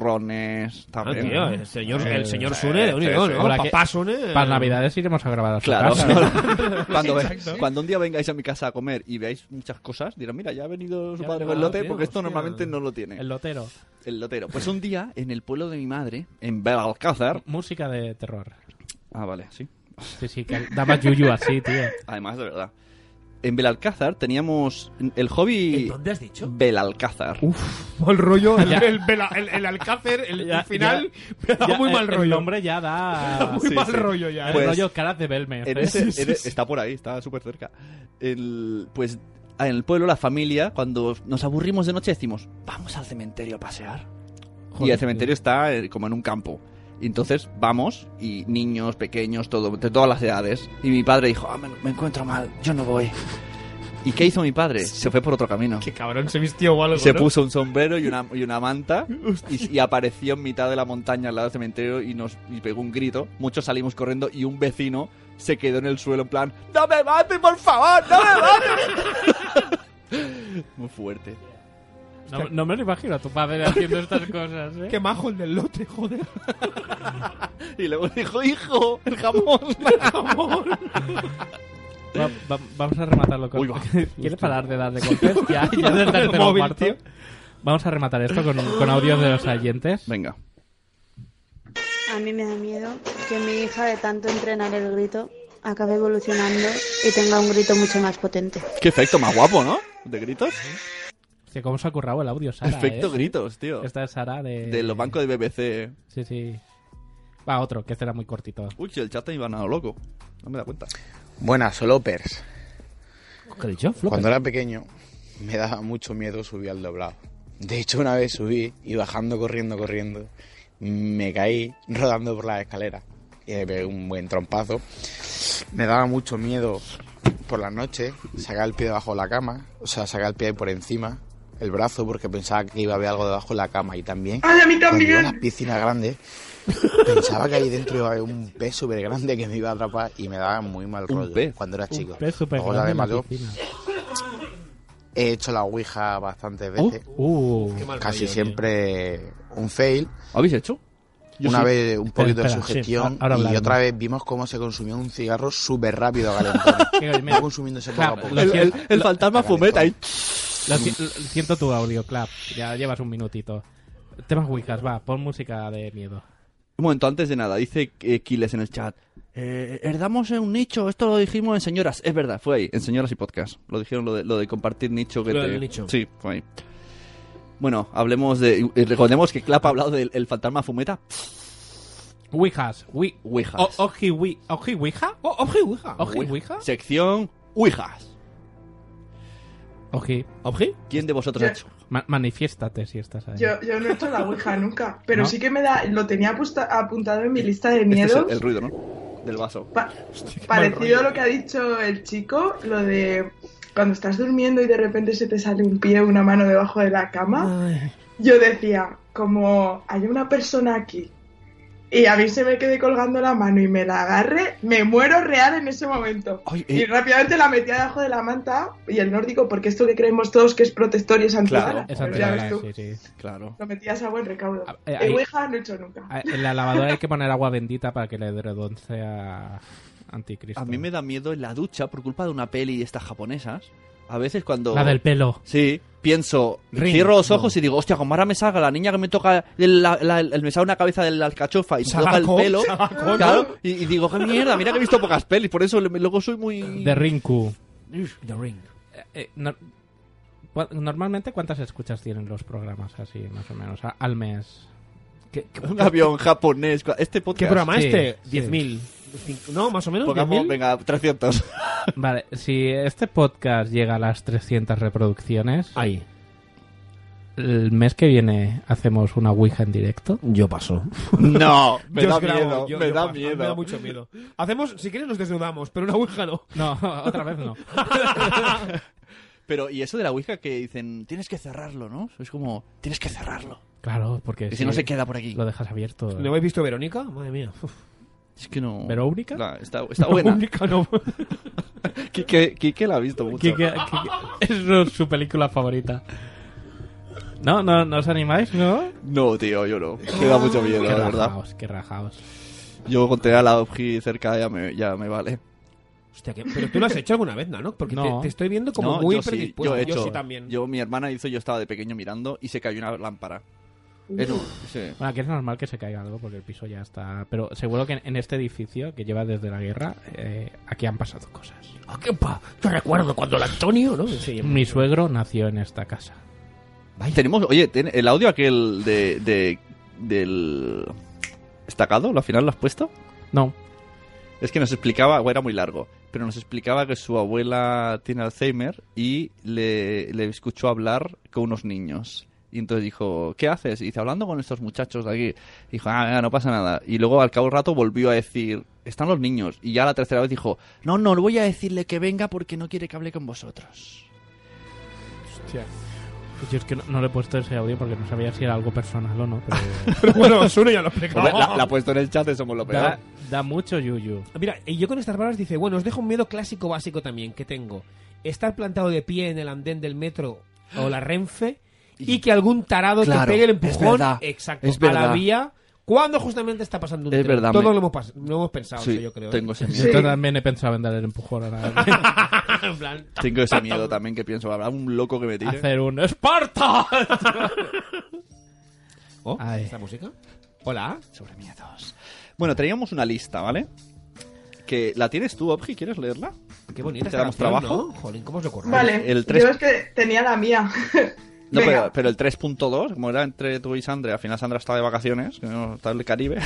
S4: turrones, también.
S5: Ah, tío, el señor- el señor
S4: Sí,
S5: Sune de
S4: sí,
S5: Unido,
S4: sí.
S5: ¿no? Hola, ¿qué- Papá Sune.
S3: Para Navidades iremos a grabar a su
S4: Claro,
S3: casa.
S4: claro. cuando, ve-
S5: Exacto.
S4: cuando un día vengáis a mi casa a comer y veáis muchas cosas, dirán, mira, ya ha venido su
S3: Ya
S4: padre
S3: ha
S4: con el
S3: llegado,
S4: lote,
S3: tío,
S4: porque esto
S3: hostia.
S4: normalmente no lo tiene.
S3: El lotero.
S4: El lotero. Pues un día, en el pueblo de mi madre, en Belalcázar...
S3: Música de terror.
S4: Ah, vale, sí.
S3: Sí, sí, que daba yuyu así, tío.
S4: Además, de verdad. En Belalcázar teníamos el hobby...
S5: dónde has dicho?
S4: Belalcázar.
S5: Mal rollo. El,
S4: Ya.
S5: el, vela- el- el alcácer, el, el final, me da
S3: Ya, eh,
S5: muy
S3: el-
S5: mal rollo.
S3: El nombre ya da...
S5: Muy mal rollo
S19: ¿eh?
S5: ya.
S3: El
S4: Ah, Pues-
S3: ¿eh? rollo caras de Belme.
S4: En ese- en- está por ahí, está súper cerca. El- pues en el pueblo, la familia, cuando nos aburrimos de noche, decimos, vamos al cementerio a pasear. y el cementerio está eh, como en un campo. Y entonces vamos, y niños, pequeños, todo, de todas las edades. Y mi padre dijo, "Ah, me, me encuentro mal, yo no voy. ¿Y qué hizo mi padre? Se fue por otro camino.
S2: Qué cabrón, se vistió o algo.
S4: Se
S2: ¿no?
S4: puso un sombrero y una, y una manta y, y apareció en mitad de la montaña al lado del cementerio y nos y pegó un grito. Muchos salimos corriendo y un vecino se quedó en el suelo en plan ¡No me mates, por favor! ¡No me mates! Muy fuerte.
S3: No, no me lo imagino a tu padre haciendo estas cosas, ¿eh?
S5: Qué majo el del lote, joder.
S4: y luego dijo, hijo, el jamón. El jamón.
S3: Va- va- vamos a rematarlo con.
S4: Uy, va.
S3: ¿Quieres parar de dar de golpes? Ya, ya desde el tercer
S2: Móvil,
S3: cuarto.
S2: tío.
S3: Vamos a rematar esto con, con audio de los oyentes.
S4: Venga.
S20: A mí me da miedo que mi hija de tanto entrenar el grito acabe evolucionando y tenga un grito mucho más potente.
S4: Qué efecto más guapo, ¿no? ¿De gritos?
S3: Hostia, ¿Cómo se ha currado el audio, Sara?
S4: Efecto
S3: eh?
S4: gritos, tío.
S3: Esta es Sara de.
S4: De los bancos de BBC.
S3: Sí, sí. Va, otro, que este era muy cortito.
S4: Uy, el chat me iba a nada loco. No me da cuenta.
S19: Buenas, Lopers.
S3: ¿Qué he dicho? Flopers.
S19: Cuando era pequeño me daba mucho miedo subir al doblado. De hecho, una vez subí y bajando, corriendo, corriendo, me caí rodando por las escaleras. Y me pegué un buen trompazo. Me daba mucho miedo por la noche sacar el pie debajo de la cama, o sea, sacar el pie por encima, el brazo, porque pensaba que iba a haber algo debajo de la cama y también.
S7: Ay, a mí
S19: cuando iba a
S7: también.
S19: las piscinas grandes, pensaba que ahí dentro iba a haber un pez súper grande que me iba a atrapar y me daba muy mal rollo cuando era chico.
S3: pez
S19: Luego,
S3: supergrande en la
S19: además, yo
S3: piscina.
S19: he hecho la Ouija bastantes
S4: Oh.
S19: veces.
S3: Uh, uh. Qué mal
S19: casi
S3: rollo,
S19: siempre un fail.
S4: ¿Habéis hecho? Yo
S19: una
S4: sí.
S19: vez un poquito
S4: Espera, espera,
S19: de sugestión
S4: sí, ahora
S19: y
S4: hablaremos.
S19: otra vez vimos cómo se consumía un cigarro súper rápido a calentón. Va consumiéndose poco a
S3: Claro,
S19: poco.
S3: lo siento. Lo-
S4: fantasma fumeta ahí.
S3: Lo, si- lo siento tu audio, Clap. Ya llevas un minutito. Temas Wiccas, va, pon música de miedo.
S4: Un momento, antes de nada, dice eh, Kiles en el chat. Eh, herdamos en un nicho, esto lo dijimos en señoras. Es verdad, fue ahí, en señoras y podcast. Lo dijeron lo de, lo de compartir nicho. Que
S2: Lo
S4: te-
S2: del nicho.
S4: Sí, fue ahí. Bueno, hablemos de. y Recordemos que Clap ha hablado del el fantasma fumeta.
S3: Ouijas, wi,
S4: Ouijas.
S3: O- oji, wi, oji, ouija, O- oji, ouija, oji, ouija,
S4: Sección Ouijas.
S3: oji.
S5: ¿Oji?
S4: ¿Quién de vosotros ha hecho?
S3: Ma- manifiéstate si estás ahí.
S7: Yo, yo no he hecho la Ouija nunca, pero
S3: ¿No?
S7: sí que me da, lo tenía apusta- apuntado en mi lista de
S4: Este es
S7: miedos.
S4: el, el ruido, ¿no? Del vaso.
S7: Pa-
S4: mal
S7: parecido a
S4: rollo.
S7: lo que ha dicho el chico, lo de cuando estás durmiendo y de repente se te sale un pie o una mano debajo de la cama. Yo decía, como hay una persona aquí y a mí se me quede colgando la mano y me la agarre, me muero real en ese momento.
S4: eh.
S7: Y rápidamente la metí debajo de la manta y el nórdico, porque esto que creemos todos que es protector y es antibalas,
S3: es
S7: pues ya ves tú,
S3: antibalas, sí, sí.
S4: Claro.
S7: Lo metías a buen recaudo.
S3: eh,
S7: El
S3: ahí-
S7: Ouija no he hecho nunca.
S3: Ah, En la lavadora hay que poner agua bendita para que le redonce a Anticristo.
S4: A mí me da miedo en la ducha por culpa de una peli de estas japonesas. A veces cuando.
S3: La del pelo.
S4: Sí, pienso.
S3: Ring.
S4: Cierro los ojos y digo, hostia, como ahora me salga la niña que me toca. el- la- la- el- me sale una cabeza de la alcachofa y se toca el
S3: Sadako,
S4: pelo.
S3: Sadako, ¿no?
S4: Claro, y, y digo, qué mierda, mira que he visto pocas pelis, por eso le- luego soy muy.
S3: De Rinku.
S4: The Ring.
S3: Eh, eh, nor- cua- Normalmente, ¿cuántas escuchas tienen los programas así, más o menos, a- al mes?
S4: Un avión japonés. Este podcast.
S3: ¿Qué programa Sí, este? sí.
S5: 10.000. Cinco- No, más o menos.
S4: Pongamos,
S5: 10.000.
S4: venga, 300.
S3: Vale, si este podcast llega a las 300 reproducciones.
S5: Ahí.
S3: El mes que viene hacemos una Ouija en directo.
S21: Yo paso.
S4: No,
S5: me Yo da os grabo, miedo, yo- me yo da paso, miedo. me da mucho miedo. Hacemos, si quieres, nos desnudamos, pero una ouija no.
S3: No, otra vez no.
S4: Pero, y eso de la Ouija que dicen, tienes que cerrarlo, ¿no? Es como, tienes que cerrarlo.
S3: Claro, porque.
S4: Y si no se queda por aquí.
S3: Lo dejas abierto.
S5: ¿No habéis visto Verónica? Madre mía.
S4: Es que no.
S3: ¿Verónica?
S4: La- está, está buena.
S5: Verónica no.
S4: Quique, Quique la ha visto mucho.
S3: Quique- Quique- es su- su película favorita. No, no, no os animáis, ¿no?
S4: No, Oh, tío, yo no. Me da mucho miedo,
S3: Qué
S4: la verdad.
S3: rajaos, qué rajaos.
S4: Yo conté a la OBGI cerca, ya me, ya me vale.
S5: Hostia, que- pero tú lo has hecho alguna vez, ¿no? Porque te, te estoy viendo como
S4: No,
S5: muy
S4: yo sí,
S5: predispuesto.
S4: yo, he hecho,
S5: sí también.
S4: Yo, mi hermana hizo, yo estaba de pequeño mirando y se cayó una lámpara. Es un- sí.
S3: Bueno, que es normal que se caiga algo porque el piso ya está. Pero seguro que en- en este edificio que lleva desde la guerra, eh, aquí han pasado cosas.
S4: Oh,
S5: Yo recuerdo cuando el Antonio, ¿no? Sí,
S3: Mi suegro nació en esta casa.
S4: Tenemos, oye, ten- el audio aquel de, de- del estacado, ¿lo al final lo has puesto?
S3: No.
S4: Es que nos explicaba, o era muy largo, pero nos explicaba que su abuela tiene Alzheimer y le, le escuchó hablar con unos niños. Y entonces dijo, ¿qué haces? Y dice, hablando con estos muchachos de aquí. Y dijo, ah, venga, no pasa nada. Y luego al cabo del rato volvió a decir, están los niños. Y ya la tercera vez dijo, no, no, voy a decirle que venga porque no quiere que hable con vosotros.
S3: Hostia. Pues Yo es que no, no le he puesto ese audio porque no sabía si era algo personal o no. Pero,
S2: Pero bueno, Sune ya lo ha explicado.
S4: Joder, La, la ha puesto en el chat de Somos lo peor.
S3: da, da mucho yuyu.
S5: Mira, y yo con estas palabras dice, bueno, os dejo un miedo clásico básico también que tengo. Estar plantado de pie en el andén del metro o la Renfe y que algún tarado
S4: Claro,
S5: te pegue el
S4: es
S5: empujón
S4: verdad,
S5: exacto,
S4: es
S5: a
S4: verdad.
S5: la vía cuando justamente está pasando un
S4: Es
S5: tren.
S4: verdad,
S5: Todos
S4: me-
S5: lo hemos, pas- lo hemos pensado,
S4: Sí,
S5: eso yo creo. ¿eh?
S4: tengo ese miedo.
S3: Yo también he pensado en dar el empujón a la-
S5: En plan,
S4: Tengo ese miedo también que pienso, habrá un loco que me tire.
S3: hacer un Esparta.
S5: Oh,
S4: Ay.
S5: ¿Esta música? Hola.
S4: Sobre miedos. Bueno, teníamos una lista, ¿vale? Que la tienes tú, Obji, ¿quieres leerla?
S5: Qué bonita.
S4: ¿Te
S5: esta
S4: damos
S5: canción,
S4: trabajo?
S5: ¿no? Jolín, ¿cómo os lo corro?
S7: Vale,
S4: El tres-
S7: yo es que tenía la mía.
S4: No,
S7: Venga.
S4: pero, pero el 3.2, como era entre tú y Sandra, al final Sandra está de vacaciones, que no está en el Caribe.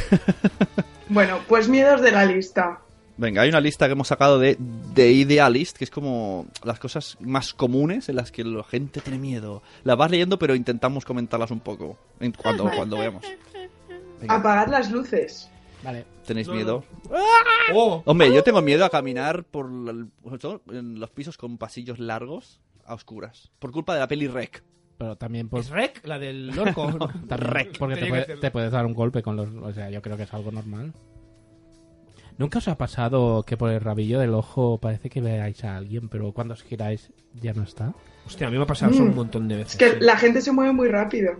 S7: Bueno, pues miedos de la lista.
S4: Venga, hay una lista que hemos sacado de The Idealist, que es como las cosas más comunes en las que la gente tiene miedo. Las vas leyendo, pero intentamos comentarlas un poco en- cuando, cuando veamos. Venga.
S7: Apagad las luces.
S3: Vale.
S4: ¿Tenéis miedo?
S5: Oh.
S4: Hombre, yo tengo miedo a caminar por la- sobre todo en los pisos con pasillos largos a oscuras. Por culpa de la peli Rec.
S3: Pero también pues, por...
S5: ¿Es Rec? La del orco.
S4: No,
S3: También,
S4: Rec.
S3: Porque te,
S5: Tenía que
S3: puede-
S5: hacerlo.
S3: te puedes dar un golpe con los... O sea, yo creo que es algo normal. ¿Nunca os ha pasado que por el rabillo del ojo parece que veáis a alguien, pero cuando os giráis ya no está?
S5: Hostia, a mí me ha pasado eso un montón de veces.
S7: Mm. Es que la gente se mueve muy rápido.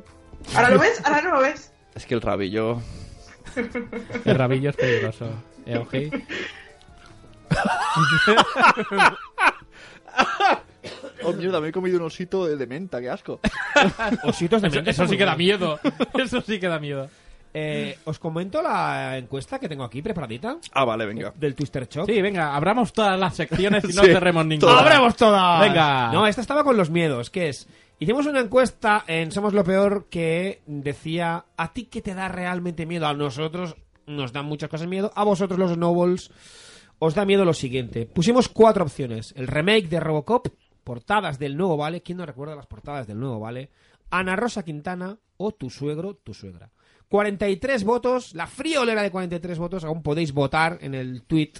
S7: ¿Ahora lo ves? ¿Ahora no lo ves?
S4: Es que el rabillo...
S3: El rabillo es peligroso. ¿Eh, Oji?
S4: Oh, mierda, me he comido un osito de, de menta, qué asco.
S5: Ositos de menta,
S3: Eso, eso
S5: muy
S3: sí que da
S5: bueno.
S3: miedo. Eso sí que da miedo.
S5: Eh, os comento la encuesta que tengo aquí preparadita
S4: Ah, vale, venga.
S5: Eh, del Twister Shop.
S3: Sí, venga, abramos todas las secciones y no
S4: Sí,
S3: cerremos ninguna.
S5: todas. ¡Abramos todas!
S3: Venga.
S5: No, esta estaba con los miedos, que es... Hicimos una encuesta en Somos lo Peor que decía ¿A ti qué te da realmente miedo? A nosotros nos dan muchas cosas miedo. A vosotros los Nobles os da miedo lo siguiente. Pusimos cuatro opciones. El remake de Robocop, portadas del nuevo Vale. ¿Quién no recuerda las portadas del nuevo Vale? Ana Rosa Quintana o tu suegro, tu suegra. 43 votos, la friolera de 43 votos. Aún podéis votar en el tweet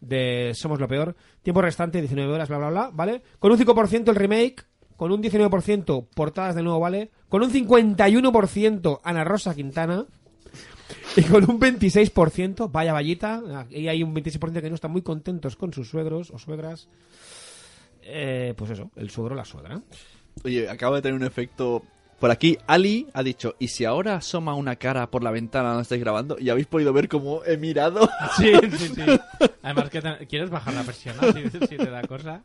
S5: de Somos lo Peor. Tiempo restante, 19 horas, bla, bla, bla, ¿vale? Con un 5% el remake, con un 19% portadas del nuevo, ¿vale? Con un 51% Ana Rosa Quintana. Y con un 26%, vaya vallita, y hay un 26% que no están muy contentos con sus suegros o suegras. Eh, pues eso, el suegro o la suegra.
S4: Oye, acaba de tener un efecto... Por aquí, Ali ha dicho, ¿y si ahora asoma una cara por la ventana donde estáis grabando? Y habéis podido ver cómo he mirado.
S3: Sí, sí, sí. Además, que te- ¿quieres bajar la presión ¿no? si, si te da cosa?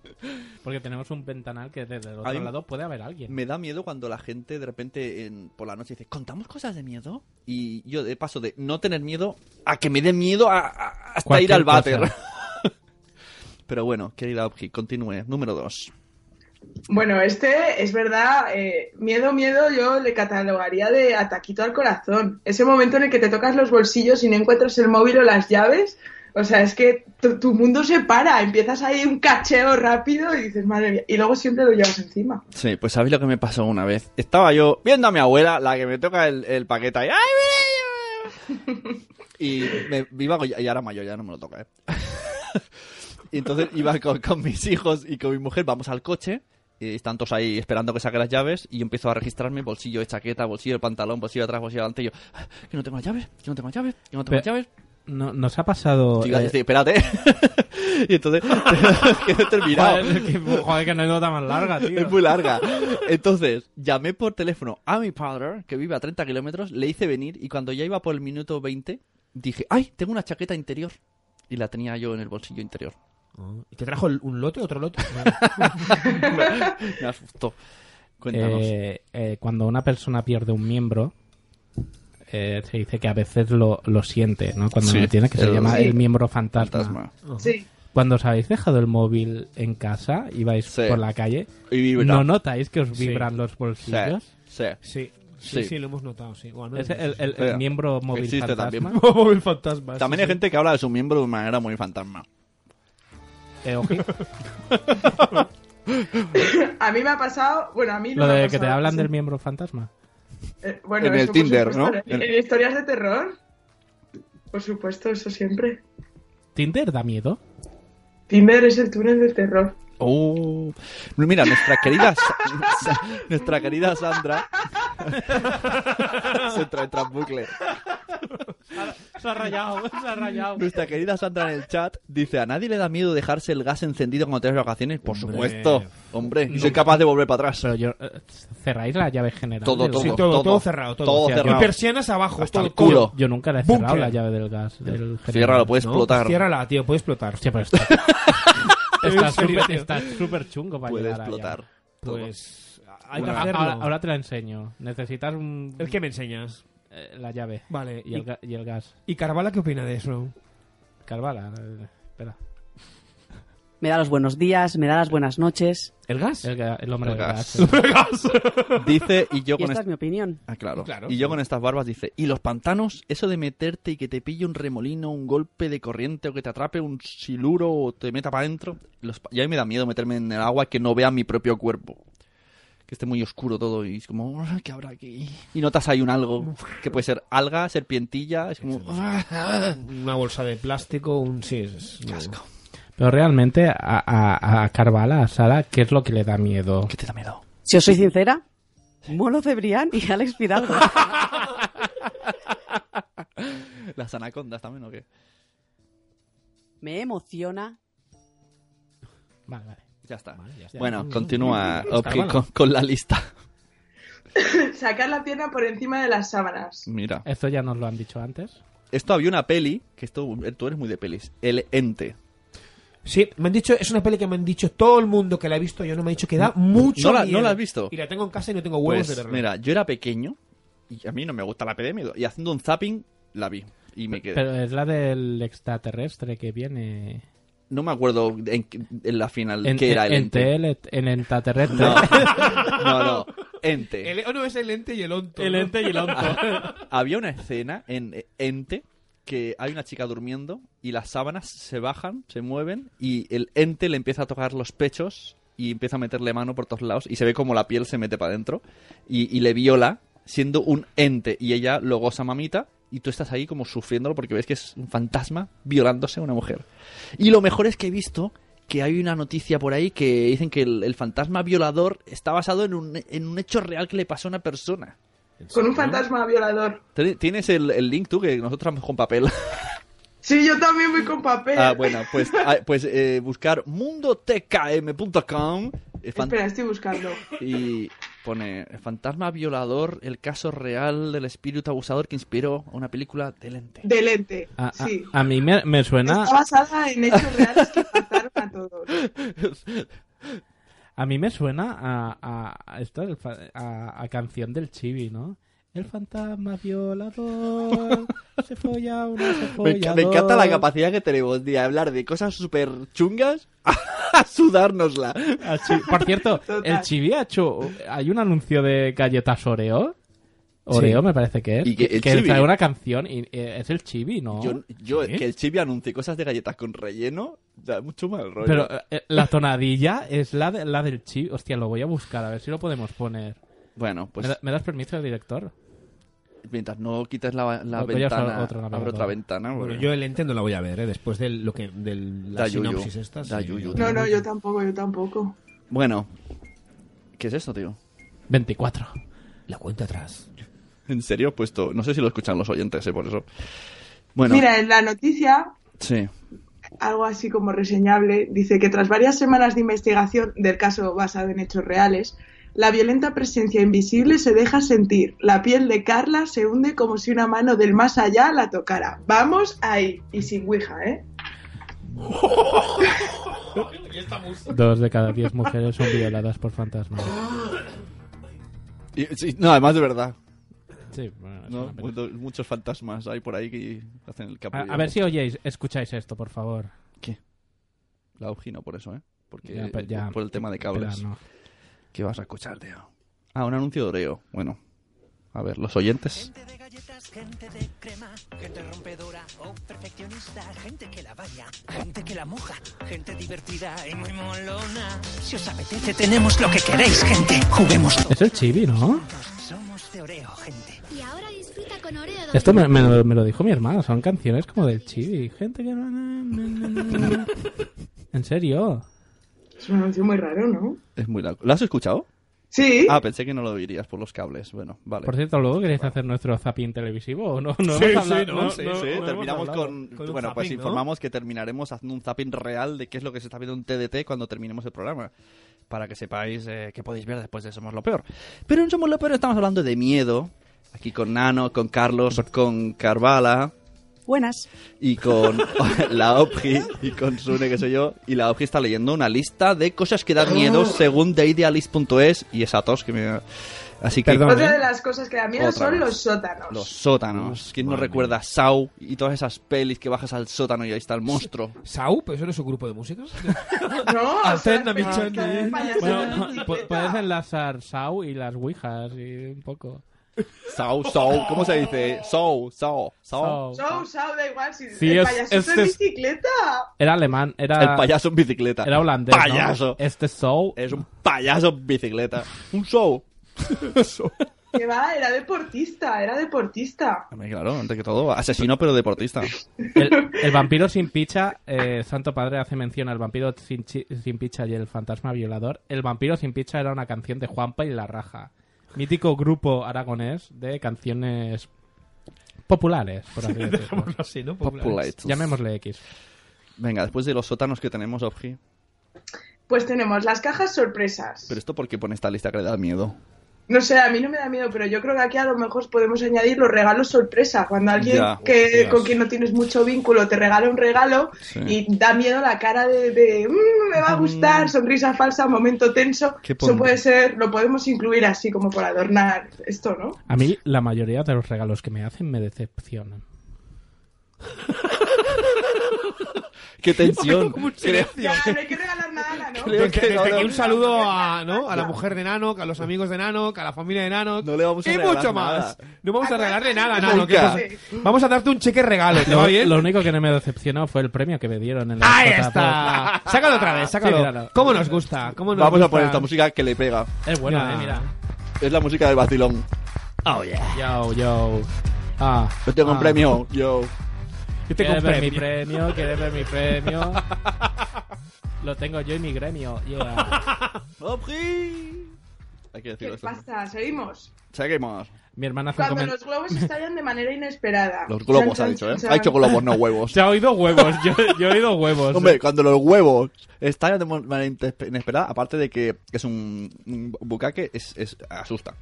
S3: Porque tenemos un ventanal que desde el
S4: A
S3: otro
S4: mí-
S3: lado puede haber alguien.
S4: Me da miedo cuando la gente de repente en- por la noche dice, ¿contamos cosas de miedo? Y yo de paso de no tener miedo a que me dé miedo a, a- hasta
S3: Cualquier
S4: ir al váter.
S3: cosa.
S4: Pero bueno, querida Opki, continúe. Número 2.
S7: Bueno, este es verdad, eh, miedo, miedo, yo le catalogaría de ataquito al corazón. Ese momento en el que te tocas los bolsillos y no encuentras el móvil o las llaves, o sea, es que tu, tu mundo se para, empiezas ahí un cacheo rápido y dices, madre mía, y luego siempre lo llevas encima.
S4: Sí, pues sabéis lo que me pasó una vez. Estaba yo viendo a mi abuela, la que me toca el, el paquete ahí. ¡Ay, mira, mira, mira! Y me iba, con- y ahora mayor, ya no me lo toca, ¿eh? Y entonces iba con, con mis hijos y con mi mujer, vamos al coche, y están todos ahí esperando que saque las llaves, y yo empiezo a registrarme bolsillo de chaqueta, bolsillo de pantalón, bolsillo de atrás, bolsillo de adelante, y yo, "Ah, que no tengo las llaves, que no tengo las llaves, que no tengo las
S3: Pero-
S4: llaves.
S3: No, nos ha pasado.
S4: Y yo,
S3: eh,
S4: "Sí, espérate. y entonces, que no he terminado.
S3: joder, que, joder, que anécdota más larga, tío.
S4: Es muy larga. Entonces, llamé por teléfono a mi padre, que vive a 30 kilómetros, le hice venir y cuando ya iba por el minuto 20, dije, ¡ay, tengo una chaqueta interior! Y la tenía yo en el bolsillo interior.
S5: Ah, ¿Y te trajo el- un lote, otro lote?
S4: Me asustó. Cuéntanos.
S3: Eh, eh, cuando una persona pierde un miembro, eh, se dice que a veces lo, lo siente, ¿no? Cuando
S4: Sí,
S3: lo tiene, que se
S4: el-
S3: llama
S4: sí.
S3: el miembro fantasma.
S4: Fantasma.
S7: Sí.
S3: Cuando os habéis dejado el móvil en casa y vais
S4: Sí.
S3: por la calle,
S4: Y vibra.
S3: ¿no notáis que os
S5: Sí.
S3: vibran los
S4: Sí,
S3: bolsillos?
S4: sí.
S5: Sí, sí,
S4: Sí.
S5: sí, lo hemos notado, sí. Bueno,
S3: Es el, el- el
S4: Oiga,
S3: miembro móvil
S4: existe
S3: fantasma.
S4: también.
S5: móvil fantasma.
S4: También hay gente que habla de su miembro de manera muy fantasma.
S3: Eh, oji.
S7: A mí me ha pasado, bueno, a mí no
S3: Lo
S7: me ha
S3: de que te
S7: pasado,
S3: hablan
S7: sí.
S3: del miembro fantasma.
S7: Eh, bueno,
S4: en el
S7: eso por
S4: Tinder,
S7: supuesto,
S4: ¿no?
S7: En,
S4: En-
S7: en historias de terror. Por supuesto, eso siempre.
S3: ¿Tinder da miedo?
S7: Tinder es el túnel del terror.
S4: Oh. Mira, nuestra querida, Sa- Sa- nuestra querida Sandra se trae tras bucle.
S3: Se ha rayado, se ha rayado.
S4: Nuestra querida Sandra en el chat dice: ¿A nadie le da miedo dejarse el gas encendido cuando te das vacaciones? Por supuesto, hombre, y soy capaz de volver para atrás.
S3: Pero yo, eh, ¿Cerráis la llave general?
S4: Todo,
S3: del-
S4: todo, Sí, todo, todo. todo cerrado, todo. Todo
S3: O sea, yo-
S4: cerrado.
S5: Y persianas abajo,
S3: Hasta
S5: todo,
S3: el culo.
S5: todo.
S3: Yo, yo nunca la he cerrado
S5: Búnker.
S3: la llave del gas. Del
S4: Ciérralo, puede
S5: No,
S4: explotar.
S5: Ciérrala, tío, puede explotar.
S3: Hostia, pero está-
S5: En
S3: Está
S5: serio,
S3: súper
S5: tío.
S3: está súper chungo para
S5: Puede
S3: llegar allá.
S5: explotar todo. Pues, hay que
S3: Bueno,
S5: hacerlo.
S3: Ahora, ahora te la enseño. Necesitas un...
S5: ¿El qué me enseñas?
S3: Eh, la llave.
S5: Vale,
S3: Y el,
S5: y-
S3: ga- y el gas.
S5: ¿Y Carvala qué opina de eso?
S3: Carvala, eh, espera.
S8: Me da los buenos días, me da las buenas noches.
S5: ¿El gas?
S3: El, ga- el hombre
S4: El
S3: del
S4: gas.
S3: gas.
S4: El hombre del gas. Dice, y yo
S8: Y
S4: con
S8: esta
S4: est-
S8: es mi opinión.
S4: Ah, claro.
S8: Claro.
S4: Y yo con estas barbas dice, ¿y los pantanos? Eso de meterte y que te pille un remolino, un golpe de corriente o que te atrape un siluro o te meta para adentro. Los... pa- Y a mí me da miedo meterme en el agua que no vea mi propio cuerpo. Que esté muy oscuro todo y es como, "Ah, ¿qué habrá aquí? Y notas hay un algo, que puede ser alga, serpientilla, es como... "Ah".
S5: Una bolsa de plástico, un... Sí, es... asco.
S3: Pero realmente a, a, a Carvala, a Sara, ¿qué es lo que le da miedo? ¿Qué
S4: te da miedo?
S8: Si os soy sincera, Molo Cebrián y Alex Fidalgo.
S4: Las anacondas también, ¿o qué?
S8: Me emociona.
S3: Vale, vale.
S4: Ya está.
S8: está.
S4: Bueno, continúa
S8: Está
S4: Oki,
S8: bueno.
S4: con, con la lista.
S7: Sacar la pierna por encima de las sábanas.
S4: Mira.
S3: Esto ya nos lo han dicho antes.
S4: Esto había una peli, que esto, tú eres muy de pelis, El Ente.
S5: Sí, me han dicho, es una peli que me han dicho todo el mundo que la ha visto, yo no me ha dicho que da mucho
S4: no la,
S5: miedo.
S4: ¿No la has visto?
S5: Y la tengo en casa y no tengo huevos
S4: Pues,
S5: de verla.
S4: Mira, yo era pequeño y a mí no me gusta la peli de miedo. Y haciendo un zapping la vi y me quedé.
S3: Pero eh, es la del extraterrestre que viene...
S4: No me acuerdo en, en la final
S3: En,
S4: qué era el
S3: en
S4: ente.
S3: TL, en extraterrestre.
S4: No, no, no, ente.
S5: El, oh, no, es el ente y el onto.
S3: El
S5: ¿no?
S3: ente y el onto.
S4: Había una escena en eh, Ente que hay una chica durmiendo y las sábanas se bajan, se mueven y el ente le empieza a tocar los pechos y empieza a meterle mano por todos lados y se ve como la piel se mete para adentro y, y le viola siendo un ente y ella lo goza mamita y tú estás ahí como sufriéndolo porque ves que es un fantasma violándose a una mujer. Y lo mejor es que he visto que hay una noticia por ahí que dicen que el, el fantasma violador está basado en un, en un hecho real que le pasó a una persona.
S7: Con un fantasma violador.
S4: Ten- Tienes el, el link tú que nosotros vamos con papel.
S7: Sí, yo también voy con papel.
S4: ah, bueno, pues, ah, pues eh, buscar mundotkm.com eh, fan-
S7: Espera, estoy buscando.
S4: y pone eh, Fantasma violador, el caso real del espíritu abusador que inspiró a una película de lente. Ah,
S7: De lente,
S3: A, a-
S7: sí.
S3: a mí me, me suena...
S7: Está basada en hechos reales que mataron a todos.
S3: A mí me suena a, a, a esto, el fa- a, a canción del Chibi, ¿no? El fantasma violador se folla una se
S4: Me, enca-
S3: folla
S4: me encanta
S3: dos.
S4: la capacidad que tenemos de hablar de cosas súper chungas a sudárnosla.
S3: A Chi- Ah, Por cierto, el Chibi ha hecho... Hay un anuncio de galletas Oreo. Oreo
S4: Sí.
S3: me parece que es.
S4: Y que el Chibi-
S3: trae una canción y eh, es el Chibi, ¿no?
S4: Yo, yo-
S3: ¿Sí?
S4: que el chibi anuncie cosas de galletas con relleno, da mucho mal rollo.
S3: Pero eh, la tonadilla es la, de- la del Chibi. Hostia, lo voy a buscar, a ver si lo podemos poner.
S4: Bueno, pues-
S3: ¿Me, da- me das permiso, director?
S4: Mientras no quites la, la
S3: Voy a usar
S4: ventana,
S3: otro navegador.
S4: abre Pues otra ventana. pues.
S5: Bueno,
S4: porque-
S5: yo el ente no la voy a ver, ¿eh? Después de lo que, del la
S4: Da yuyu.
S5: sinopsis esta.
S4: Da yuyu.
S7: No, no, yo tampoco, yo tampoco.
S4: Bueno, ¿qué es esto, tío?
S3: 24.
S5: La cuenta atrás.
S4: En serio, he puesto. No sé si lo escuchan los oyentes, eh, por eso. Bueno,
S7: Mira, en la noticia,
S4: sí.
S7: algo así como reseñable, dice que tras varias semanas de investigación del caso basado en hechos reales, la violenta presencia invisible se deja sentir. La piel de Carla se hunde como si una mano del más allá la tocara. Vamos ahí. Y sin Ouija, ¿eh?
S3: Dos de cada diez mujeres son violadas por fantasmas.
S4: Y- sí, no, además de verdad.
S3: Sí, bueno, es
S4: ¿No?
S3: una pena.
S4: Muchos- Muchos fantasmas hay por ahí que hacen el
S3: A,
S4: capullo.
S3: a ver si oyéis, escucháis esto, por favor.
S4: La Uji no por eso, ¿eh? Porque
S3: Ya, pero ya.
S4: por el tema de cables.
S3: Espera, no.
S4: ¿Qué vas a escuchar, tío? Ah, un anuncio de Oreo. Bueno. A ver, los oyentes.
S9: Gente de crema, gente rompedora o perfeccionista, gente que la vaya, gente que la moja, gente divertida y muy molona. Si os apetece, tenemos lo que queréis, gente. Juguemos
S3: Es el chibi, ¿no?
S9: Somos de Oreo, gente. Y ahora disfruta con Oreo.
S3: Esto me, me lo- me lo dijo mi hermana, son canciones como del chibi. Gente que... En serio.
S7: Es un anuncio muy raro, ¿no?
S4: Es muy largo. ¿Lo has escuchado?
S7: Sí.
S4: Ah, pensé que no lo dirías por los cables. Bueno, vale.
S3: Por cierto, luego queréis hacer nuestro zapping televisivo o no? No
S4: Sí,
S3: hemos hablado-
S4: sí, no,
S3: no-
S4: sí,
S3: no-
S4: sí.
S3: no hemos
S4: Terminamos
S3: hablado.
S4: con.
S3: Con un
S4: bueno, pues
S3: zapping, ¿no?
S4: informamos que terminaremos haciendo un zapping real de qué es lo que se está viendo en TDT cuando terminemos el programa. Para que sepáis eh, qué podéis ver después de Somos lo Peor. Pero en Somos lo Peor estamos hablando de miedo. Aquí con Nano, con Carlos, con Carvala.
S8: Buenas.
S4: Y con la OPGI y con Sune, que soy yo. Y la OPGI está leyendo una lista de cosas que dan miedo según theidealist.es y esa tos que me. Así que.
S7: Otra de las cosas que da miedo
S4: ¿eh? Otra
S7: son
S4: vez.
S7: los sótanos.
S4: Los sótanos. ¿Quién no recuerda Sau y todas esas pelis que bajas al sótano y ahí está el monstruo?
S5: ¿Sau? ¿Pero eso no es un grupo de música?
S7: No,
S5: Alterna, mi
S3: Bueno,
S5: Chandy.
S3: bueno, po- puedes enlazar Sau y las Ouijas y un poco.
S4: Sau, Sau, ¿cómo se dice? Sau, Sau, Sau.
S7: Show, show, da igual. Si
S3: Sí,
S7: el
S3: es-
S7: payaso
S3: es-
S7: en
S3: es-
S7: bicicleta.
S3: Era alemán, era...
S4: El payaso en bicicleta.
S3: Era holandés, ¿no?
S4: Payaso.
S3: Este Sau.
S4: Es un payaso en bicicleta. Un show.
S7: Que va, era deportista, era deportista.
S4: Hombre, Claro, antes que todo, asesino pero deportista.
S3: El, el vampiro sin picha, eh, Santo Padre hace mención al vampiro sin, chi- sin picha y el fantasma violador. El vampiro sin picha era una canción de Juanpa y La Raja, mítico grupo aragonés de canciones populares, por así decirlo.
S5: Dejémoslo así, ¿no? Populares.
S4: Populates.
S3: Llamémosle X.
S4: Venga, después de los sótanos que tenemos, Obji.
S7: Pues tenemos las cajas sorpresas.
S4: Pero esto porque pone esta lista que le da miedo.
S7: No sé, a mí no me da miedo, pero yo creo que aquí a lo mejor podemos añadir los regalos sorpresa. Cuando alguien
S4: Ya,
S7: que
S4: hostias.
S7: con quien no tienes mucho vínculo te regala un regalo
S4: Sí.
S7: y da miedo la cara de, de, "Mm, me va a gustar, sonrisa falsa, momento tenso.
S3: ¿Qué
S7: Eso
S3: pon-
S7: puede ser, lo podemos incluir así como por adornar esto, ¿no?
S3: A mí la mayoría de los regalos que me hacen me decepcionan.
S4: ¡Qué tensión!
S7: Ya,
S9: "Ah,
S7: no hay que regalar nada, ¿no?
S5: Desde, desde aquí un saludo a, ¿no? a la mujer de Nanoc, a los amigos de Nanoc, a la familia de Nanoc. No
S4: le vamos
S5: y
S3: regalar
S5: mucho
S3: nada.
S5: más. No vamos a regalarle nada,
S3: Nunca.
S5: Nanoc. ¿eh? Pues, vamos a darte un cheque regalo, ¿te
S3: Lo,
S5: va bien?
S3: lo único que no me decepcionó fue el premio que me dieron en la
S5: Ahí
S3: JPod.
S5: está. Sácalo otra vez, sácalo.
S3: Sí, míralo.
S5: ¿Cómo nos gusta? ¿Cómo nos
S4: Vamos
S5: gusta?
S4: a poner esta música que le pega.
S3: Es buena, eh, mira.
S4: Es la música del vacilón.
S5: Oh, yeah.
S3: Yo, yo. Ah,
S4: Yo tengo un
S3: ah.
S4: premio. Yo.
S3: Yo
S4: tengo un
S3: mi premio, quieres ver mi premio. Lo tengo yo y mi gremio. yeah.
S4: Hay que
S7: ¿Qué
S4: decirlo. esto.
S7: pasa? Seguimos.
S4: Seguimos.
S3: Mi hermana
S7: Cuando los globos estallan de manera inesperada.
S4: Los globos,
S7: Chan,
S4: ha
S7: chan,
S4: dicho, ¿eh?
S7: chan,
S4: Ha dicho globos, no huevos.
S3: Se ha oído huevos, yo, he oído huevos.
S4: Hombre, cuando los huevos estallan de manera inte- inesperada, aparte de que es un, un bucaque, es, es- asusta.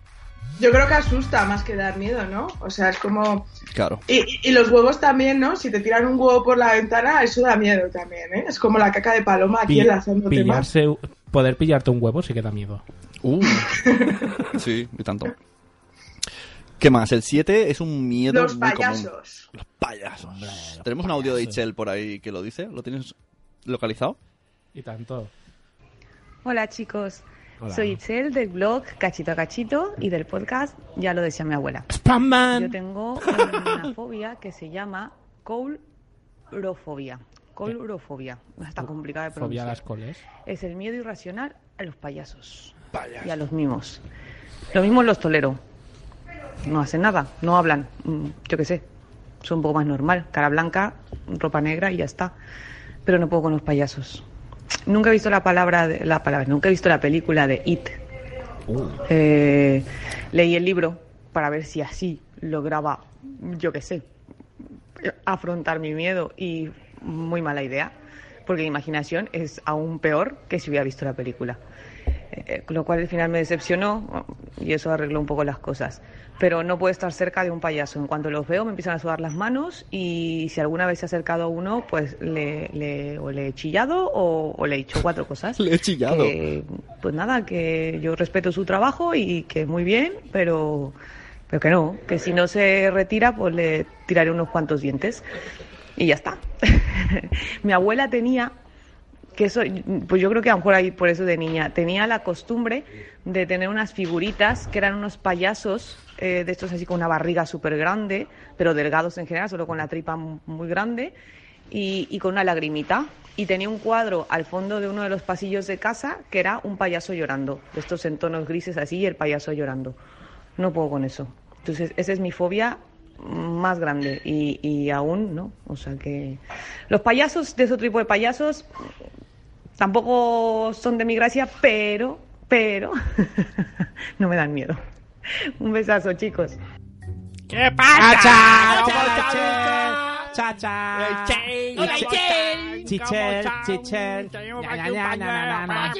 S7: Yo creo que asusta más que dar miedo, ¿no? O sea, es como...
S4: Claro.
S7: Y, y- y los huevos también, ¿no? Si te tiran un huevo por la ventana, eso da miedo también, ¿eh? Es como la caca de paloma aquí
S3: Pi-
S7: enlazando temas.
S3: pillarse, poder pillarte un huevo sí que da miedo.
S4: Uh. sí, y tanto. ¿Qué más? El 7 es un miedo
S7: Los
S4: muy común.
S7: payasos.
S4: Los payasos. Tenemos un audio de Itzel por ahí que lo dice. ¿Lo tienes localizado?
S3: Y tanto.
S21: Hola chicos,
S4: Hola.
S21: soy Itzel del blog Cachito a Cachito y del podcast Ya lo decía mi abuela. Yo tengo una fobia que se llama coulrofobia. Coulrofobia, está complicada
S3: Fobia
S21: de
S3: a
S21: pronunciar.
S3: las coles.
S21: Es el miedo irracional a los payasos y a los mimos. Lo mismo los tolero. No hacen nada, no hablan, mm, yo qué sé. Son un poco más normal, cara blanca, ropa negra y ya está. Pero no puedo con los payasos. Nunca he visto la palabra, de- la palabra, nunca he visto la película de It. Eh, leí el libro para ver si así lograba, yo qué sé, afrontar mi miedo y muy mala idea, porque mi imaginación es aún peor que si hubiera visto la película. Eh, lo cual al final me decepcionó y eso arregló un poco las cosas. Pero no puedo estar cerca de un payaso. En cuanto los veo me empiezan a sudar las manos y si alguna vez se ha acercado a uno, pues le, le- o le he chillado o, o le he dicho cuatro cosas.
S4: Le he chillado.
S21: Que, pues nada, que yo respeto su trabajo y que muy bien, pero, pero que no, que si no se retira, pues le tiraré unos cuantos dientes y ya está. Mi abuela tenía que eso, pues yo creo que a lo mejor ahí por eso de niña, tenía la costumbre de tener unas figuritas que eran unos payasos, eh, de estos así con una barriga súper grande, pero delgados en general, solo con la tripa m- muy grande, y, y con una lagrimita. Y tenía un cuadro al fondo de uno de los pasillos de casa que era un payaso llorando, de estos en tonos grises así y el payaso llorando. No puedo con eso. Entonces, esa es mi fobia más grande y, y aún, ¿no? O sea que los payasos, de ese tipo de payasos, tampoco son de mi gracia, pero, pero, no me dan miedo. Un besazo, chicos.
S5: ¿Qué
S21: pasa?
S5: Chacha.
S21: Hola, Chel.
S5: Chichel, chichel. Ya, ya, ya, na, na, na, na.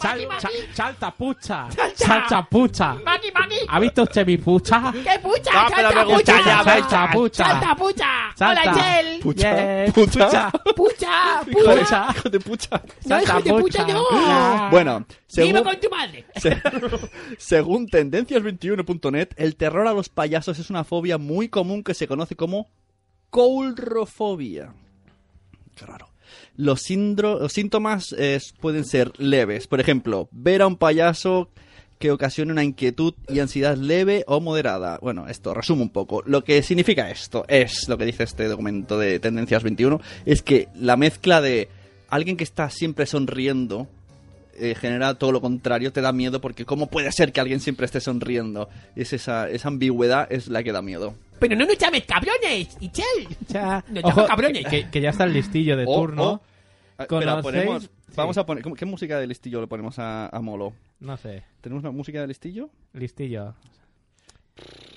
S3: Chal, chal- chalta pucha.
S5: Chalta.
S3: Chalta pucha.
S5: Maki, maki.
S3: ¿Ha visto usted mi pucha?
S5: ¡Qué pucha!
S3: No, pero
S5: ¡Salta,
S3: me gusta
S5: pucha!
S3: ya,
S5: ¡Salta,
S3: pucha, pucha.
S5: ¡Salta, pucha!
S3: Salta.
S5: ¡Hola, Chel!
S4: Pucha,
S3: Yeah.
S4: pucha.
S5: ¡Pucha!
S4: Pucha. Hijo de pucha.
S5: No, hijo de pucha, no.
S4: Bueno, según,
S5: ¡Viva con tu madre!
S4: se- según tendencias21.net, el terror a los payasos es una fobia muy común que se conoce como coulrofobia. Qué raro. Los, síndro- los síntomas eh, pueden ser leves. Por ejemplo, ver a un payaso que ocasiona una inquietud y ansiedad leve o moderada. Bueno, esto resumo un poco. Lo que significa esto es lo que dice este documento de Tendencias 21, es que la mezcla de alguien que está siempre sonriendo eh, genera todo lo contrario, te da miedo porque ¿cómo puede ser que alguien siempre esté sonriendo? Es esa, esa ambigüedad es la que da miedo.
S5: Pero no nos llames cabrones, y Chel. No nos
S3: Ojo,
S5: llames cabrones.
S3: que, que ya está el listillo de
S4: O- o-
S3: turno.
S4: Ah, espera,
S3: ¿Conocéis?
S4: ponemos-
S3: Sí.
S4: Vamos a poner... ¿cómo- ¿Qué música de listillo le ponemos a, a Molo?
S3: No sé.
S4: ¿Tenemos una música de listillo?
S3: Listillo.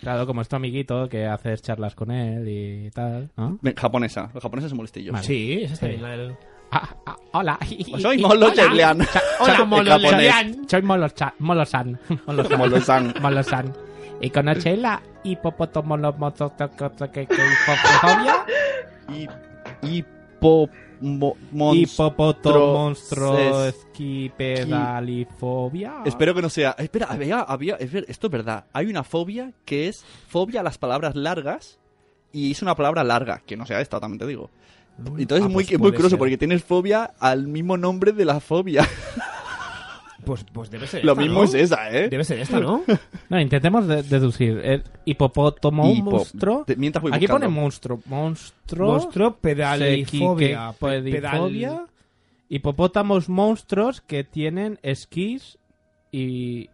S3: Claro, como es tu amiguito que haces charlas con él y tal, ¿no?
S4: Ven, Japonesa. Los japoneses somos listillos.
S3: Vale. Sí.
S9: este.
S3: Ah, ah, hola.
S4: Pues soy Molo
S3: Hola.
S4: Chelian. Cha-
S3: Cha- Hola,
S4: en
S3: Molo
S4: japonés.
S3: Chelian. Soy Molo, Cha- Molo San. Molo San.
S4: Molo San.
S3: Molo San. Y conocéis la hipopotomolomototocotocotocotocotofobia?
S4: Y... Hipo... mo- monstro-
S3: Hipopoto monstruo
S4: ses-
S3: esquipedalifobia.
S4: Espero que no sea. Espera, había, había, es ver- esto es verdad. Hay una fobia que es fobia a las palabras largas y es una palabra larga, que no sea esta, también te digo.
S3: Mm.
S4: Entonces
S5: Ah,
S4: es muy,
S5: pues
S4: muy
S5: puede
S4: curioso
S5: ser.
S4: porque tienes fobia al mismo nombre de la fobia.
S5: Pues, pues debe ser
S4: Lo
S5: esta,
S4: mismo
S5: ¿no?
S4: es esa, ¿eh?
S5: Debe ser esta, ¿no?
S3: No, intentemos de- deducir. El hipopótamo
S4: Hipo-
S3: monstruo.
S4: Te- mientras voy
S3: Aquí
S4: buscando.
S3: pone monstruo. Monstruo.
S5: Monstruo, pedalifobia,
S3: sequique-
S5: pe-
S3: pedalifobia.
S5: pedal-
S3: Hipopótamos monstruos que tienen esquís y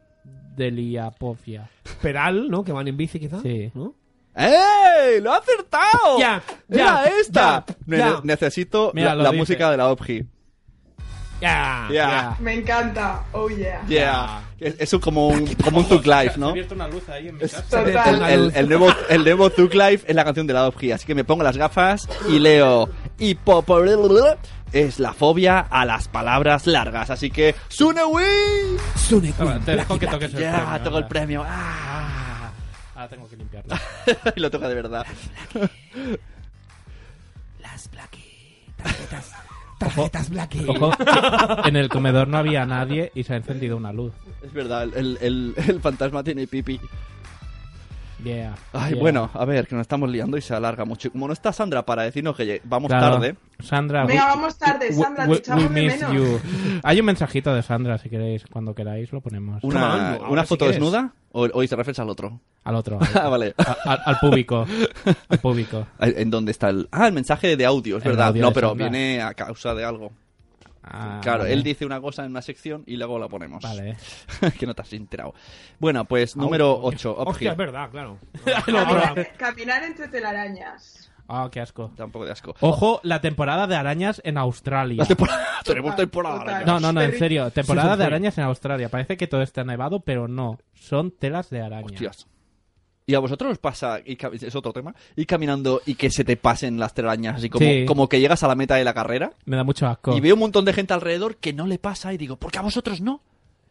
S3: deliapofia.
S5: Pedal, ¿no? Que van en bici, quizá.
S3: Sí.
S5: ¿No?
S4: ¡Ey! ¡Lo ha acertado!
S5: Ya,
S4: ¡Era
S5: ya,
S4: esta!
S5: ya,
S4: Ne-
S5: ya.
S4: Necesito
S3: Mira,
S4: la-
S3: lo
S4: la,
S3: dice.
S4: música de la OPGI.
S5: Ah, Ya.
S4: Yeah.
S7: Me encanta. Oh yeah.
S4: Yeah. Es, es un- como un, como un Tuk Life, ¿no?
S3: una luz ahí en mi
S4: Es-
S3: casa.
S4: el,
S7: Total.
S4: el- el- el nuevo, el nuevo Tuk Life es la canción de la OPG, así que me pongo las gafas y leo. Hipo es la fobia a las palabras largas, así que ¡Sunewi!
S3: Toma, te dejo que toques el
S4: Ya,
S3: premio,
S4: toco el
S3: anda.
S4: premio. ¡Ah!
S3: Ahora tengo que limpiarlo.
S4: y lo toca de verdad.
S5: Las Blacky. Tarjetas. Tarjetas Blacky.
S3: Ojo, en el comedor no había nadie y se ha encendido una luz.
S4: Es verdad, el, el- el fantasma tiene pipi.
S3: Yeah.
S4: Ay,
S3: yeah.
S4: bueno, a ver, que nos estamos liando y se alarga mucho. Y Como no está Sandra para decirnos que lle- vamos
S3: Claro.
S4: tarde.
S3: Sandra,
S7: Venga,
S3: we-
S7: vamos tarde,
S3: we-
S7: Sandra,
S3: we-
S7: te echamos
S3: we
S7: de
S3: miss
S7: menos.
S3: you. Hay un mensajito de Sandra, si queréis, cuando queráis lo ponemos.
S4: ¿Una,
S5: Toma,
S4: una
S5: si
S4: foto
S5: quieres.
S4: desnuda? ¿O, hoy se refieres al otro?
S3: Al otro.
S4: Ah, vale.
S3: A- al, al público. Al público.
S4: ¿En dónde está el...? Ah, el mensaje de audio, es
S3: El
S4: verdad.
S3: audio
S4: no,
S3: de
S4: pero
S3: Sandra.
S4: viene a causa de algo.
S3: Ah,
S4: claro,
S3: vale.
S4: él dice una cosa en una sección y luego la ponemos.
S3: Vale.
S4: que no te has enterado. Bueno, pues número 8.
S5: Hostia, es
S3: Ah,
S5: verdad, claro.
S7: Caminar, caminar entre telarañas.
S3: Ah, qué asco.
S4: Tampoco de asco.
S3: Ojo, la temporada de arañas en Australia.
S4: Tenemos temporada.
S7: Total.
S4: arañas.
S3: No, no, no, en
S7: Terri-
S3: serio. Temporada
S5: Sí,
S3: de
S5: sí.
S3: arañas en Australia. Parece que todo está nevado, pero no. Son telas de araña.
S4: Hostias. Y a vosotros os pasa, y ca- es otro tema, ir caminando y que se te pasen las telarañas, así como,
S3: Sí.
S4: como que llegas a la meta de la carrera
S3: Me da mucho asco.
S4: y veo un montón de gente alrededor que no le pasa y digo, ¿por qué a vosotros no?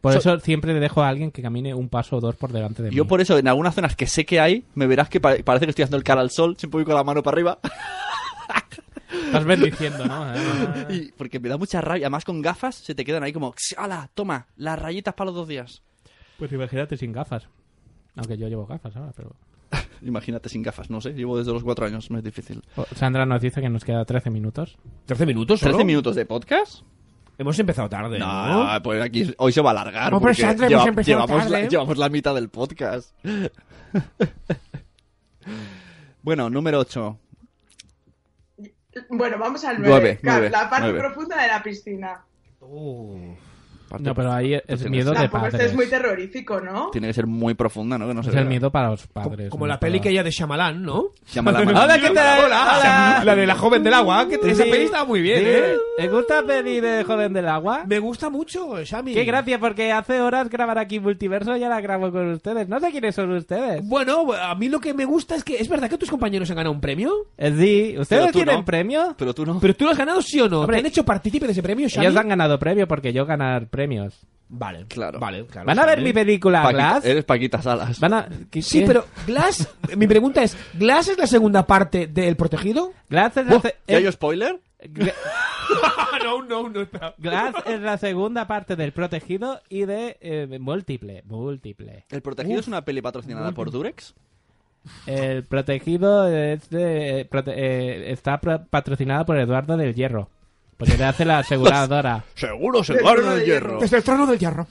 S3: Por
S4: so-
S3: eso siempre le dejo a alguien que camine un paso o dos por delante de mí.
S4: Yo por eso, en algunas zonas que sé que hay, me verás que pa- parece que estoy haciendo el cara al sol, siempre voy con la mano para arriba.
S3: Estás bendiciendo, ¿no? Ah.
S4: Y porque me da mucha rabia. Además, con gafas se te quedan ahí como, ¡Hala! Toma, las rayitas para los dos días.
S3: Pues imagínate sin gafas. Aunque yo llevo gafas ahora, pero...
S4: Imagínate sin gafas, no sé. Llevo desde los cuatro años, no es difícil.
S3: Oh, Sandra nos dice que nos queda 13 minutos.
S5: ¿13 minutos solo?
S4: ¿13 minutos de podcast?
S5: Hemos empezado tarde.
S4: No,
S5: ¿no?
S4: pues aquí hoy se va a alargar.
S5: No, pero
S4: porque
S5: Sandra, hemos
S4: lleva-
S5: empezado
S4: llevamos,
S5: tarde.
S4: la, llevamos la mitad del podcast. bueno, número 8.
S7: Bueno, vamos al
S4: Nueve,
S7: 9.
S4: nueve,
S7: la parte
S4: nueve.
S7: profunda de la piscina.
S3: Oh. No, pero ahí es miedo de
S7: Tampoco este
S3: padres.
S7: es muy terrorífico, ¿no?
S4: Tiene que ser muy profunda, ¿no? Que no se
S3: Es el
S4: vea.
S3: miedo para los padres.
S5: Como
S3: ¿no?
S5: la peli que ella de Shyamalan, ¿no?
S4: Shyamalan.
S5: Hola, ¿qué tal?
S3: Hola.
S5: Ah, La de la joven del agua, que esa peli estaba muy bien,
S3: Sí.
S5: ¿eh?
S3: ¿Te gusta la peli de Joven del Agua?
S5: Me gusta mucho, Shami.
S3: Qué gracia, porque hace horas grabar aquí Multiverso ya la grabo con ustedes. No sé quiénes son ustedes.
S5: Bueno, a mí lo que me gusta es que es verdad que tus compañeros han ganado un premio.
S3: Sí,
S5: Pero
S3: ¿ustedes
S5: tú
S3: tienen
S5: no.
S3: premio?
S4: Pero tú no.
S5: Pero tú lo has ganado sí o no.
S3: Hombre.
S5: ¿Te han hecho partícipe de ese premio, Shami?
S3: Ellos han ganado premio porque yo ganar premios.
S5: Vale,
S4: claro.
S5: Vale, claro.
S3: ¿Van a ver
S5: Shami.
S3: mi película
S4: Paquita-
S3: Glass?
S4: Eres Paquita Salas.
S3: ¿Van a... ¿Qué-
S5: Sí,
S3: qué?
S5: pero Glass, mi pregunta es, ¿Glass es la segunda parte del protegido?
S3: Glass es la,
S5: Buah,
S3: ce-
S5: ¿ya
S3: es-
S5: hay
S4: spoiler?
S5: no, no, no, espera.
S3: Glass es la segunda parte del Protegido y de eh, Múltiple. Múltiple.
S4: ¿El Protegido
S3: Uf.
S4: es una peli patrocinada por Durex?
S3: El protegido es de- prote- eh, está pro- patrocinada por Eduardo del Hierro. Porque le hace la aseguradora.
S4: Seguros
S5: Del Eduardo trono del del hierro. hierro. Desde el trono del hierro.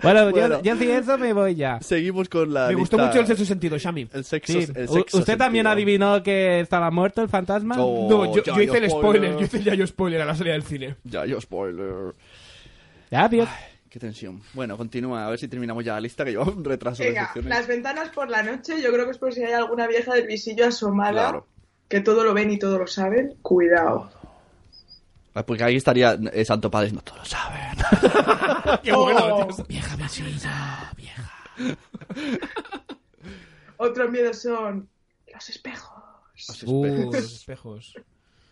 S3: Bueno,
S4: Bueno.
S3: Yo, yo si eso me voy ya.
S4: Seguimos con la.
S5: Me gustó
S4: lista-
S5: mucho el sexo sentido, Shami.
S4: El sexo,
S3: Sí.
S4: el
S3: U-
S4: sexo
S3: ¿Usted también
S4: sentido.
S3: adivinó que estaba muerto el fantasma?
S4: Oh,
S5: No, yo,
S4: ya
S5: yo
S4: hay
S5: hice
S4: spoiler.
S5: el spoiler, yo hice el ya yo spoiler a la salida del cine.
S4: Ya, yo spoiler.
S3: Adiós.
S4: Qué tensión. Bueno, continúa, a ver si terminamos ya la lista, que lleva un retraso de
S7: Venga,
S4: secciones.
S7: las ventanas por la noche, yo creo que es por si hay alguna vieja del visillo asomada,
S4: Claro.
S7: que todo lo ven y todo lo saben. Cuidado.
S4: Ah, Porque ahí estaría eh, Santo Padre, no todo lo sabe.
S5: Qué bueno,
S7: Oh.
S5: tío. Vieja vecina, vieja.
S7: Otro miedo son los espejos.
S5: Uh, los espejos.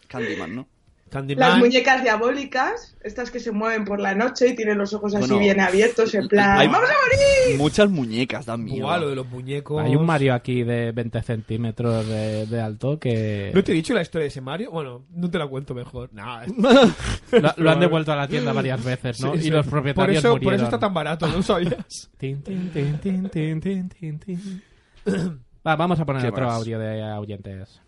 S4: Candyman, ¿no?
S7: Las
S5: Candyman.
S7: muñecas diabólicas, estas que se mueven por la noche y tienen los ojos así
S4: Bueno,
S7: bien abiertos, en plan,
S4: hay-
S7: ¡vamos a morir!
S4: Muchas muñecas dan miedo.
S5: Buah, lo de los muñecos.
S3: Hay un Mario aquí de 20 centímetros de, de alto que...
S5: ¿No te he dicho la historia de ese Mario? Bueno, no te la cuento mejor. Nah, es-
S3: Lo, lo han devuelto a la tienda varias veces, ¿no?
S5: Sí, sí.
S3: Y los
S5: por
S3: propietarios
S5: eso, Por
S3: murieron.
S5: eso está tan barato, ¿no lo sabías?
S3: Tin, tin, tin, tin, tin, tin, tin, tin. Va, vamos a poner
S4: ¿Qué
S3: otro
S4: más?
S3: audio de oyentes.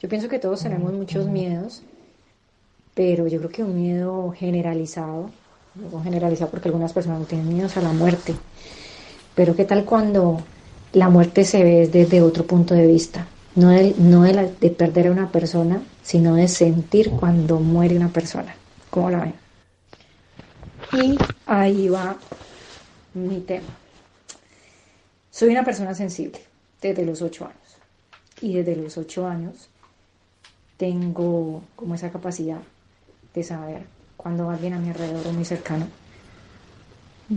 S22: Yo pienso que todos tenemos muchos miedos, pero yo creo que un miedo generalizado, digo generalizado porque algunas personas no tienen miedos a la muerte, pero ¿qué tal cuando la muerte se ve desde otro punto de vista? No, del- no de, la- de perder a una persona, sino de sentir cuando muere una persona. ¿Cómo la ven? Y ahí va mi tema. Soy una persona sensible desde los ocho años y desde los ocho años tengo como esa capacidad de saber cuando alguien a mi alrededor o muy cercano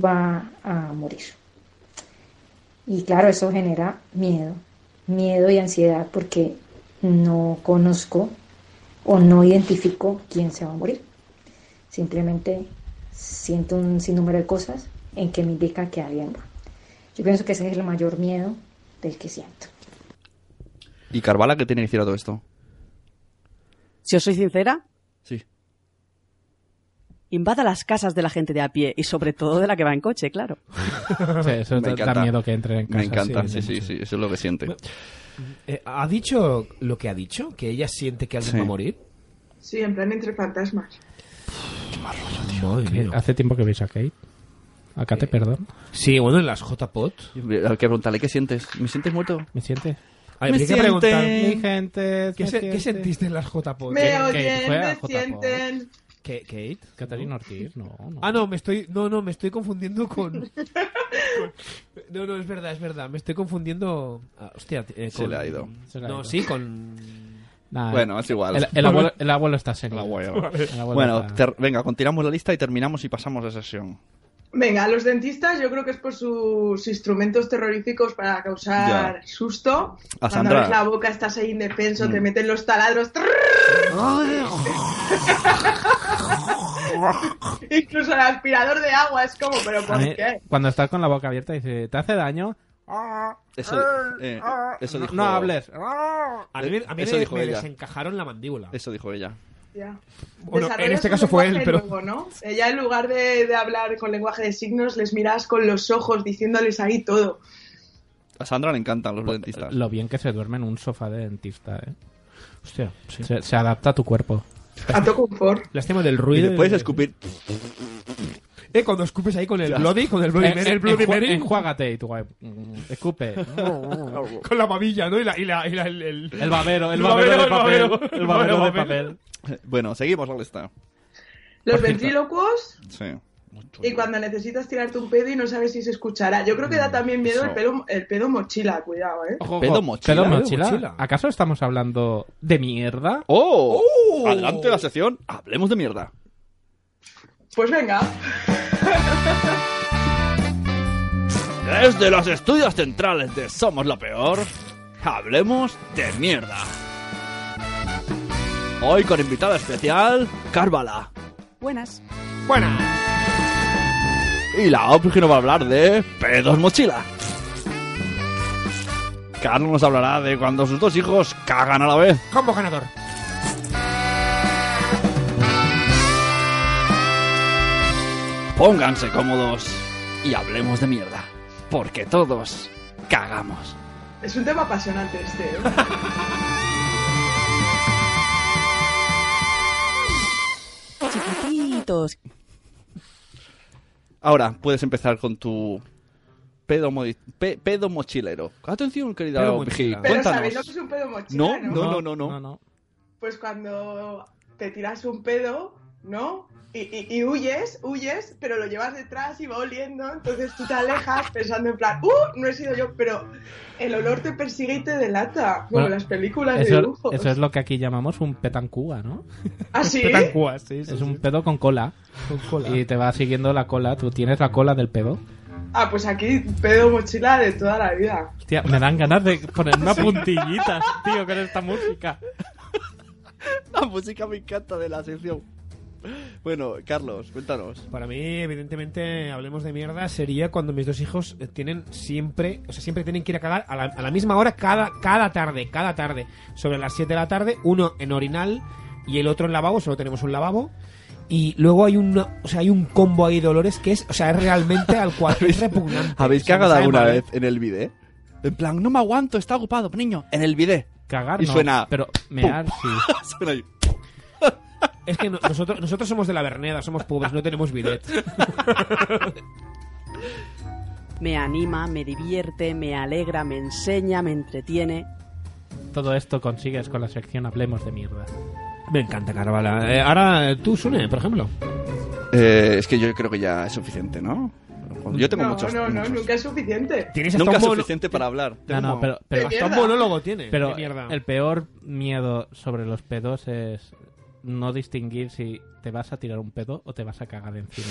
S22: va a morir. Y claro, eso genera miedo, miedo y ansiedad porque no conozco o no identifico quién se va a morir. Simplemente siento un sinnúmero de cosas en que me indica que alguien va. Yo pienso que ese es el mayor miedo del que siento.
S4: ¿Y Carvala qué tiene que decir a todo esto?
S8: Si os soy sincera,
S4: Sí.
S8: invada las casas de la gente de a pie y sobre todo de la que va en coche, claro.
S3: Sí, eso da- da miedo que entren en casa.
S4: Me encanta,
S3: sí,
S4: sí, sí, sí, eso es lo que siente.
S5: Eh, ¿Ha dicho lo que ha dicho? ¿Que ella siente que alguien
S4: Sí.
S5: va a morir?
S7: Sí, en plan entre fantasmas.
S3: ¿Qué? Hace tiempo que veis a Kate. A Kate,
S5: Eh,
S3: perdón.
S5: Sí, bueno, en las JPOT.
S4: Hay que preguntarle, ¿qué sientes? ¿Me sientes muerto?
S3: ¿Me sientes?
S5: Ay,
S4: Me
S5: habría que
S4: sienten.
S5: preguntar.
S3: Mi gente,
S5: ¿Qué,
S3: me
S5: se-
S3: siente.
S5: qué sentiste en las JPOT?
S7: Me
S5: Kate-
S7: oyen,
S3: fue a
S7: me
S3: JPOT.
S7: sienten.
S5: Kate- Kate.
S3: Catalina Ortiz, no, no.
S5: Ah, no, me estoy. No, no, me estoy confundiendo con. con- No, no, es verdad, es verdad. Me estoy confundiendo. ah, hostia, eh,
S4: Se
S5: con-
S4: le ha ido.
S3: Se le ha
S5: No,
S3: ido.
S5: sí, con.
S3: Nah, eh.
S4: Bueno, es igual.
S3: El, el abuelo, el abuelo está serio. El abuelo
S4: Bueno,
S3: está-
S4: ter- venga, continuamos la lista y terminamos y pasamos la sesión.
S7: Venga, los dentistas yo creo que es por sus instrumentos terroríficos para causar
S4: A
S7: susto. Cuando
S4: Sandra.
S7: abres la boca estás ahí indefenso, te
S4: Mm.
S7: meten los taladros. Incluso el aspirador de agua es como, pero
S3: A
S7: ¿por
S3: mí,
S7: qué?
S3: Cuando estás con la boca abierta y dice, ¿te hace daño?
S4: Eso, eh, eso
S5: Ah,
S3: no,
S4: dijo...
S3: no hables.
S5: A mí, me- a mí
S4: Eso
S5: me,
S4: dijo
S5: me
S4: ella.
S5: desencajaron la mandíbula.
S4: Eso dijo ella.
S7: Ya.
S5: Bueno,
S7: Desarrollas
S5: en este
S7: un
S5: caso fue él,
S7: lenguaje
S5: pero.
S7: nuevo, ¿no? Ella en lugar de, de hablar con lenguaje de signos les miras con los ojos diciéndoles ahí todo.
S4: A Sandra le encantan los dentistas.
S3: Lo bien que se duerme en un sofá de dentista, ¿eh?
S2: Hostia, sí.
S3: Se, se adapta a tu cuerpo.
S7: A tu confort.
S3: Lástima del ruido.
S4: Y le puedes escupir.
S5: Eh, cuando escupes ahí con el
S3: Ya.
S5: Bloody, con el Bloody
S3: Eh,
S5: Mary,
S3: eh,
S5: el Bloody
S3: enju-
S5: Mary.
S3: Enjuágate y tú, guay, mm, escupe.
S5: con la babilla, ¿no? Y la, y la, y la- el, el...
S3: El babero, el babero de papel. El babero de papel.
S4: Bueno, seguimos, ¿dónde está?
S7: Los ventrílocuos
S4: Sí.
S5: Pues
S7: y cuando necesitas tirarte un pedo y no sabes si se escuchará. Yo creo que
S5: Mm,
S7: da también miedo el
S3: Eso.
S7: pedo, el pedo mochila, cuidado, ¿eh?
S3: Ojo, ¿Pedo
S4: Pedo
S3: mochila?
S4: mochila.
S3: ¿Acaso estamos hablando de mierda?
S4: ¡Oh! Adelante la sección. Hablemos de mierda.
S7: Pues venga.
S4: Desde los estudios centrales de Somos lo Peor, hablemos de mierda. Hoy con invitada especial, Carvala.
S15: Buenas.
S5: Buenas.
S4: Y la OPS que nos va a hablar de pedos mochila. Carlos nos hablará de cuando sus dos hijos cagan a la vez.
S5: Combo ganador.
S4: Pónganse cómodos y hablemos de mierda. Porque todos cagamos.
S7: Es un tema apasionante este. ¿eh?
S8: Chiquititos.
S4: Ahora puedes empezar con tu pedo, mo- pe- pedo mochilero. Atención, querida
S3: Pedo
S4: Vigi,
S3: mochila.
S7: Pero
S4: cuéntanos.
S7: sabéis lo que es un pedo mochila,
S4: No,
S7: ¿no?
S4: no, no, no, no.
S7: Pues cuando te tiras un pedo, ¿no? Y, y- y huyes, huyes, pero lo llevas detrás y va oliendo, entonces tú te alejas pensando en plan, ¡uh! No he sido yo, pero el olor te persigue y te delata, como
S3: Bueno,
S7: en las películas de
S3: Ah, Eso,
S7: dibujos.
S3: eso es lo que aquí llamamos un petancúa, ¿no?
S7: ¿Ah, sí?
S3: Petancúa, es un pedo con cola. Y te va siguiendo la cola. Tú tienes la cola del pedo.
S7: Ah, pues aquí pedo mochila de toda la vida.
S3: Hostia, me dan ganas de ponerme a puntillitas, tío, con esta música.
S4: La música me encanta de la sección. Bueno, Carlos, cuéntanos.
S5: Para mí, evidentemente, hablemos de mierda, sería cuando mis dos hijos eh, tienen siempre, o sea, siempre tienen que ir a cagar a la, a la misma hora cada, cada tarde, cada tarde. Sobre las 7 de la tarde, uno en orinal y el otro en lavabo, solo tenemos un lavabo. Y luego hay un, o sea, hay un combo ahí de olores que es, o sea, es realmente al cual es repugnante.
S4: ¿Habéis
S5: O sea,
S4: cagado
S5: me sabe
S4: alguna
S5: mal. ¿eh?
S4: vez en el bidé? En plan, no me aguanto, está ocupado, niño. En el bidé.
S3: Cagar
S4: Y
S3: no,
S4: suena...
S3: pero mear
S4: ¡pum!
S3: sí.
S4: Suena ahí.
S5: Es que no- nosotros, nosotros somos de la Verneda, somos pobres, no tenemos bidet.
S8: Me anima, me divierte, me alegra, me enseña, me entretiene.
S3: Todo esto consigues con la sección Hablemos de mierda.
S5: Me encanta Carvala. Eh, ahora eh, tú, Sune, por ejemplo.
S4: Eh, es que yo creo que ya es suficiente, ¿no? Yo tengo
S7: no,
S4: muchos...
S7: no, no,
S4: muchos.
S7: nunca es suficiente.
S4: Nunca es suficiente para hablar.
S3: No, no, pero,
S7: Eh,
S3: pero
S5: Hasta un monólogo tiene.
S3: Pero
S5: Qué mierda.
S3: el peor miedo sobre los pedos es no distinguir si te vas a tirar un pedo o te vas a cagar encima.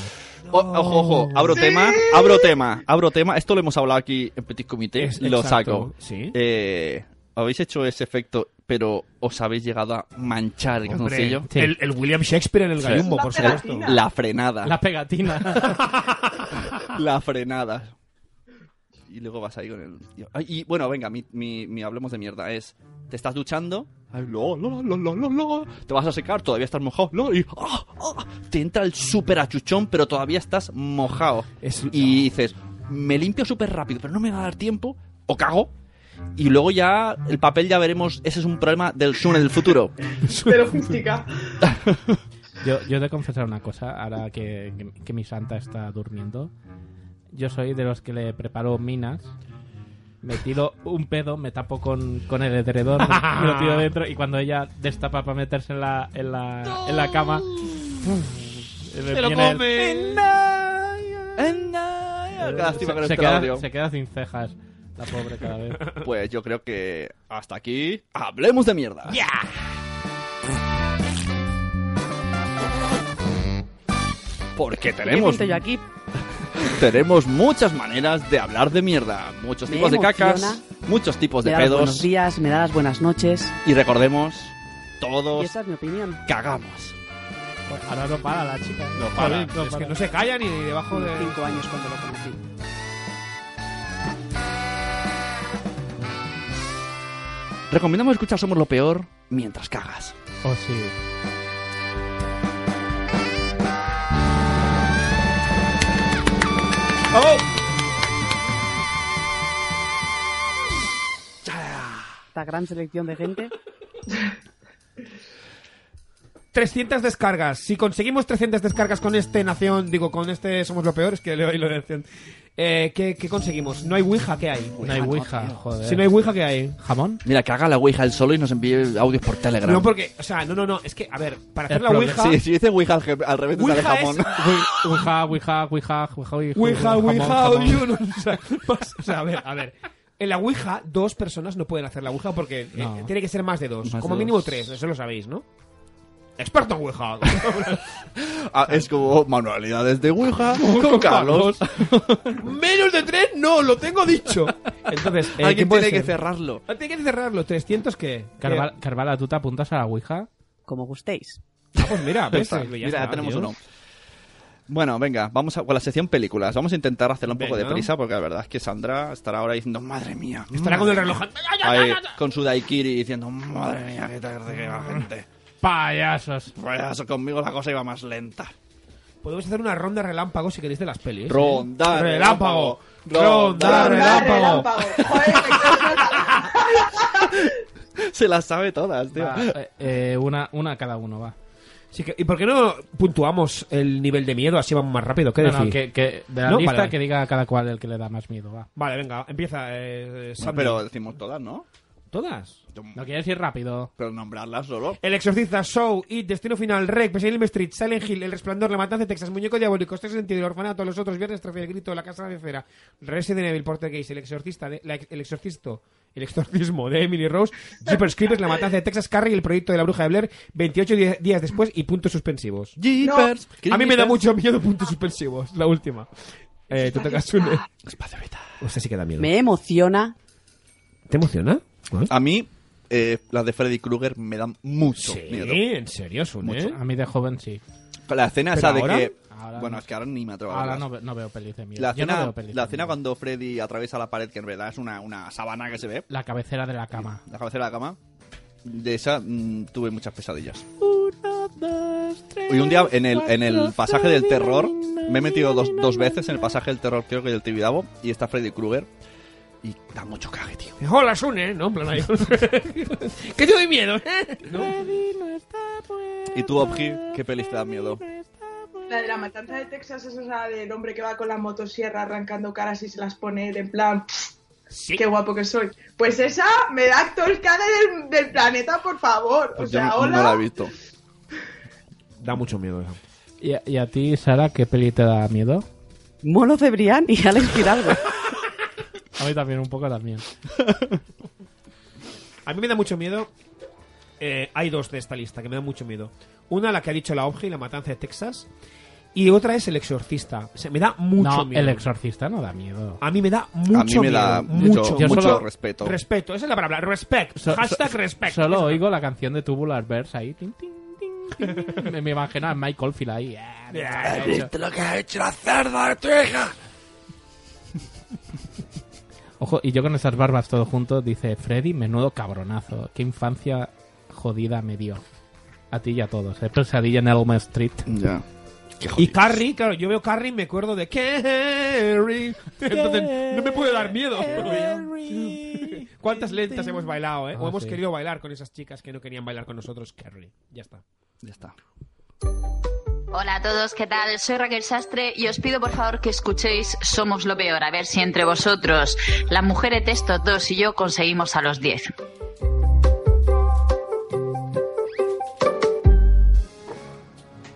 S4: O- ojo, ojo, abro tema, abro tema, abro tema. Esto lo hemos hablado aquí en Petit Comité,
S5: Es-
S4: lo
S5: exacto,
S4: saco.
S5: sí.
S4: Eh, ¿Habéis hecho ese efecto, pero os habéis llegado a manchar el
S5: Hombre,
S4: calzoncillo?
S5: el, el William Shakespeare en el
S4: Sí.
S5: gallumbo, por supuesto.
S4: La frenada.
S3: La pegatina.
S4: La frenada. Y luego vas ahí con el. Ay, Y bueno, venga, mi, mi- mi hablemos de mierda. Es. Te estás duchando. ay, lo, lo, lo, lo, lo, lo, te vas a secar, todavía estás mojado. lo, y, ah, ah, te entra el súper achuchón, pero todavía estás mojado. Y dices, me limpio súper rápido, pero no me va a dar tiempo. O cago. Y luego ya el papel ya veremos. Ese es un problema del Sune del futuro.
S7: De logística.
S3: Yo, yo he de confesar una cosa, ahora que, que- que mi santa está durmiendo. Yo soy de los que le preparo minas. Me tiro un pedo, me tapo con, con el edredón, me lo tiro dentro y cuando ella destapa para meterse en la, en la, en la cama... le
S4: lo
S3: viene el-
S5: Oh.
S4: Lástima que no
S3: se, se
S4: esté el audio.
S3: queda, se queda sin cejas, la pobre cada vez.
S4: Pues yo creo que hasta aquí. Hablemos de mierda. Porque tenemos,
S15: ¿Qué pinto yo aquí?
S4: tenemos muchas maneras de hablar de mierda. Muchos
S8: Me
S4: tipos de cacas,
S8: emociona.
S4: muchos tipos
S8: me
S4: de
S8: da los buenos
S4: pedos.
S8: días, me da las buenas noches.
S4: Y recordemos,
S8: Y
S4: todos
S8: esta es mi opinión.
S4: cagamos.
S3: Ahora no para la chica.
S4: No para.
S5: Joder, es que no se calla ni debajo de...
S8: Cinco años cuando lo conocí.
S4: Recomendamos escuchar Somos lo Peor mientras cagas.
S3: Oh, sí.
S5: ¡Oh!
S8: esta gran selección de gente.
S5: 300 descargas. Si conseguimos 300 descargas con este Nación, digo, con este Somos lo Peor, es que leo ahí lo de Nación. Eh, ¿qué, qué conseguimos? No hay Ouija, ¿qué hay?
S3: No hay Ouija, joder.
S5: Si no hay Ouija, ¿qué hay?
S3: ¿Jamón?
S4: Mira, que haga la Ouija el solo y nos envíe audios por Telegram.
S5: No, porque, o sea, no, no, no, es que, a ver, para hacer
S4: El
S5: la
S4: problema-
S5: Ouija.
S4: Sí, si dice Ouija al, ge- al revés, te sale
S5: Ouija
S4: jamón.
S5: es-
S3: Ouija, Ouija, Ouija, Ouija,
S5: Ouija,
S3: jamón,
S5: Ouija,
S3: jamón.
S5: yo no- o sea, más- o sea, a ver, a ver. En la Ouija, dos personas no pueden hacer la Ouija porque eh,
S3: No.
S5: tiene que ser más de dos.
S4: Más
S5: como
S4: de
S5: mínimo
S4: dos.
S5: tres, eso lo sabéis, ¿no? Experto en Ouija.
S4: Ah, es como manualidades de Ouija con Carlos.
S5: Menos de tres, no, lo tengo dicho. Entonces, eh, ¿qué
S4: Alguien
S5: puede
S4: tiene que
S5: ser?
S4: cerrarlo.
S5: Ah, Tiene que cerrarlo. ¿300 qué?
S3: Carval- Carvala, ¿tú te apuntas a la Ouija? Ah,
S8: Como gustéis.
S5: Pues mira,
S4: Ahí
S5: pues
S4: está.
S5: ya
S4: Mira,
S5: está,
S4: ya tenemos
S5: tío.
S4: uno. Bueno, venga, vamos a, con la sección películas. Vamos a intentar hacerlo un poco
S5: Venga.
S4: de prisa porque la verdad es que Sandra estará ahora diciendo, madre mía.
S5: Estará con el reloj.
S4: Ahí, con su daiquiri diciendo, madre mía, qué tarde que va la gente.
S3: Payasos.
S4: Payasos, conmigo la cosa iba más lenta.
S5: Podemos hacer una ronda relámpago si queréis de las pelis. ¿eh?
S4: Ronda
S5: relámpago.
S4: Ronda
S5: Ronda relámpago.
S4: Se las sabe todas, tío.
S3: Va, eh, eh, una, una cada uno, va.
S5: Sí que- ¿Y por qué no puntuamos el nivel de miedo? Así vamos más rápido. ¿Qué
S3: No, no,
S5: decir?
S3: que- que de la
S5: No,
S3: lista
S5: vale, vale.
S3: que diga cada cual el que le da más miedo, va.
S5: Vale, venga, empieza. Eh, eh,
S4: Bueno,
S5: Sandy.
S4: pero decimos todas, ¿no?
S5: ¿Todas?
S3: No quieres ir rápido.
S4: Pero nombrarlas solo.
S5: El Exorcista, Show, It, Destino Final, Rec, Pesadilla en Elm Street, Silent Hill, El Resplandor, La Matanza de Texas, Muñeco Diabólico, Este Sentido, El Orfanato, Los Otros, Viernes, Trofeo, El Grito, La Casa de Cera, Resident Evil, Porter Gates, El Exorcista, de- la ex- El Exorcisto, El Exorcismo de Emily Rose, Jeepers Creepers, La Matanza de Texas, Carrie, El Proyecto de la Bruja de Blair, 28 di- días después y puntos suspensivos.
S4: Jeepers
S5: A mí me da
S4: Creepers.
S5: mucho miedo puntos suspensivos, la última. Eh, te tocas un... Espacio
S4: vital.
S5: Usted sí que da miedo.
S8: Me emociona.
S5: ¿Te emociona?
S4: A mí, eh, las de Freddy Krueger me dan mucho
S5: Sí,
S4: miedo.
S5: en serio, Sun, ¿eh?
S3: A mí de joven sí.
S4: La escena
S3: ¿Pero
S4: esa de
S3: ahora?
S4: que.
S3: Ahora
S4: bueno,
S3: no.
S4: es que ahora ni me atrevo a
S3: Ahora
S4: verlas.
S3: no, ve- no veo pelis de miedo.
S4: La
S3: Yo no
S4: escena,
S3: veo pelis
S4: la
S3: de
S4: escena
S3: miedo.
S4: cuando Freddy atraviesa la pared, que en verdad es una, una sabana que se ve,
S3: La cabecera de la cama.
S4: la cabecera de la cama, de esa mm, tuve muchas pesadillas. Y un día en el, en el pasaje del terror, me he metido dos, dos veces en el pasaje del terror, creo que del Tibidabo, y está Freddy Krueger. Y da mucho cague, tío.
S5: Hola, Sune, ¿no? En plan ahí. que te doy miedo, ¿eh?
S4: ¿Y tú, Obji, qué pelis te dan miedo? Pues
S7: La de la matanza de Texas es esa del hombre que va con la motosierra arrancando caras y se las pone él en plan. Qué guapo que soy. Pues esa me da todo el cade del, del planeta, por favor. O
S4: Pues yo
S7: sea,
S4: no,
S7: hola.
S4: no la he visto.
S5: Da mucho miedo eso.
S3: ¿Y a, y a ti, Sara, qué peli te da miedo?
S8: Mono Cebrián y Alex Hidalgo.
S3: A mí también, un poco también.
S5: A mí me da mucho miedo. eh, hay dos de esta lista que me dan mucho miedo. Una, la que ha dicho la Obje y la matanza de Texas. Y otra es El Exorcista. O sea, me da mucho
S3: no,
S5: miedo.
S3: el exorcista no da miedo.
S5: A mí me da mucho miedo.
S4: a mí me da
S5: mucho,
S4: mucho,
S3: Yo
S4: mucho
S3: solo-
S4: respeto.
S5: Respeto, esa es la palabra. Respect.
S3: So- so-
S5: Hashtag respect.
S3: Solo oigo la canción de Tubular Verse ahí. tin, tin, tin, tin. Me, me imagino a Michael Field ahí. "Ah, mira lo que ha hecho".
S4: lo que ha hecho la cerda de tu hija?
S3: Ojo, y yo con esas barbas todo junto, dice Freddy, menudo cabronazo. Qué infancia jodida me dio. A ti y a todos. ¿eh? Pesadilla en Elm Street.
S4: Ya. Qué
S5: Y
S4: jodido.
S5: Carrie, claro, yo veo Carrie y me acuerdo de Carrie. Entonces, no me puede dar miedo. ¿Cuántas lentas hemos bailado, eh? o
S3: Ah,
S5: hemos
S3: sí.
S5: querido bailar con esas chicas que no querían bailar con nosotros, Carrie. Ya está.
S4: Ya está.
S23: Hola a todos, ¿qué tal? Soy Raquel Sastre y os pido por favor que escuchéis Somos lo Peor, a ver si entre vosotros, las mujeres de estos dos y yo conseguimos a los 10.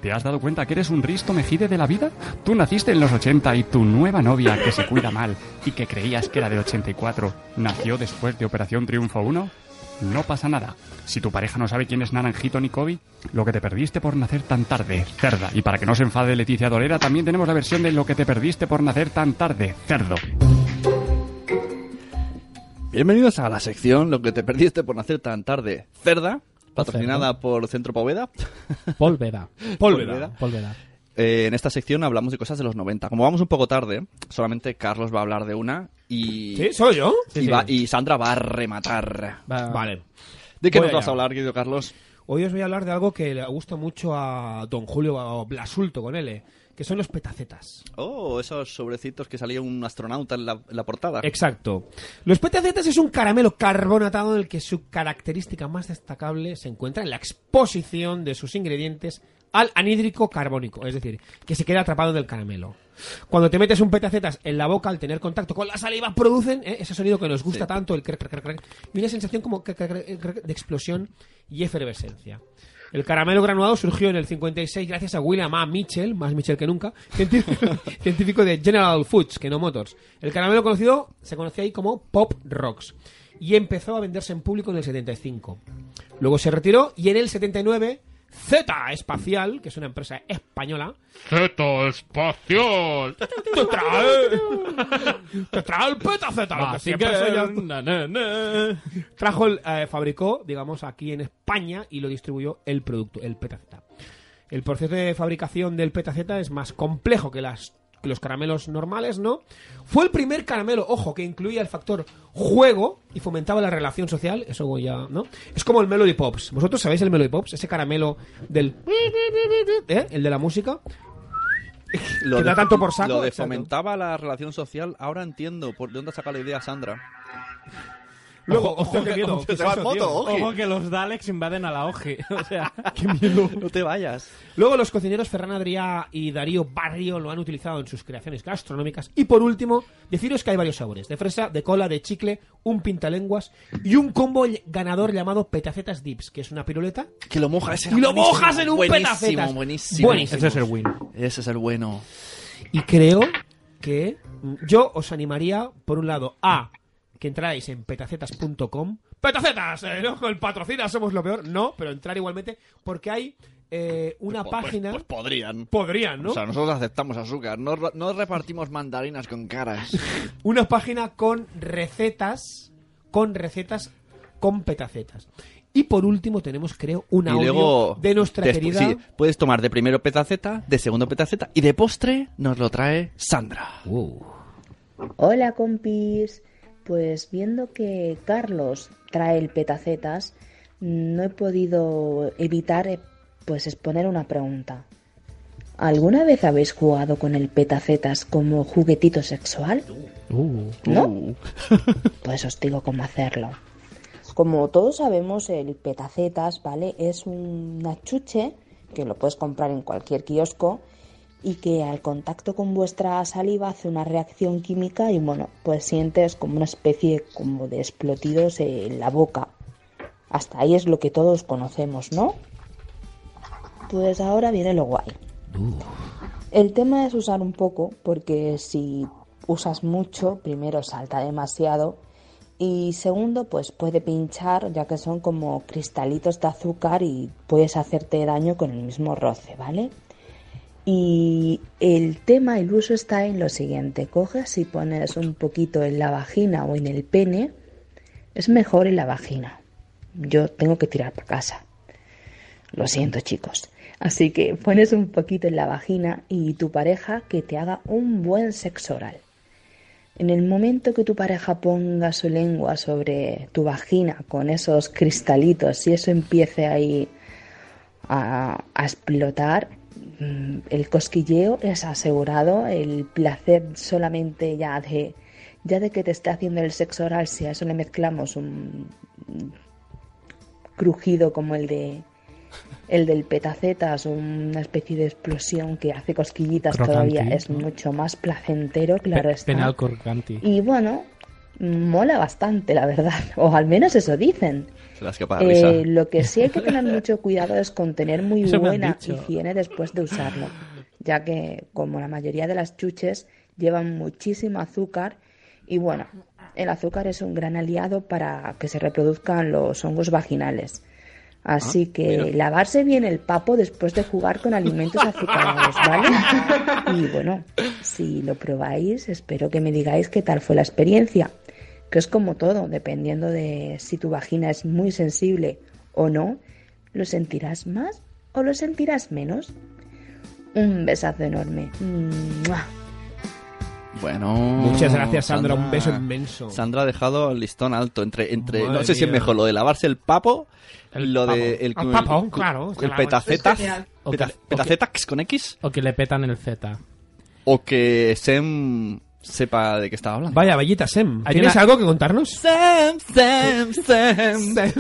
S24: ¿Te has dado cuenta que eres un risto mejide de la vida? Tú naciste en los 80 y tu nueva novia, que se cuida mal y que creías que era del 84, nació después de Operación Triunfo 1? No pasa nada. Si tu pareja no sabe quién es Naranjito ni Kobe, lo que te perdiste por nacer tan tarde, cerda. Y para que no se enfade Leticia Dolera, también tenemos la versión de lo que te perdiste por nacer tan tarde, cerdo.
S4: Bienvenidos a la sección Lo que te perdiste por nacer tan tarde. Cerda, patrocinada por Centro Poveda.
S3: Polveda.
S4: Polveda.
S3: Polveda.
S4: Eh, en esta sección hablamos de cosas de los 90. Como vamos un poco tarde, solamente Carlos va a hablar de una y...
S5: ¿Sí? ¿Solo yo?
S4: Y, va- y Sandra va a rematar.
S5: Vale.
S4: ¿De qué
S5: Voy
S4: nos vas
S5: allá.
S4: a hablar, querido Carlos?
S5: Hoy os voy a hablar de algo que le gusta mucho a don Julio Blasulto con L, que son los petacetas.
S4: Oh, esos sobrecitos que salía un astronauta en la, en la portada.
S5: Exacto. Los petacetas es un caramelo carbonatado en el que su característica más destacable se encuentra en la exposición de sus ingredientes al anhídrico carbónico, es decir, que se queda atrapado en el caramelo. Cuando te metes un petacetas en la boca al tener contacto con la saliva, producen ¿eh? ese sonido que nos gusta
S4: Sí.
S5: tanto, el crac, crac, crac, crac, y una sensación como crac, crac, crac, crac, de explosión y efervescencia. El caramelo granulado surgió en el 56 gracias a William A. Mitchell, más Mitchell que nunca, científico, científico de General Foods, que no Motors. El caramelo conocido se conocía ahí como Pop Rocks y empezó a venderse en público en el 75. Luego se retiró y en el 79 Z Espacial, que es una empresa española,
S2: Zeta espacial. Te trae.
S5: Te trae el peta Z. lo que
S2: Así
S5: siempre
S2: que,
S5: soy yo. Trajo el, eh, fabricó, digamos, aquí en España y lo distribuyó el producto, el peta Z. El proceso de fabricación del peta Z es más complejo que las que los caramelos normales, ¿no? Fue el primer caramelo, ojo, que incluía el factor juego y fomentaba la relación social, eso ya, ¿no? Es como el Melody Pops. ¿Vosotros sabéis el Melody Pops? Ese caramelo del ¿eh? el de la música. que da tanto por saco.
S4: Lo de
S5: exacto.
S4: fomentaba la relación social, ahora entiendo por de dónde saca la idea Sandra.
S5: Luego,
S4: Ojo,
S5: ojo, qué miedo.
S4: ojo, que
S5: ¿Qué
S4: se
S5: es
S4: va
S5: eso,
S4: en moto,
S5: tío?
S4: ojo.
S3: Ojo que los Daleks invaden a la OGE. O sea,
S4: No te vayas.
S5: Luego los cocineros Ferran Adrià y Darío Barrio lo han utilizado en sus creaciones gastronómicas. Y por último, deciros que hay varios sabores. De fresa, de cola, de chicle, un pintalenguas y un combo ll- ganador llamado petacetas dips, que es una piruleta.
S4: Que lo moja ese.
S5: Y lo mojas en un
S4: buenísimo,
S5: petacetas.
S4: Buenísimo,
S5: Buenísimo. Ese es el
S4: win. Ese es el bueno.
S5: Y creo que mm, yo os animaría, por un lado, a que entráis en petacetas.com. ¡Petacetas! eh, no, el patrocina somos lo peor. No, pero entrar igualmente, porque hay eh, una
S4: Pues-
S5: página.
S4: Pues, podrían.
S5: Podrían, ¿no?
S4: O sea, nosotros aceptamos azúcar. No, ra- no repartimos mandarinas con caras.
S5: una página con recetas, con recetas, con petacetas. Y por último tenemos, creo, un
S4: y
S5: audio
S4: luego.
S5: de nuestra
S4: despu-
S5: querida...
S4: sí, puedes tomar de primero petaceta, de segundo petaceta y de postre nos lo trae Sandra.
S5: Uh.
S25: Hola compis, pues viendo que Carlos trae el petacetas, no he podido evitar eh, pues exponer una pregunta. ¿Alguna vez habéis jugado con el petacetas como juguetito sexual? ¿No? Pues os digo cómo hacerlo. Como todos sabemos, el petacetas, ¿vale? Es un achuche que lo puedes comprar en cualquier kiosco y que al contacto con vuestra saliva hace una reacción química y bueno, pues sientes como una especie como de explotidos en la boca. Hasta ahí es lo que todos conocemos, ¿no? Pues ahora viene lo guay. El tema es usar un poco, porque si usas mucho, primero salta demasiado y segundo, pues puede pinchar, ya que son como cristalitos de azúcar y puedes hacerte daño con el mismo roce, ¿vale? Y el tema, el uso está en lo siguiente, coges y pones un poquito en la vagina o en el pene, es mejor en la vagina. Yo tengo que tirar para casa. Lo siento, chicos. Así que pones un poquito en la vagina y tu pareja que te haga un buen sexo oral. En el momento que tu pareja ponga su lengua sobre tu vagina con esos cristalitos y eso empiece ahí a, a explotar, mm, el cosquilleo es asegurado, el placer solamente ya de, ya de que te esté haciendo el sexo oral, si a eso le mezclamos un un crujido como el de el del petacetas, una especie de explosión que hace cosquillitas
S3: Crocantín,
S25: todavía, es mucho más placentero, claro
S3: Pe-
S25: está.
S3: Penal Corganti.
S25: Y bueno, mola bastante, la verdad. O al menos eso dicen.
S4: Se las escapa
S25: Eh,
S4: de risa.
S25: lo que sí hay que tener mucho cuidado es con tener muy
S4: Eso me han
S25: buena
S4: dicho.
S25: higiene después de usarlo, ya que como la mayoría de las chuches llevan muchísimo azúcar y bueno, el azúcar es un gran aliado para que se reproduzcan los hongos vaginales. Así
S26: Ah,
S25: que
S26: mira.
S25: lavarse bien el papo después de jugar con alimentos azucarados, ¿vale? Y bueno, si lo probáis, espero que me digáis qué tal fue la experiencia que es como todo, dependiendo de si tu vagina es muy sensible o no, lo sentirás más o lo sentirás menos. Un besazo enorme. ¡Mua!
S4: Bueno.
S5: Muchas gracias, Sandra. Un beso inmenso.
S4: Sandra ha dejado el listón alto entre. entre
S5: Madre
S4: no sé si es
S5: mía.
S4: mejor lo de lavarse el papo. lo de el,
S5: El papo, claro,
S4: El
S5: claro.
S4: petacetas.
S5: Es genial.
S3: Este o
S4: Peta-
S3: que- o
S4: ¿Petacetax con X?
S3: O que le petan el Z.
S4: O que Sem sepa de qué estaba hablando.
S5: Vaya, vallita, Sem.
S4: Hay
S5: ¿Tienes
S4: una-
S5: algo que contarnos?
S4: Sam, Sam, Sam.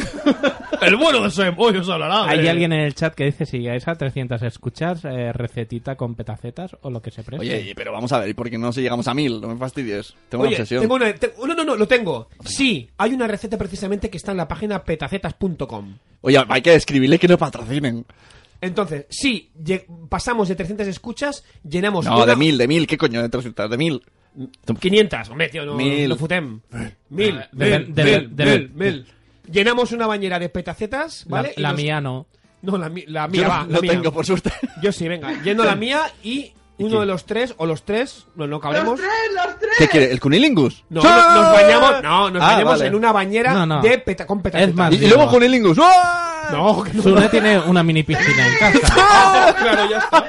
S5: El bueno de Sem, hoy os hablará.
S3: Hay
S4: eh,
S5: de-
S3: alguien en el chat que dice si llegáis a 300 escuchas, eh, recetita con petacetas o lo que se preste.
S4: Oye, pero vamos a ver, ¿y por qué no si llegamos a mil? No me fastidies. Tengo
S5: Oye,
S4: una obsesión.
S5: tengo una- te- no, no, no, lo tengo. Sí, hay una receta precisamente que está en la página petacetas.com.
S4: Oye, hay que escribirle que lo patrocinen.
S5: Entonces, sí, lle- pasamos de 300 escuchas, llenamos...
S4: No,
S5: una-
S4: de mil, de mil, ¿qué coño? De 300, de mil.
S5: 500, hombre, tío, no,
S4: Mil.
S5: no futem. Mil,
S4: Eh, de-
S5: mil,
S4: de-
S5: mil,
S4: de-
S5: mil,
S4: de-
S5: mil. Llenamos una bañera de petacetas,
S3: La-
S5: ¿vale? Y
S3: la
S5: nos-
S3: mía no.
S5: No, la, mi- la mía
S3: Yo
S5: va.
S3: no-
S5: la
S3: no
S5: mía.
S3: tengo,
S4: por suerte.
S5: Yo sí, venga, yendo la mía y uno de los tres, o los tres, no, no
S7: ¡Los
S5: cabremos.
S7: tres, los tres!
S4: ¿Qué quiere? ¿El cunilingus?
S5: No, no- nos bañamos, no, nos
S4: Ah,
S5: bañamos
S4: vale.
S5: en una bañera
S4: No, no.
S5: de peta, con petacetas.
S4: Es más, Y- y luego digo- cunilingus. ¡oh!
S5: No, que no.
S3: Sune tiene una mini piscina en casa.
S5: Claro, ya está.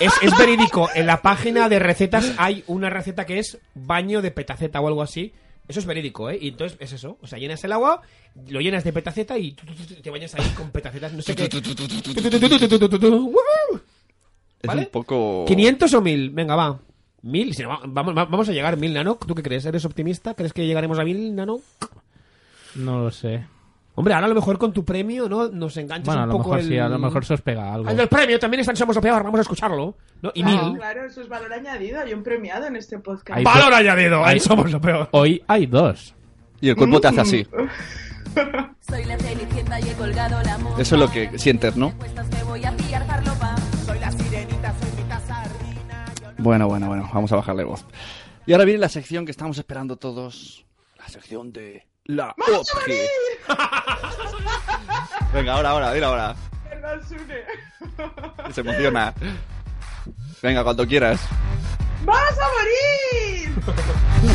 S5: Es, es verídico. En la página de recetas hay una receta que es baño de petaceta o algo así. Eso es verídico, ¿eh? Y entonces es eso. O sea, llenas el agua, lo llenas de petaceta y tú, tú, tú, tú, te bañas ahí con petacetas. No sé qué.
S4: Es
S5: ¿Vale?
S4: un poco...
S5: 500 o 1000. Venga, va. 1000. Si no, va- vamos, va- vamos a llegar a 1000, Nanok. ¿Tú qué crees? ¿Eres optimista? ¿Crees que llegaremos a 1000, Nanok?
S3: No lo sé.
S5: Hombre, ahora a lo mejor con tu premio, ¿no? Nos enganchas
S3: Bueno, a
S5: un
S3: lo
S5: poco
S3: mejor
S5: el...
S3: sí, a lo mejor se os pega algo.
S5: Al del premio también están Somos lo Peor, vamos a escucharlo. ¿no? Y
S7: Claro,
S5: mil.
S7: Ah, Claro, eso es valor añadido. Hay un premiado en este podcast.
S3: Hay
S5: Valor
S3: do-
S5: añadido, ahí
S3: hay-
S5: somos lo peor.
S3: Hoy hay dos.
S4: Y el cuerpo te hace así.
S6: Soy la cenicienta y he colgado la moda.
S4: Eso es lo que sientes, ¿no?
S6: Estas me voy a pillar farlopa. Soy la sirenita, soy mi casa.
S4: Bueno, bueno, bueno, vamos a bajarle voz. Y ahora viene la sección que estamos esperando todos. La sección de... La OPG. Venga, ahora, ahora, dile ahora.
S7: Perdón, Sune.
S4: Se emociona. Venga, cuando quieras.
S7: ¡Vas a morir!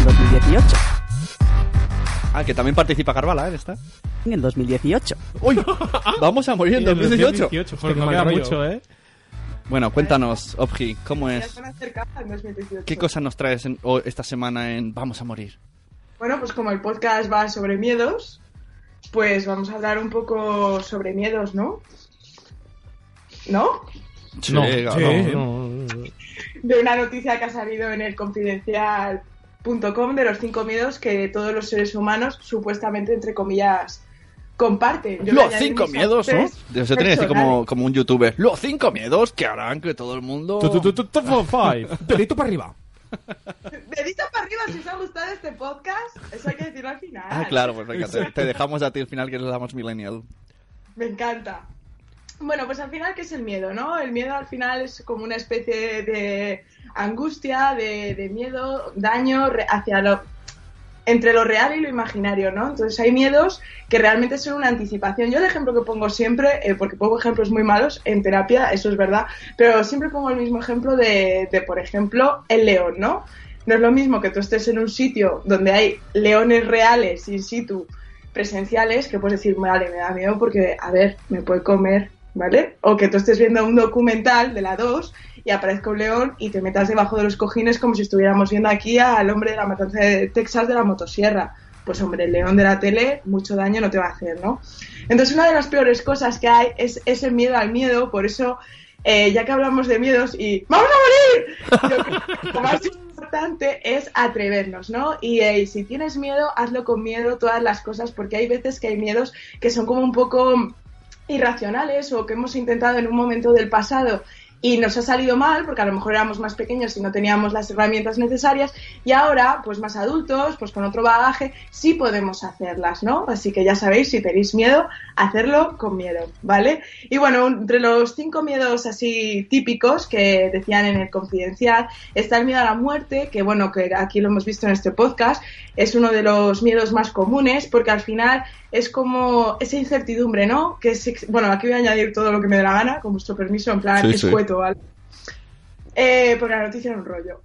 S4: 2018. Ah, que también participa Carvala, ¿eh? Está.
S26: En el 2018.
S4: ¡Uy!
S3: Ah,
S4: Vamos a morir en
S26: Y en
S4: 2018.
S26: 2018, joder, no queda mucho,
S3: ¿eh?
S4: Bueno, cuéntanos, Opji, ¿cómo
S7: Ya
S4: es?
S7: están acercadas en 2018.
S4: Pues, ¿Qué cosa nos traes en- o- esta semana en Vamos a morir?
S7: Bueno, pues como el podcast va sobre miedos, pues vamos a hablar un poco sobre miedos, ¿no? ¿No?
S4: No,
S3: sí.
S7: De una noticia que ha salido en el confidencial.com de los cinco miedos que todos los seres humanos supuestamente, entre comillas, comparten. Yo le
S4: Los
S7: añadí
S4: cinco
S7: mis
S4: miedos, ¿no?
S7: apuntes
S4: Eso tiene que ser
S7: personales.
S4: como, como un youtuber. Los cinco miedos que harán que todo el mundo.
S3: Tu, tu, tu, tu, tu, tu, five.
S5: Dedito para arriba.
S7: Dedito para arriba si os ha gustado este podcast. Eso hay que decirlo al final.
S4: Ah, claro, pues venga, te,
S7: Exacto.
S4: te dejamos a ti al final que le damos Millennial.
S7: Me encanta. Bueno, pues al final, ¿qué es el miedo, no? El miedo al final es como una especie de angustia, de, de miedo, daño re- hacia lo entre lo real y lo imaginario, ¿no? Entonces hay miedos que realmente son una anticipación. Yo el ejemplo que pongo siempre, eh, porque pongo ejemplos muy malos en terapia, eso es verdad, pero siempre pongo el mismo ejemplo de, de, por ejemplo, el león, ¿no? No es lo mismo que tú estés en un sitio donde hay leones reales in situ presenciales que puedes decir, vale, me da miedo porque, a ver, me puede comer, ¿vale? O que tú estés viendo un documental de la 2 y aparezca un león y te metas debajo de los cojines como si estuviéramos viendo aquí al hombre de la matanza de Texas de la motosierra. Pues hombre, el león de la tele mucho daño no te va a hacer, ¿no? Entonces una de las peores cosas que hay es ese miedo al miedo, por eso, eh, ya que hablamos de miedos y ¡vamos a morir! lo más importante es atrevernos, ¿no? Y eh, si tienes miedo, hazlo con miedo, todas las cosas, porque hay veces que hay miedos que son como un poco irracionales o que hemos intentado en un momento del pasado y nos ha salido mal porque a lo mejor éramos más pequeños y no teníamos las herramientas necesarias y ahora pues más adultos pues con otro bagaje sí podemos hacerlas no así que ya sabéis si tenéis miedo hacerlo con miedo vale y bueno entre los cinco miedos así típicos que decían en el confidencial está el miedo a la muerte que bueno que aquí lo hemos visto en este podcast es uno de los miedos más comunes porque al final es como esa incertidumbre, ¿no? Que es ex- bueno, aquí voy a añadir todo lo que me dé la gana, con vuestro permiso, en plan
S27: Sí, sí.
S7: escueto, ¿vale? Eh, porque la noticia era un rollo.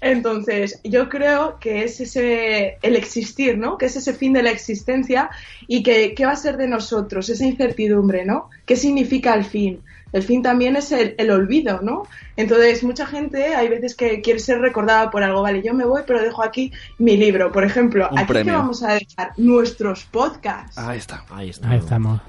S7: Entonces, yo creo que es ese el existir, ¿no? Que es ese fin de la existencia y que qué va a ser de nosotros, esa incertidumbre, ¿no? ¿Qué significa el fin? El fin también es el, el olvido, ¿no? Entonces, mucha gente, hay veces que quiere ser recordada por algo, vale, yo me voy, pero dejo aquí mi libro. Por ejemplo,
S4: Un
S7: aquí que
S4: premio.
S7: vamos a dejar nuestros podcasts.
S4: Ahí está.
S5: Ahí está.
S3: Ahí estamos.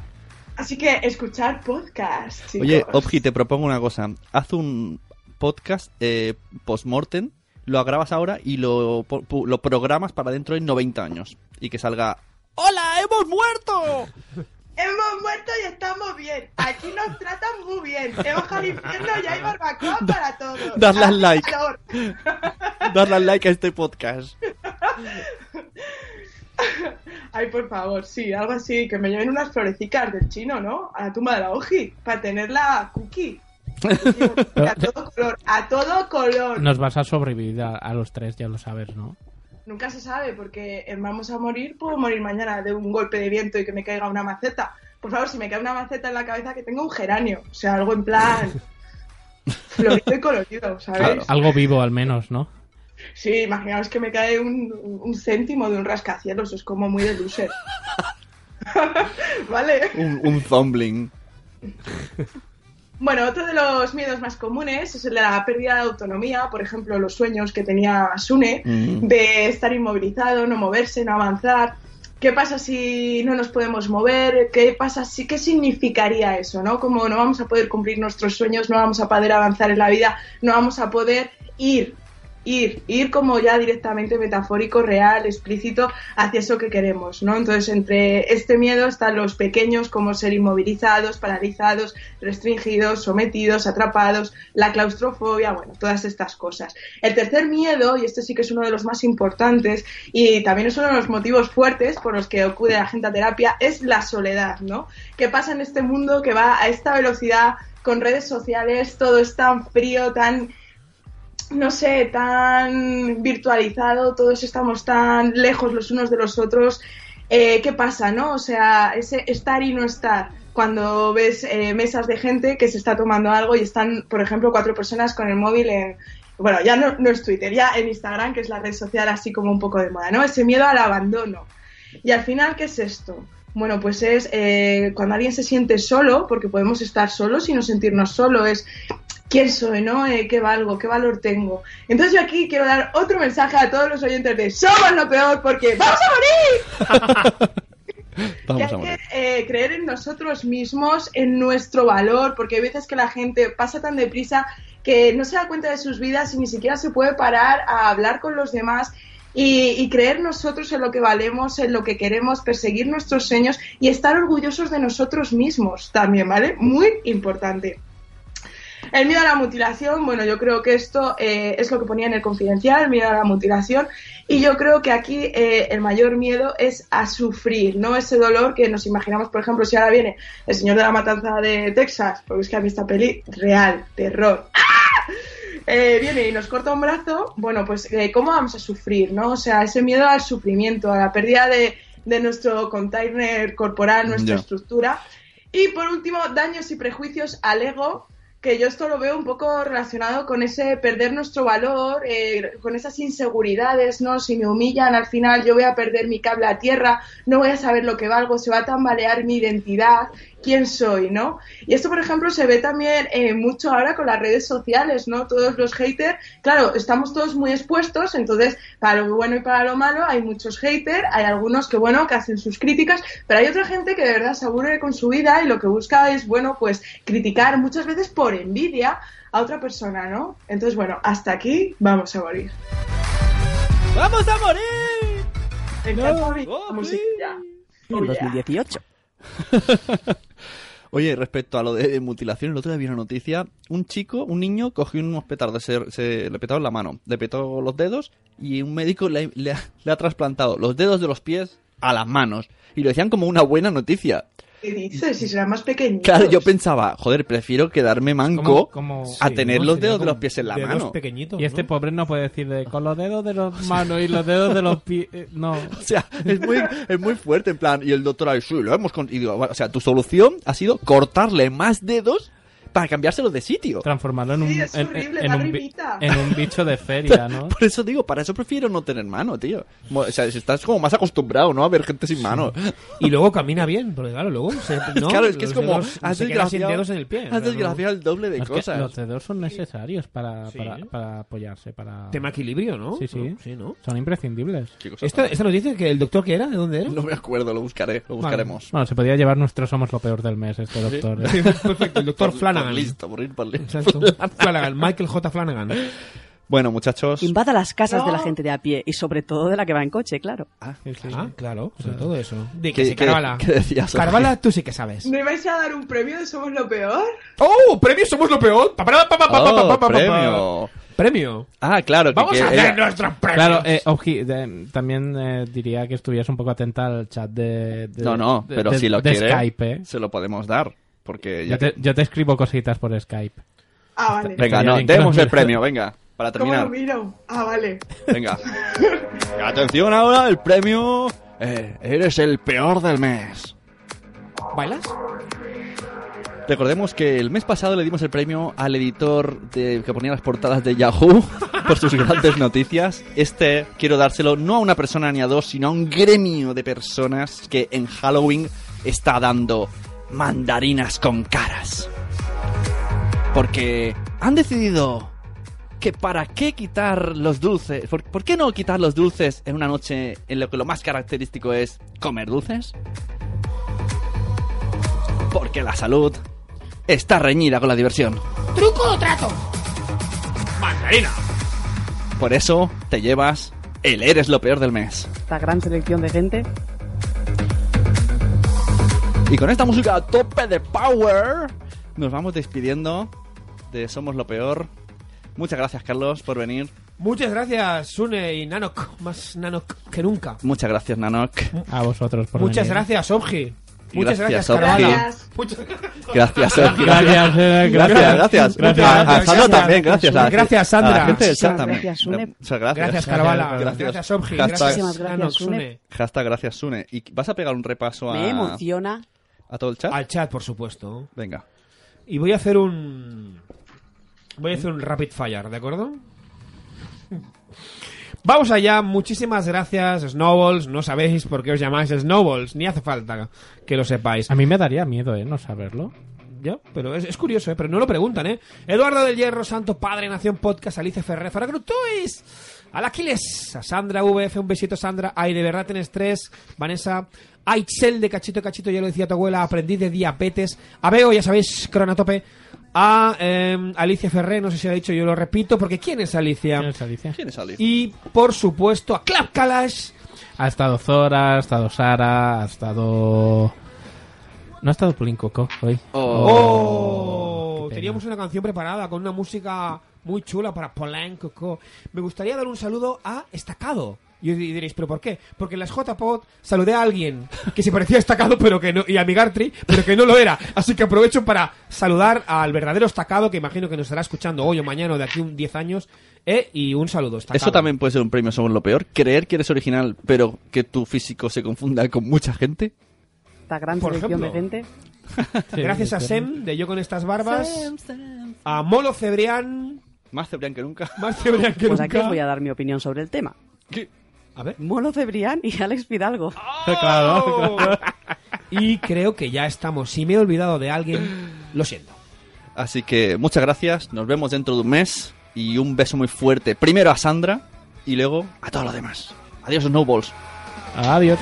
S7: Así que escuchar podcast, chicos.
S4: Oye, Obji, te propongo una cosa. Haz un podcast eh, post-mortem, lo grabas ahora y lo, po- pu- lo programas para dentro de 90 años. Y que salga... ¡Hola! ¡Hemos muerto!
S7: Hemos muerto y estamos bien. Aquí nos tratan muy bien. Hemos bajado al infierno y hay barbacoa para todos.
S4: darle al
S7: Hace
S4: like.
S7: calor.
S4: Darle al like a este podcast.
S7: Ay, por favor, sí, algo así. Que me lleven unas florecicas del chino, ¿no? A la tumba de la Oji. Para tenerla cookie. A todo color. A todo color.
S3: Nos vas a sobrevivir a, a los tres, ya lo sabes, ¿no?
S7: Nunca se sabe, porque en vamos a morir, puedo morir mañana de un golpe de viento y que me caiga una maceta. Por favor, si me cae una maceta en la cabeza, que tenga un geranio. O sea, algo en plan. florido y colorido, ¿sabes?
S3: Algo vivo al menos, ¿no?
S7: Sí, imaginaos que me cae un, un céntimo de un rascacielos, es como muy de loser. vale.
S4: Un, un zumbling.
S7: Bueno, otro de los miedos más comunes es el de la pérdida de autonomía, por ejemplo, los sueños que tenía Sune
S6: Mm.
S7: de estar inmovilizado, no moverse, no avanzar. ¿Qué pasa si no nos podemos mover? ¿Qué pasa si qué significaría eso, no? Como no vamos a poder cumplir nuestros sueños, no vamos a poder avanzar en la vida, no vamos a poder ir, ir, ir como ya directamente metafórico, real, explícito hacia eso que queremos, ¿no? Entonces, entre este miedo están los pequeños como ser inmovilizados, paralizados, restringidos, sometidos, atrapados, la claustrofobia, bueno, todas estas cosas. El tercer miedo, y este sí que es uno de los más importantes y también es uno de los motivos fuertes por los que acude la gente a terapia, es la soledad, ¿no? ¿Qué pasa en este mundo que va a esta velocidad con redes sociales, todo es tan frío, tan no sé, tan virtualizado, todos estamos tan lejos los unos de los otros. eh, ¿Qué pasa, no? O sea, ese estar y no estar. Cuando ves eh, mesas de gente que se está tomando algo y están, por ejemplo, cuatro personas con el móvil en. Bueno, ya no, no es Twitter, ya en Instagram, que es la red social así como un poco de moda, ¿no? Ese miedo al abandono. Y al final, ¿qué es esto? Bueno, pues es eh, cuando alguien se siente solo, porque podemos estar solos y no sentirnos solo, es quién soy, ¿no? Eh, ¿Qué valgo? ¿Qué valor tengo? Entonces yo aquí quiero dar otro mensaje a todos los oyentes de Somos lo peor porque ¡vamos a morir!
S4: Vamos
S7: que
S4: a
S7: hay
S4: morir.
S7: que eh, creer en nosotros mismos, en nuestro valor, porque hay veces que la gente pasa tan deprisa que no se da cuenta de sus vidas y ni siquiera se puede parar a hablar con los demás y, y creer nosotros en lo que valemos, en lo que queremos, perseguir nuestros sueños y estar orgullosos de nosotros mismos también, ¿vale? Muy importante. El miedo a la mutilación, bueno, yo creo que esto eh, es lo que ponía en el confidencial, el miedo a la mutilación, y yo creo que aquí eh, el mayor miedo es a sufrir, ¿no? Ese dolor que nos imaginamos, por ejemplo, si ahora viene el señor de la matanza de Texas, porque es que a mí esta peli, real, terror, eh, viene y nos corta un brazo, bueno, pues eh, ¿cómo vamos a sufrir, no? O sea, ese miedo al sufrimiento, a la pérdida de, de nuestro container corporal, nuestra
S6: Ya.
S7: estructura. Y por último, daños y prejuicios al ego, que yo esto lo veo un poco relacionado con ese perder nuestro valor, eh, con esas inseguridades, ¿no? Si me humillan al final, yo voy a perder mi cable a tierra, no voy a saber lo que valgo, se va a tambalear mi identidad, quién soy, ¿no? Y esto, por ejemplo, se ve también eh, mucho ahora con las redes sociales, ¿no? Todos los haters, claro, estamos todos muy expuestos, entonces, para lo bueno y para lo malo, hay muchos haters, hay algunos que, bueno, que hacen sus críticas, pero hay otra gente que de verdad se aburre con su vida y lo que busca es, bueno, pues criticar muchas veces por envidia a otra persona, ¿no? Entonces, bueno, hasta aquí vamos a morir.
S6: ¡Vamos a morir!
S7: Me encanta mi musiquilla.
S26: En 2018.
S4: Oye, respecto a lo de mutilación, el otro día vi una noticia. Un chico, un niño, cogió unos petardos, se, se- le petaron la mano, le petó los dedos y un médico le, le ha, le ha trasplantado los dedos de los pies a las manos. Y lo decían como una buena noticia.
S7: ¿Qué dices? Si será más pequeño.
S4: Claro, yo pensaba, joder, prefiero quedarme manco
S3: Como- como-
S4: a
S3: sí,
S4: tener
S3: ¿no?
S4: los
S3: Sería
S4: dedos de
S3: como
S4: los pies en la
S3: dedos
S4: mano.
S3: y este pobre no puede decir de, con los dedos de las manos y los dedos de los pies. eh, No.
S4: O sea, es muy, es muy fuerte, en plan. Y el doctor ahí, sí, lo hemos con- y digo, bueno, O sea, tu solución ha sido cortarle más dedos para cambiárselo de sitio.
S3: Transformarlo en
S7: Sí, es horrible, da gripita.
S3: bicho de feria, ¿no?
S4: Por eso digo, para eso prefiero no tener mano, tío. Mo- O sea, estás como más acostumbrado, ¿no? A ver gente sin mano.
S5: Y luego camina bien, porque claro, luego se, ¿no?
S4: claro, es que
S5: Los
S4: es como.
S5: dedos-
S4: Has
S5: se queda sin
S4: desgraciado-
S5: dedos en el pie.
S4: Has desgraciado el doble de
S3: No, es que
S4: cosas.
S3: los dedos son necesarios para, para, para apoyarse, para...
S5: Tema equilibrio, ¿no?
S3: Sí, sí.
S5: No, sí, ¿no?
S3: Son imprescindibles.
S5: Esta, esta nos dice que el doctor que era, ¿de dónde era?
S4: No me acuerdo, lo buscaré, lo
S5: Vale.
S4: buscaremos.
S3: Bueno, se podía llevar nuestro Somos lo peor del mes, este doctor.
S5: Sí, Perfecto, el
S4: Por-
S5: doctor
S4: por
S5: Flanagan.
S4: listo, por ir por listo.
S5: Exacto. Flanagan, Michael J. Flanagan.
S4: Bueno, muchachos.
S18: Invada las casas
S5: No.
S18: de la gente de a pie y sobre todo de la que va en coche, claro.
S5: Ah, claro, sobre todo eso. De
S4: ¿Qué-
S5: que sí,
S4: qué-
S5: Carvala.
S4: qué decías, Jorge?
S5: Carvala, tú sí que sabes.
S7: ¿No ibais a dar un premio de Somos lo Peor?
S5: ¡Oh! ¡Premio Somos lo Peor! Pa, pa, pa, pa, pa, pa, pa, pa, pa, pa.
S4: Oh, premio.
S5: ¡Premio!
S4: Ah, claro. que-
S5: ¡Vamos
S4: que
S5: a
S4: era-
S5: hacer nuestros premios!
S3: Claro, eh, Oji, de- también eh, diría que estuvieras un poco atenta al chat de... de-
S4: No, no,
S3: de-
S4: pero
S3: de-
S4: si lo
S3: de
S4: quiere,
S3: Skype, ¿eh?
S4: se lo podemos dar. Porque ya
S3: Yo te, yo te escribo cositas por Skype.
S7: Ah, vale.
S4: Venga,
S3: Estaría
S4: no,
S3: bien
S4: demos
S3: que lo
S4: el premio, venga, para
S7: ¿Cómo lo
S4: terminar.
S7: miro? Ah, vale.
S4: Venga. Atención ahora, el premio. eh, eres el peor del mes.
S5: ¿Bailas?
S4: Recordemos que el mes pasado le dimos el premio al editor de- que ponía las portadas de Yahoo por sus grandes noticias. Este quiero dárselo no a una persona ni a dos, sino a un gremio de personas que en Halloween está dando mandarinas con caras. Porque han decidido que para qué quitar los dulces, por, por qué no quitar los dulces en una noche en lo que lo más característico es comer dulces? Porque la salud está reñida con la diversión.
S9: ¿Truco o trato?
S5: ¡Mandarina!
S4: Por eso te llevas el eres lo peor del mes.
S18: Esta gran selección de gente.
S4: Y con esta música a tope de power, nos vamos despidiendo de Somos lo peor. Muchas gracias, Carlos, por venir.
S5: Muchas gracias, Sune y Nanok. Más Nanok que nunca.
S4: Muchas gracias, Nanok.
S3: A vosotros por
S5: Muchas
S3: venir.
S5: gracias, Obji.
S4: Y
S5: Muchas
S4: gracias,
S5: gracias,
S4: Obji.
S5: Carvala. Muchas
S4: Gracias, Sergio.
S3: Gracias, eh,
S4: gracias, gracias.
S3: gracias.
S4: A- a Sandra
S3: Gracias,
S4: también, gracias. a-
S5: Gracias, Sandra.
S4: a la gente del chat
S5: Muchísimas
S4: también.
S5: gracias, Sune.
S4: Muchas gracias.
S5: Gracias, Carvala. Gracias, Obji.
S4: Hashtag-
S5: Muchísimas gracias, Sune.
S4: Hashtag gracias, Sune. ¿Y vas a pegar un repaso
S18: Me
S4: a,
S18: emociona.
S4: a todo el chat?
S5: Al chat, por supuesto.
S4: Venga.
S5: Y voy a hacer un. Voy a hacer un rapid fire, ¿de acuerdo? Vamos allá, muchísimas gracias, Snowballs. No sabéis por qué os llamáis Snowballs, ni hace falta que lo sepáis.
S3: A mí me daría miedo, ¿eh? No saberlo.
S5: Ya, pero es, es curioso, ¿eh? pero no lo preguntan, ¿eh? Eduardo del Hierro, Santo Padre, Nación Podcast, Alice Ferrer, Faracrutois, al Aquiles, a Sandra VF, un besito Sandra, ay, de verdad tienes tres, Vanessa, Aitzel de Cachito Cachito, ya lo decía tu abuela, aprendiz de diabetes, a Beo, ya sabéis, cronatope, a eh, Alicia Ferrer, no sé si lo he dicho, yo lo repito, porque ¿quién es Alicia? ¿Quién
S3: es Alicia?
S4: ¿Quién es Alicia?
S5: Y, por supuesto, a Clap Kalash,
S3: Ha estado Zora, ha estado Sara, ha estado... No ha estado Plincoco hoy. Oh.
S5: Oh, teníamos una canción preparada con una música muy chula para Polanco. co. Me gustaría dar un saludo a Estacado. Y os diréis, ¿pero por qué? Porque en las JPod saludé a alguien que se parecía a Estacado pero que no, y a Migartri, pero que no lo era. Así que aprovecho para saludar al verdadero Estacado, que imagino que nos estará escuchando hoy o mañana o de aquí un 10 años. eh, y un saludo, Estacado.
S4: Eso también puede ser un premio, somos lo peor. Creer que eres original, pero que tu físico se confunda con mucha gente.
S18: Esta gran
S5: Por
S18: selección
S5: ejemplo.
S18: de gente.
S5: Gracias a Sem, de Yo con estas barbas. A Molo Cebrián.
S4: Más cebrián que nunca.
S5: Más cebrián que
S18: Pues aquí
S5: nunca.
S18: os voy a dar mi opinión sobre el tema.
S5: A ver.
S18: Mono Cebrián y Alex Fidalgo.
S5: Claro, Y creo que ya estamos. Si me he olvidado de alguien, lo siento.
S4: Así que muchas gracias, nos vemos dentro de un mes y un beso muy fuerte. Primero a Sandra y luego a todos los demás. Adiós, Snowballs.
S3: Adiós.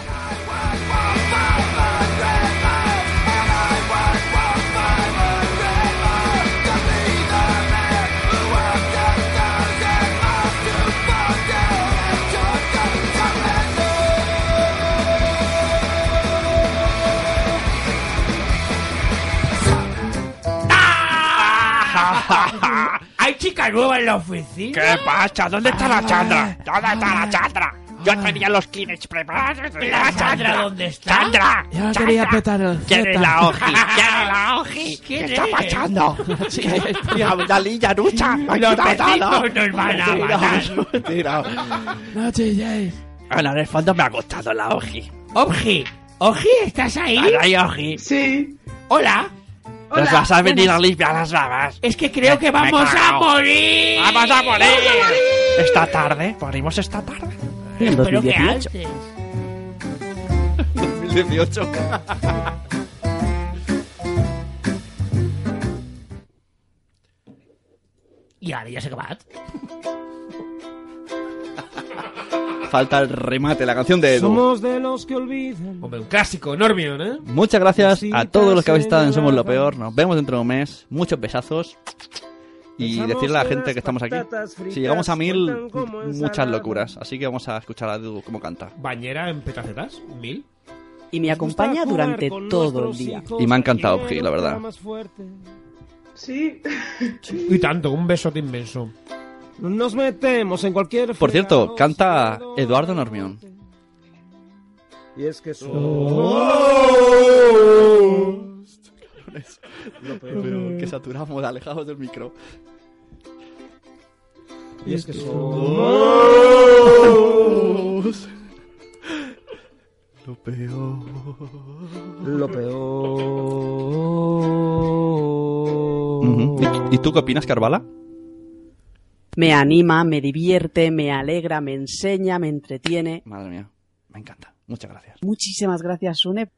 S5: ¡Hay chica nueva en la oficina!
S9: ¿Qué pasa? ¿Dónde está la Chandra? ¿Dónde está la Chandra? Yo tenía los Kleenex preparados.
S5: ¿La Chandra dónde está?
S9: ¡Chandra!
S5: Yo la quería
S9: petar el ¿Quién es la Oji? ¿Quién es la Oji?
S5: ¿Quién
S9: ¿Qué está
S5: eres?
S9: pasando? La, la Lilla Lucha.
S5: Los vecinos nos van a matar.
S9: No chilléis. Bueno, en el fondo me ha gustado la Oji.
S5: ¡Oji! ¡Oji, estás ahí!
S9: Hola, Oji.
S7: Sí.
S5: ¡Hola! Hola.
S4: Las vas a venir a limpiar las babas.
S5: Es que creo que
S4: Me
S5: vamos a
S4: cago.
S5: morir.
S4: ¡Vamos a morir!
S5: ¡Vamos a morir!
S4: Esta tarde, morimos esta tarde.
S28: En el
S4: Espero que
S28: 2018.
S4: antes. 2018.
S5: I ara ja s'ha acabat.
S4: Falta el remate, la canción de Edu.
S5: de los que olvidan. Hombre, un clásico, Normion, ¿eh?
S4: Muchas gracias a todos los que habéis estado en Somos lo Peor. Nos vemos dentro de un mes. Muchos besazos. Y decirle a la gente que estamos aquí. Si llegamos a mil, muchas locuras. Así que vamos a escuchar a Edu cómo canta.
S5: Bañera en petacetas, mil.
S8: Y me acompaña durante todo el día.
S4: Y me ha encantado, Obji, la verdad.
S9: Sí.
S5: Y tanto, un besote inmenso.
S19: Nos metemos en cualquier.
S4: Por cierto, canta Eduardo Normión.
S19: Y es que ¡Oh! somos.
S4: Oh. Lo peor, pero que saturamos, alejados del micro.
S19: Y es que
S4: somos.
S19: Lo peor. Lo peor.
S4: Ujú. ¿Y, y tú qué opinas, Carvala?
S8: Me anima, me divierte, me alegra, me enseña, me entretiene.
S4: Madre mía, me encanta. Muchas gracias.
S8: Muchísimas gracias, Sune,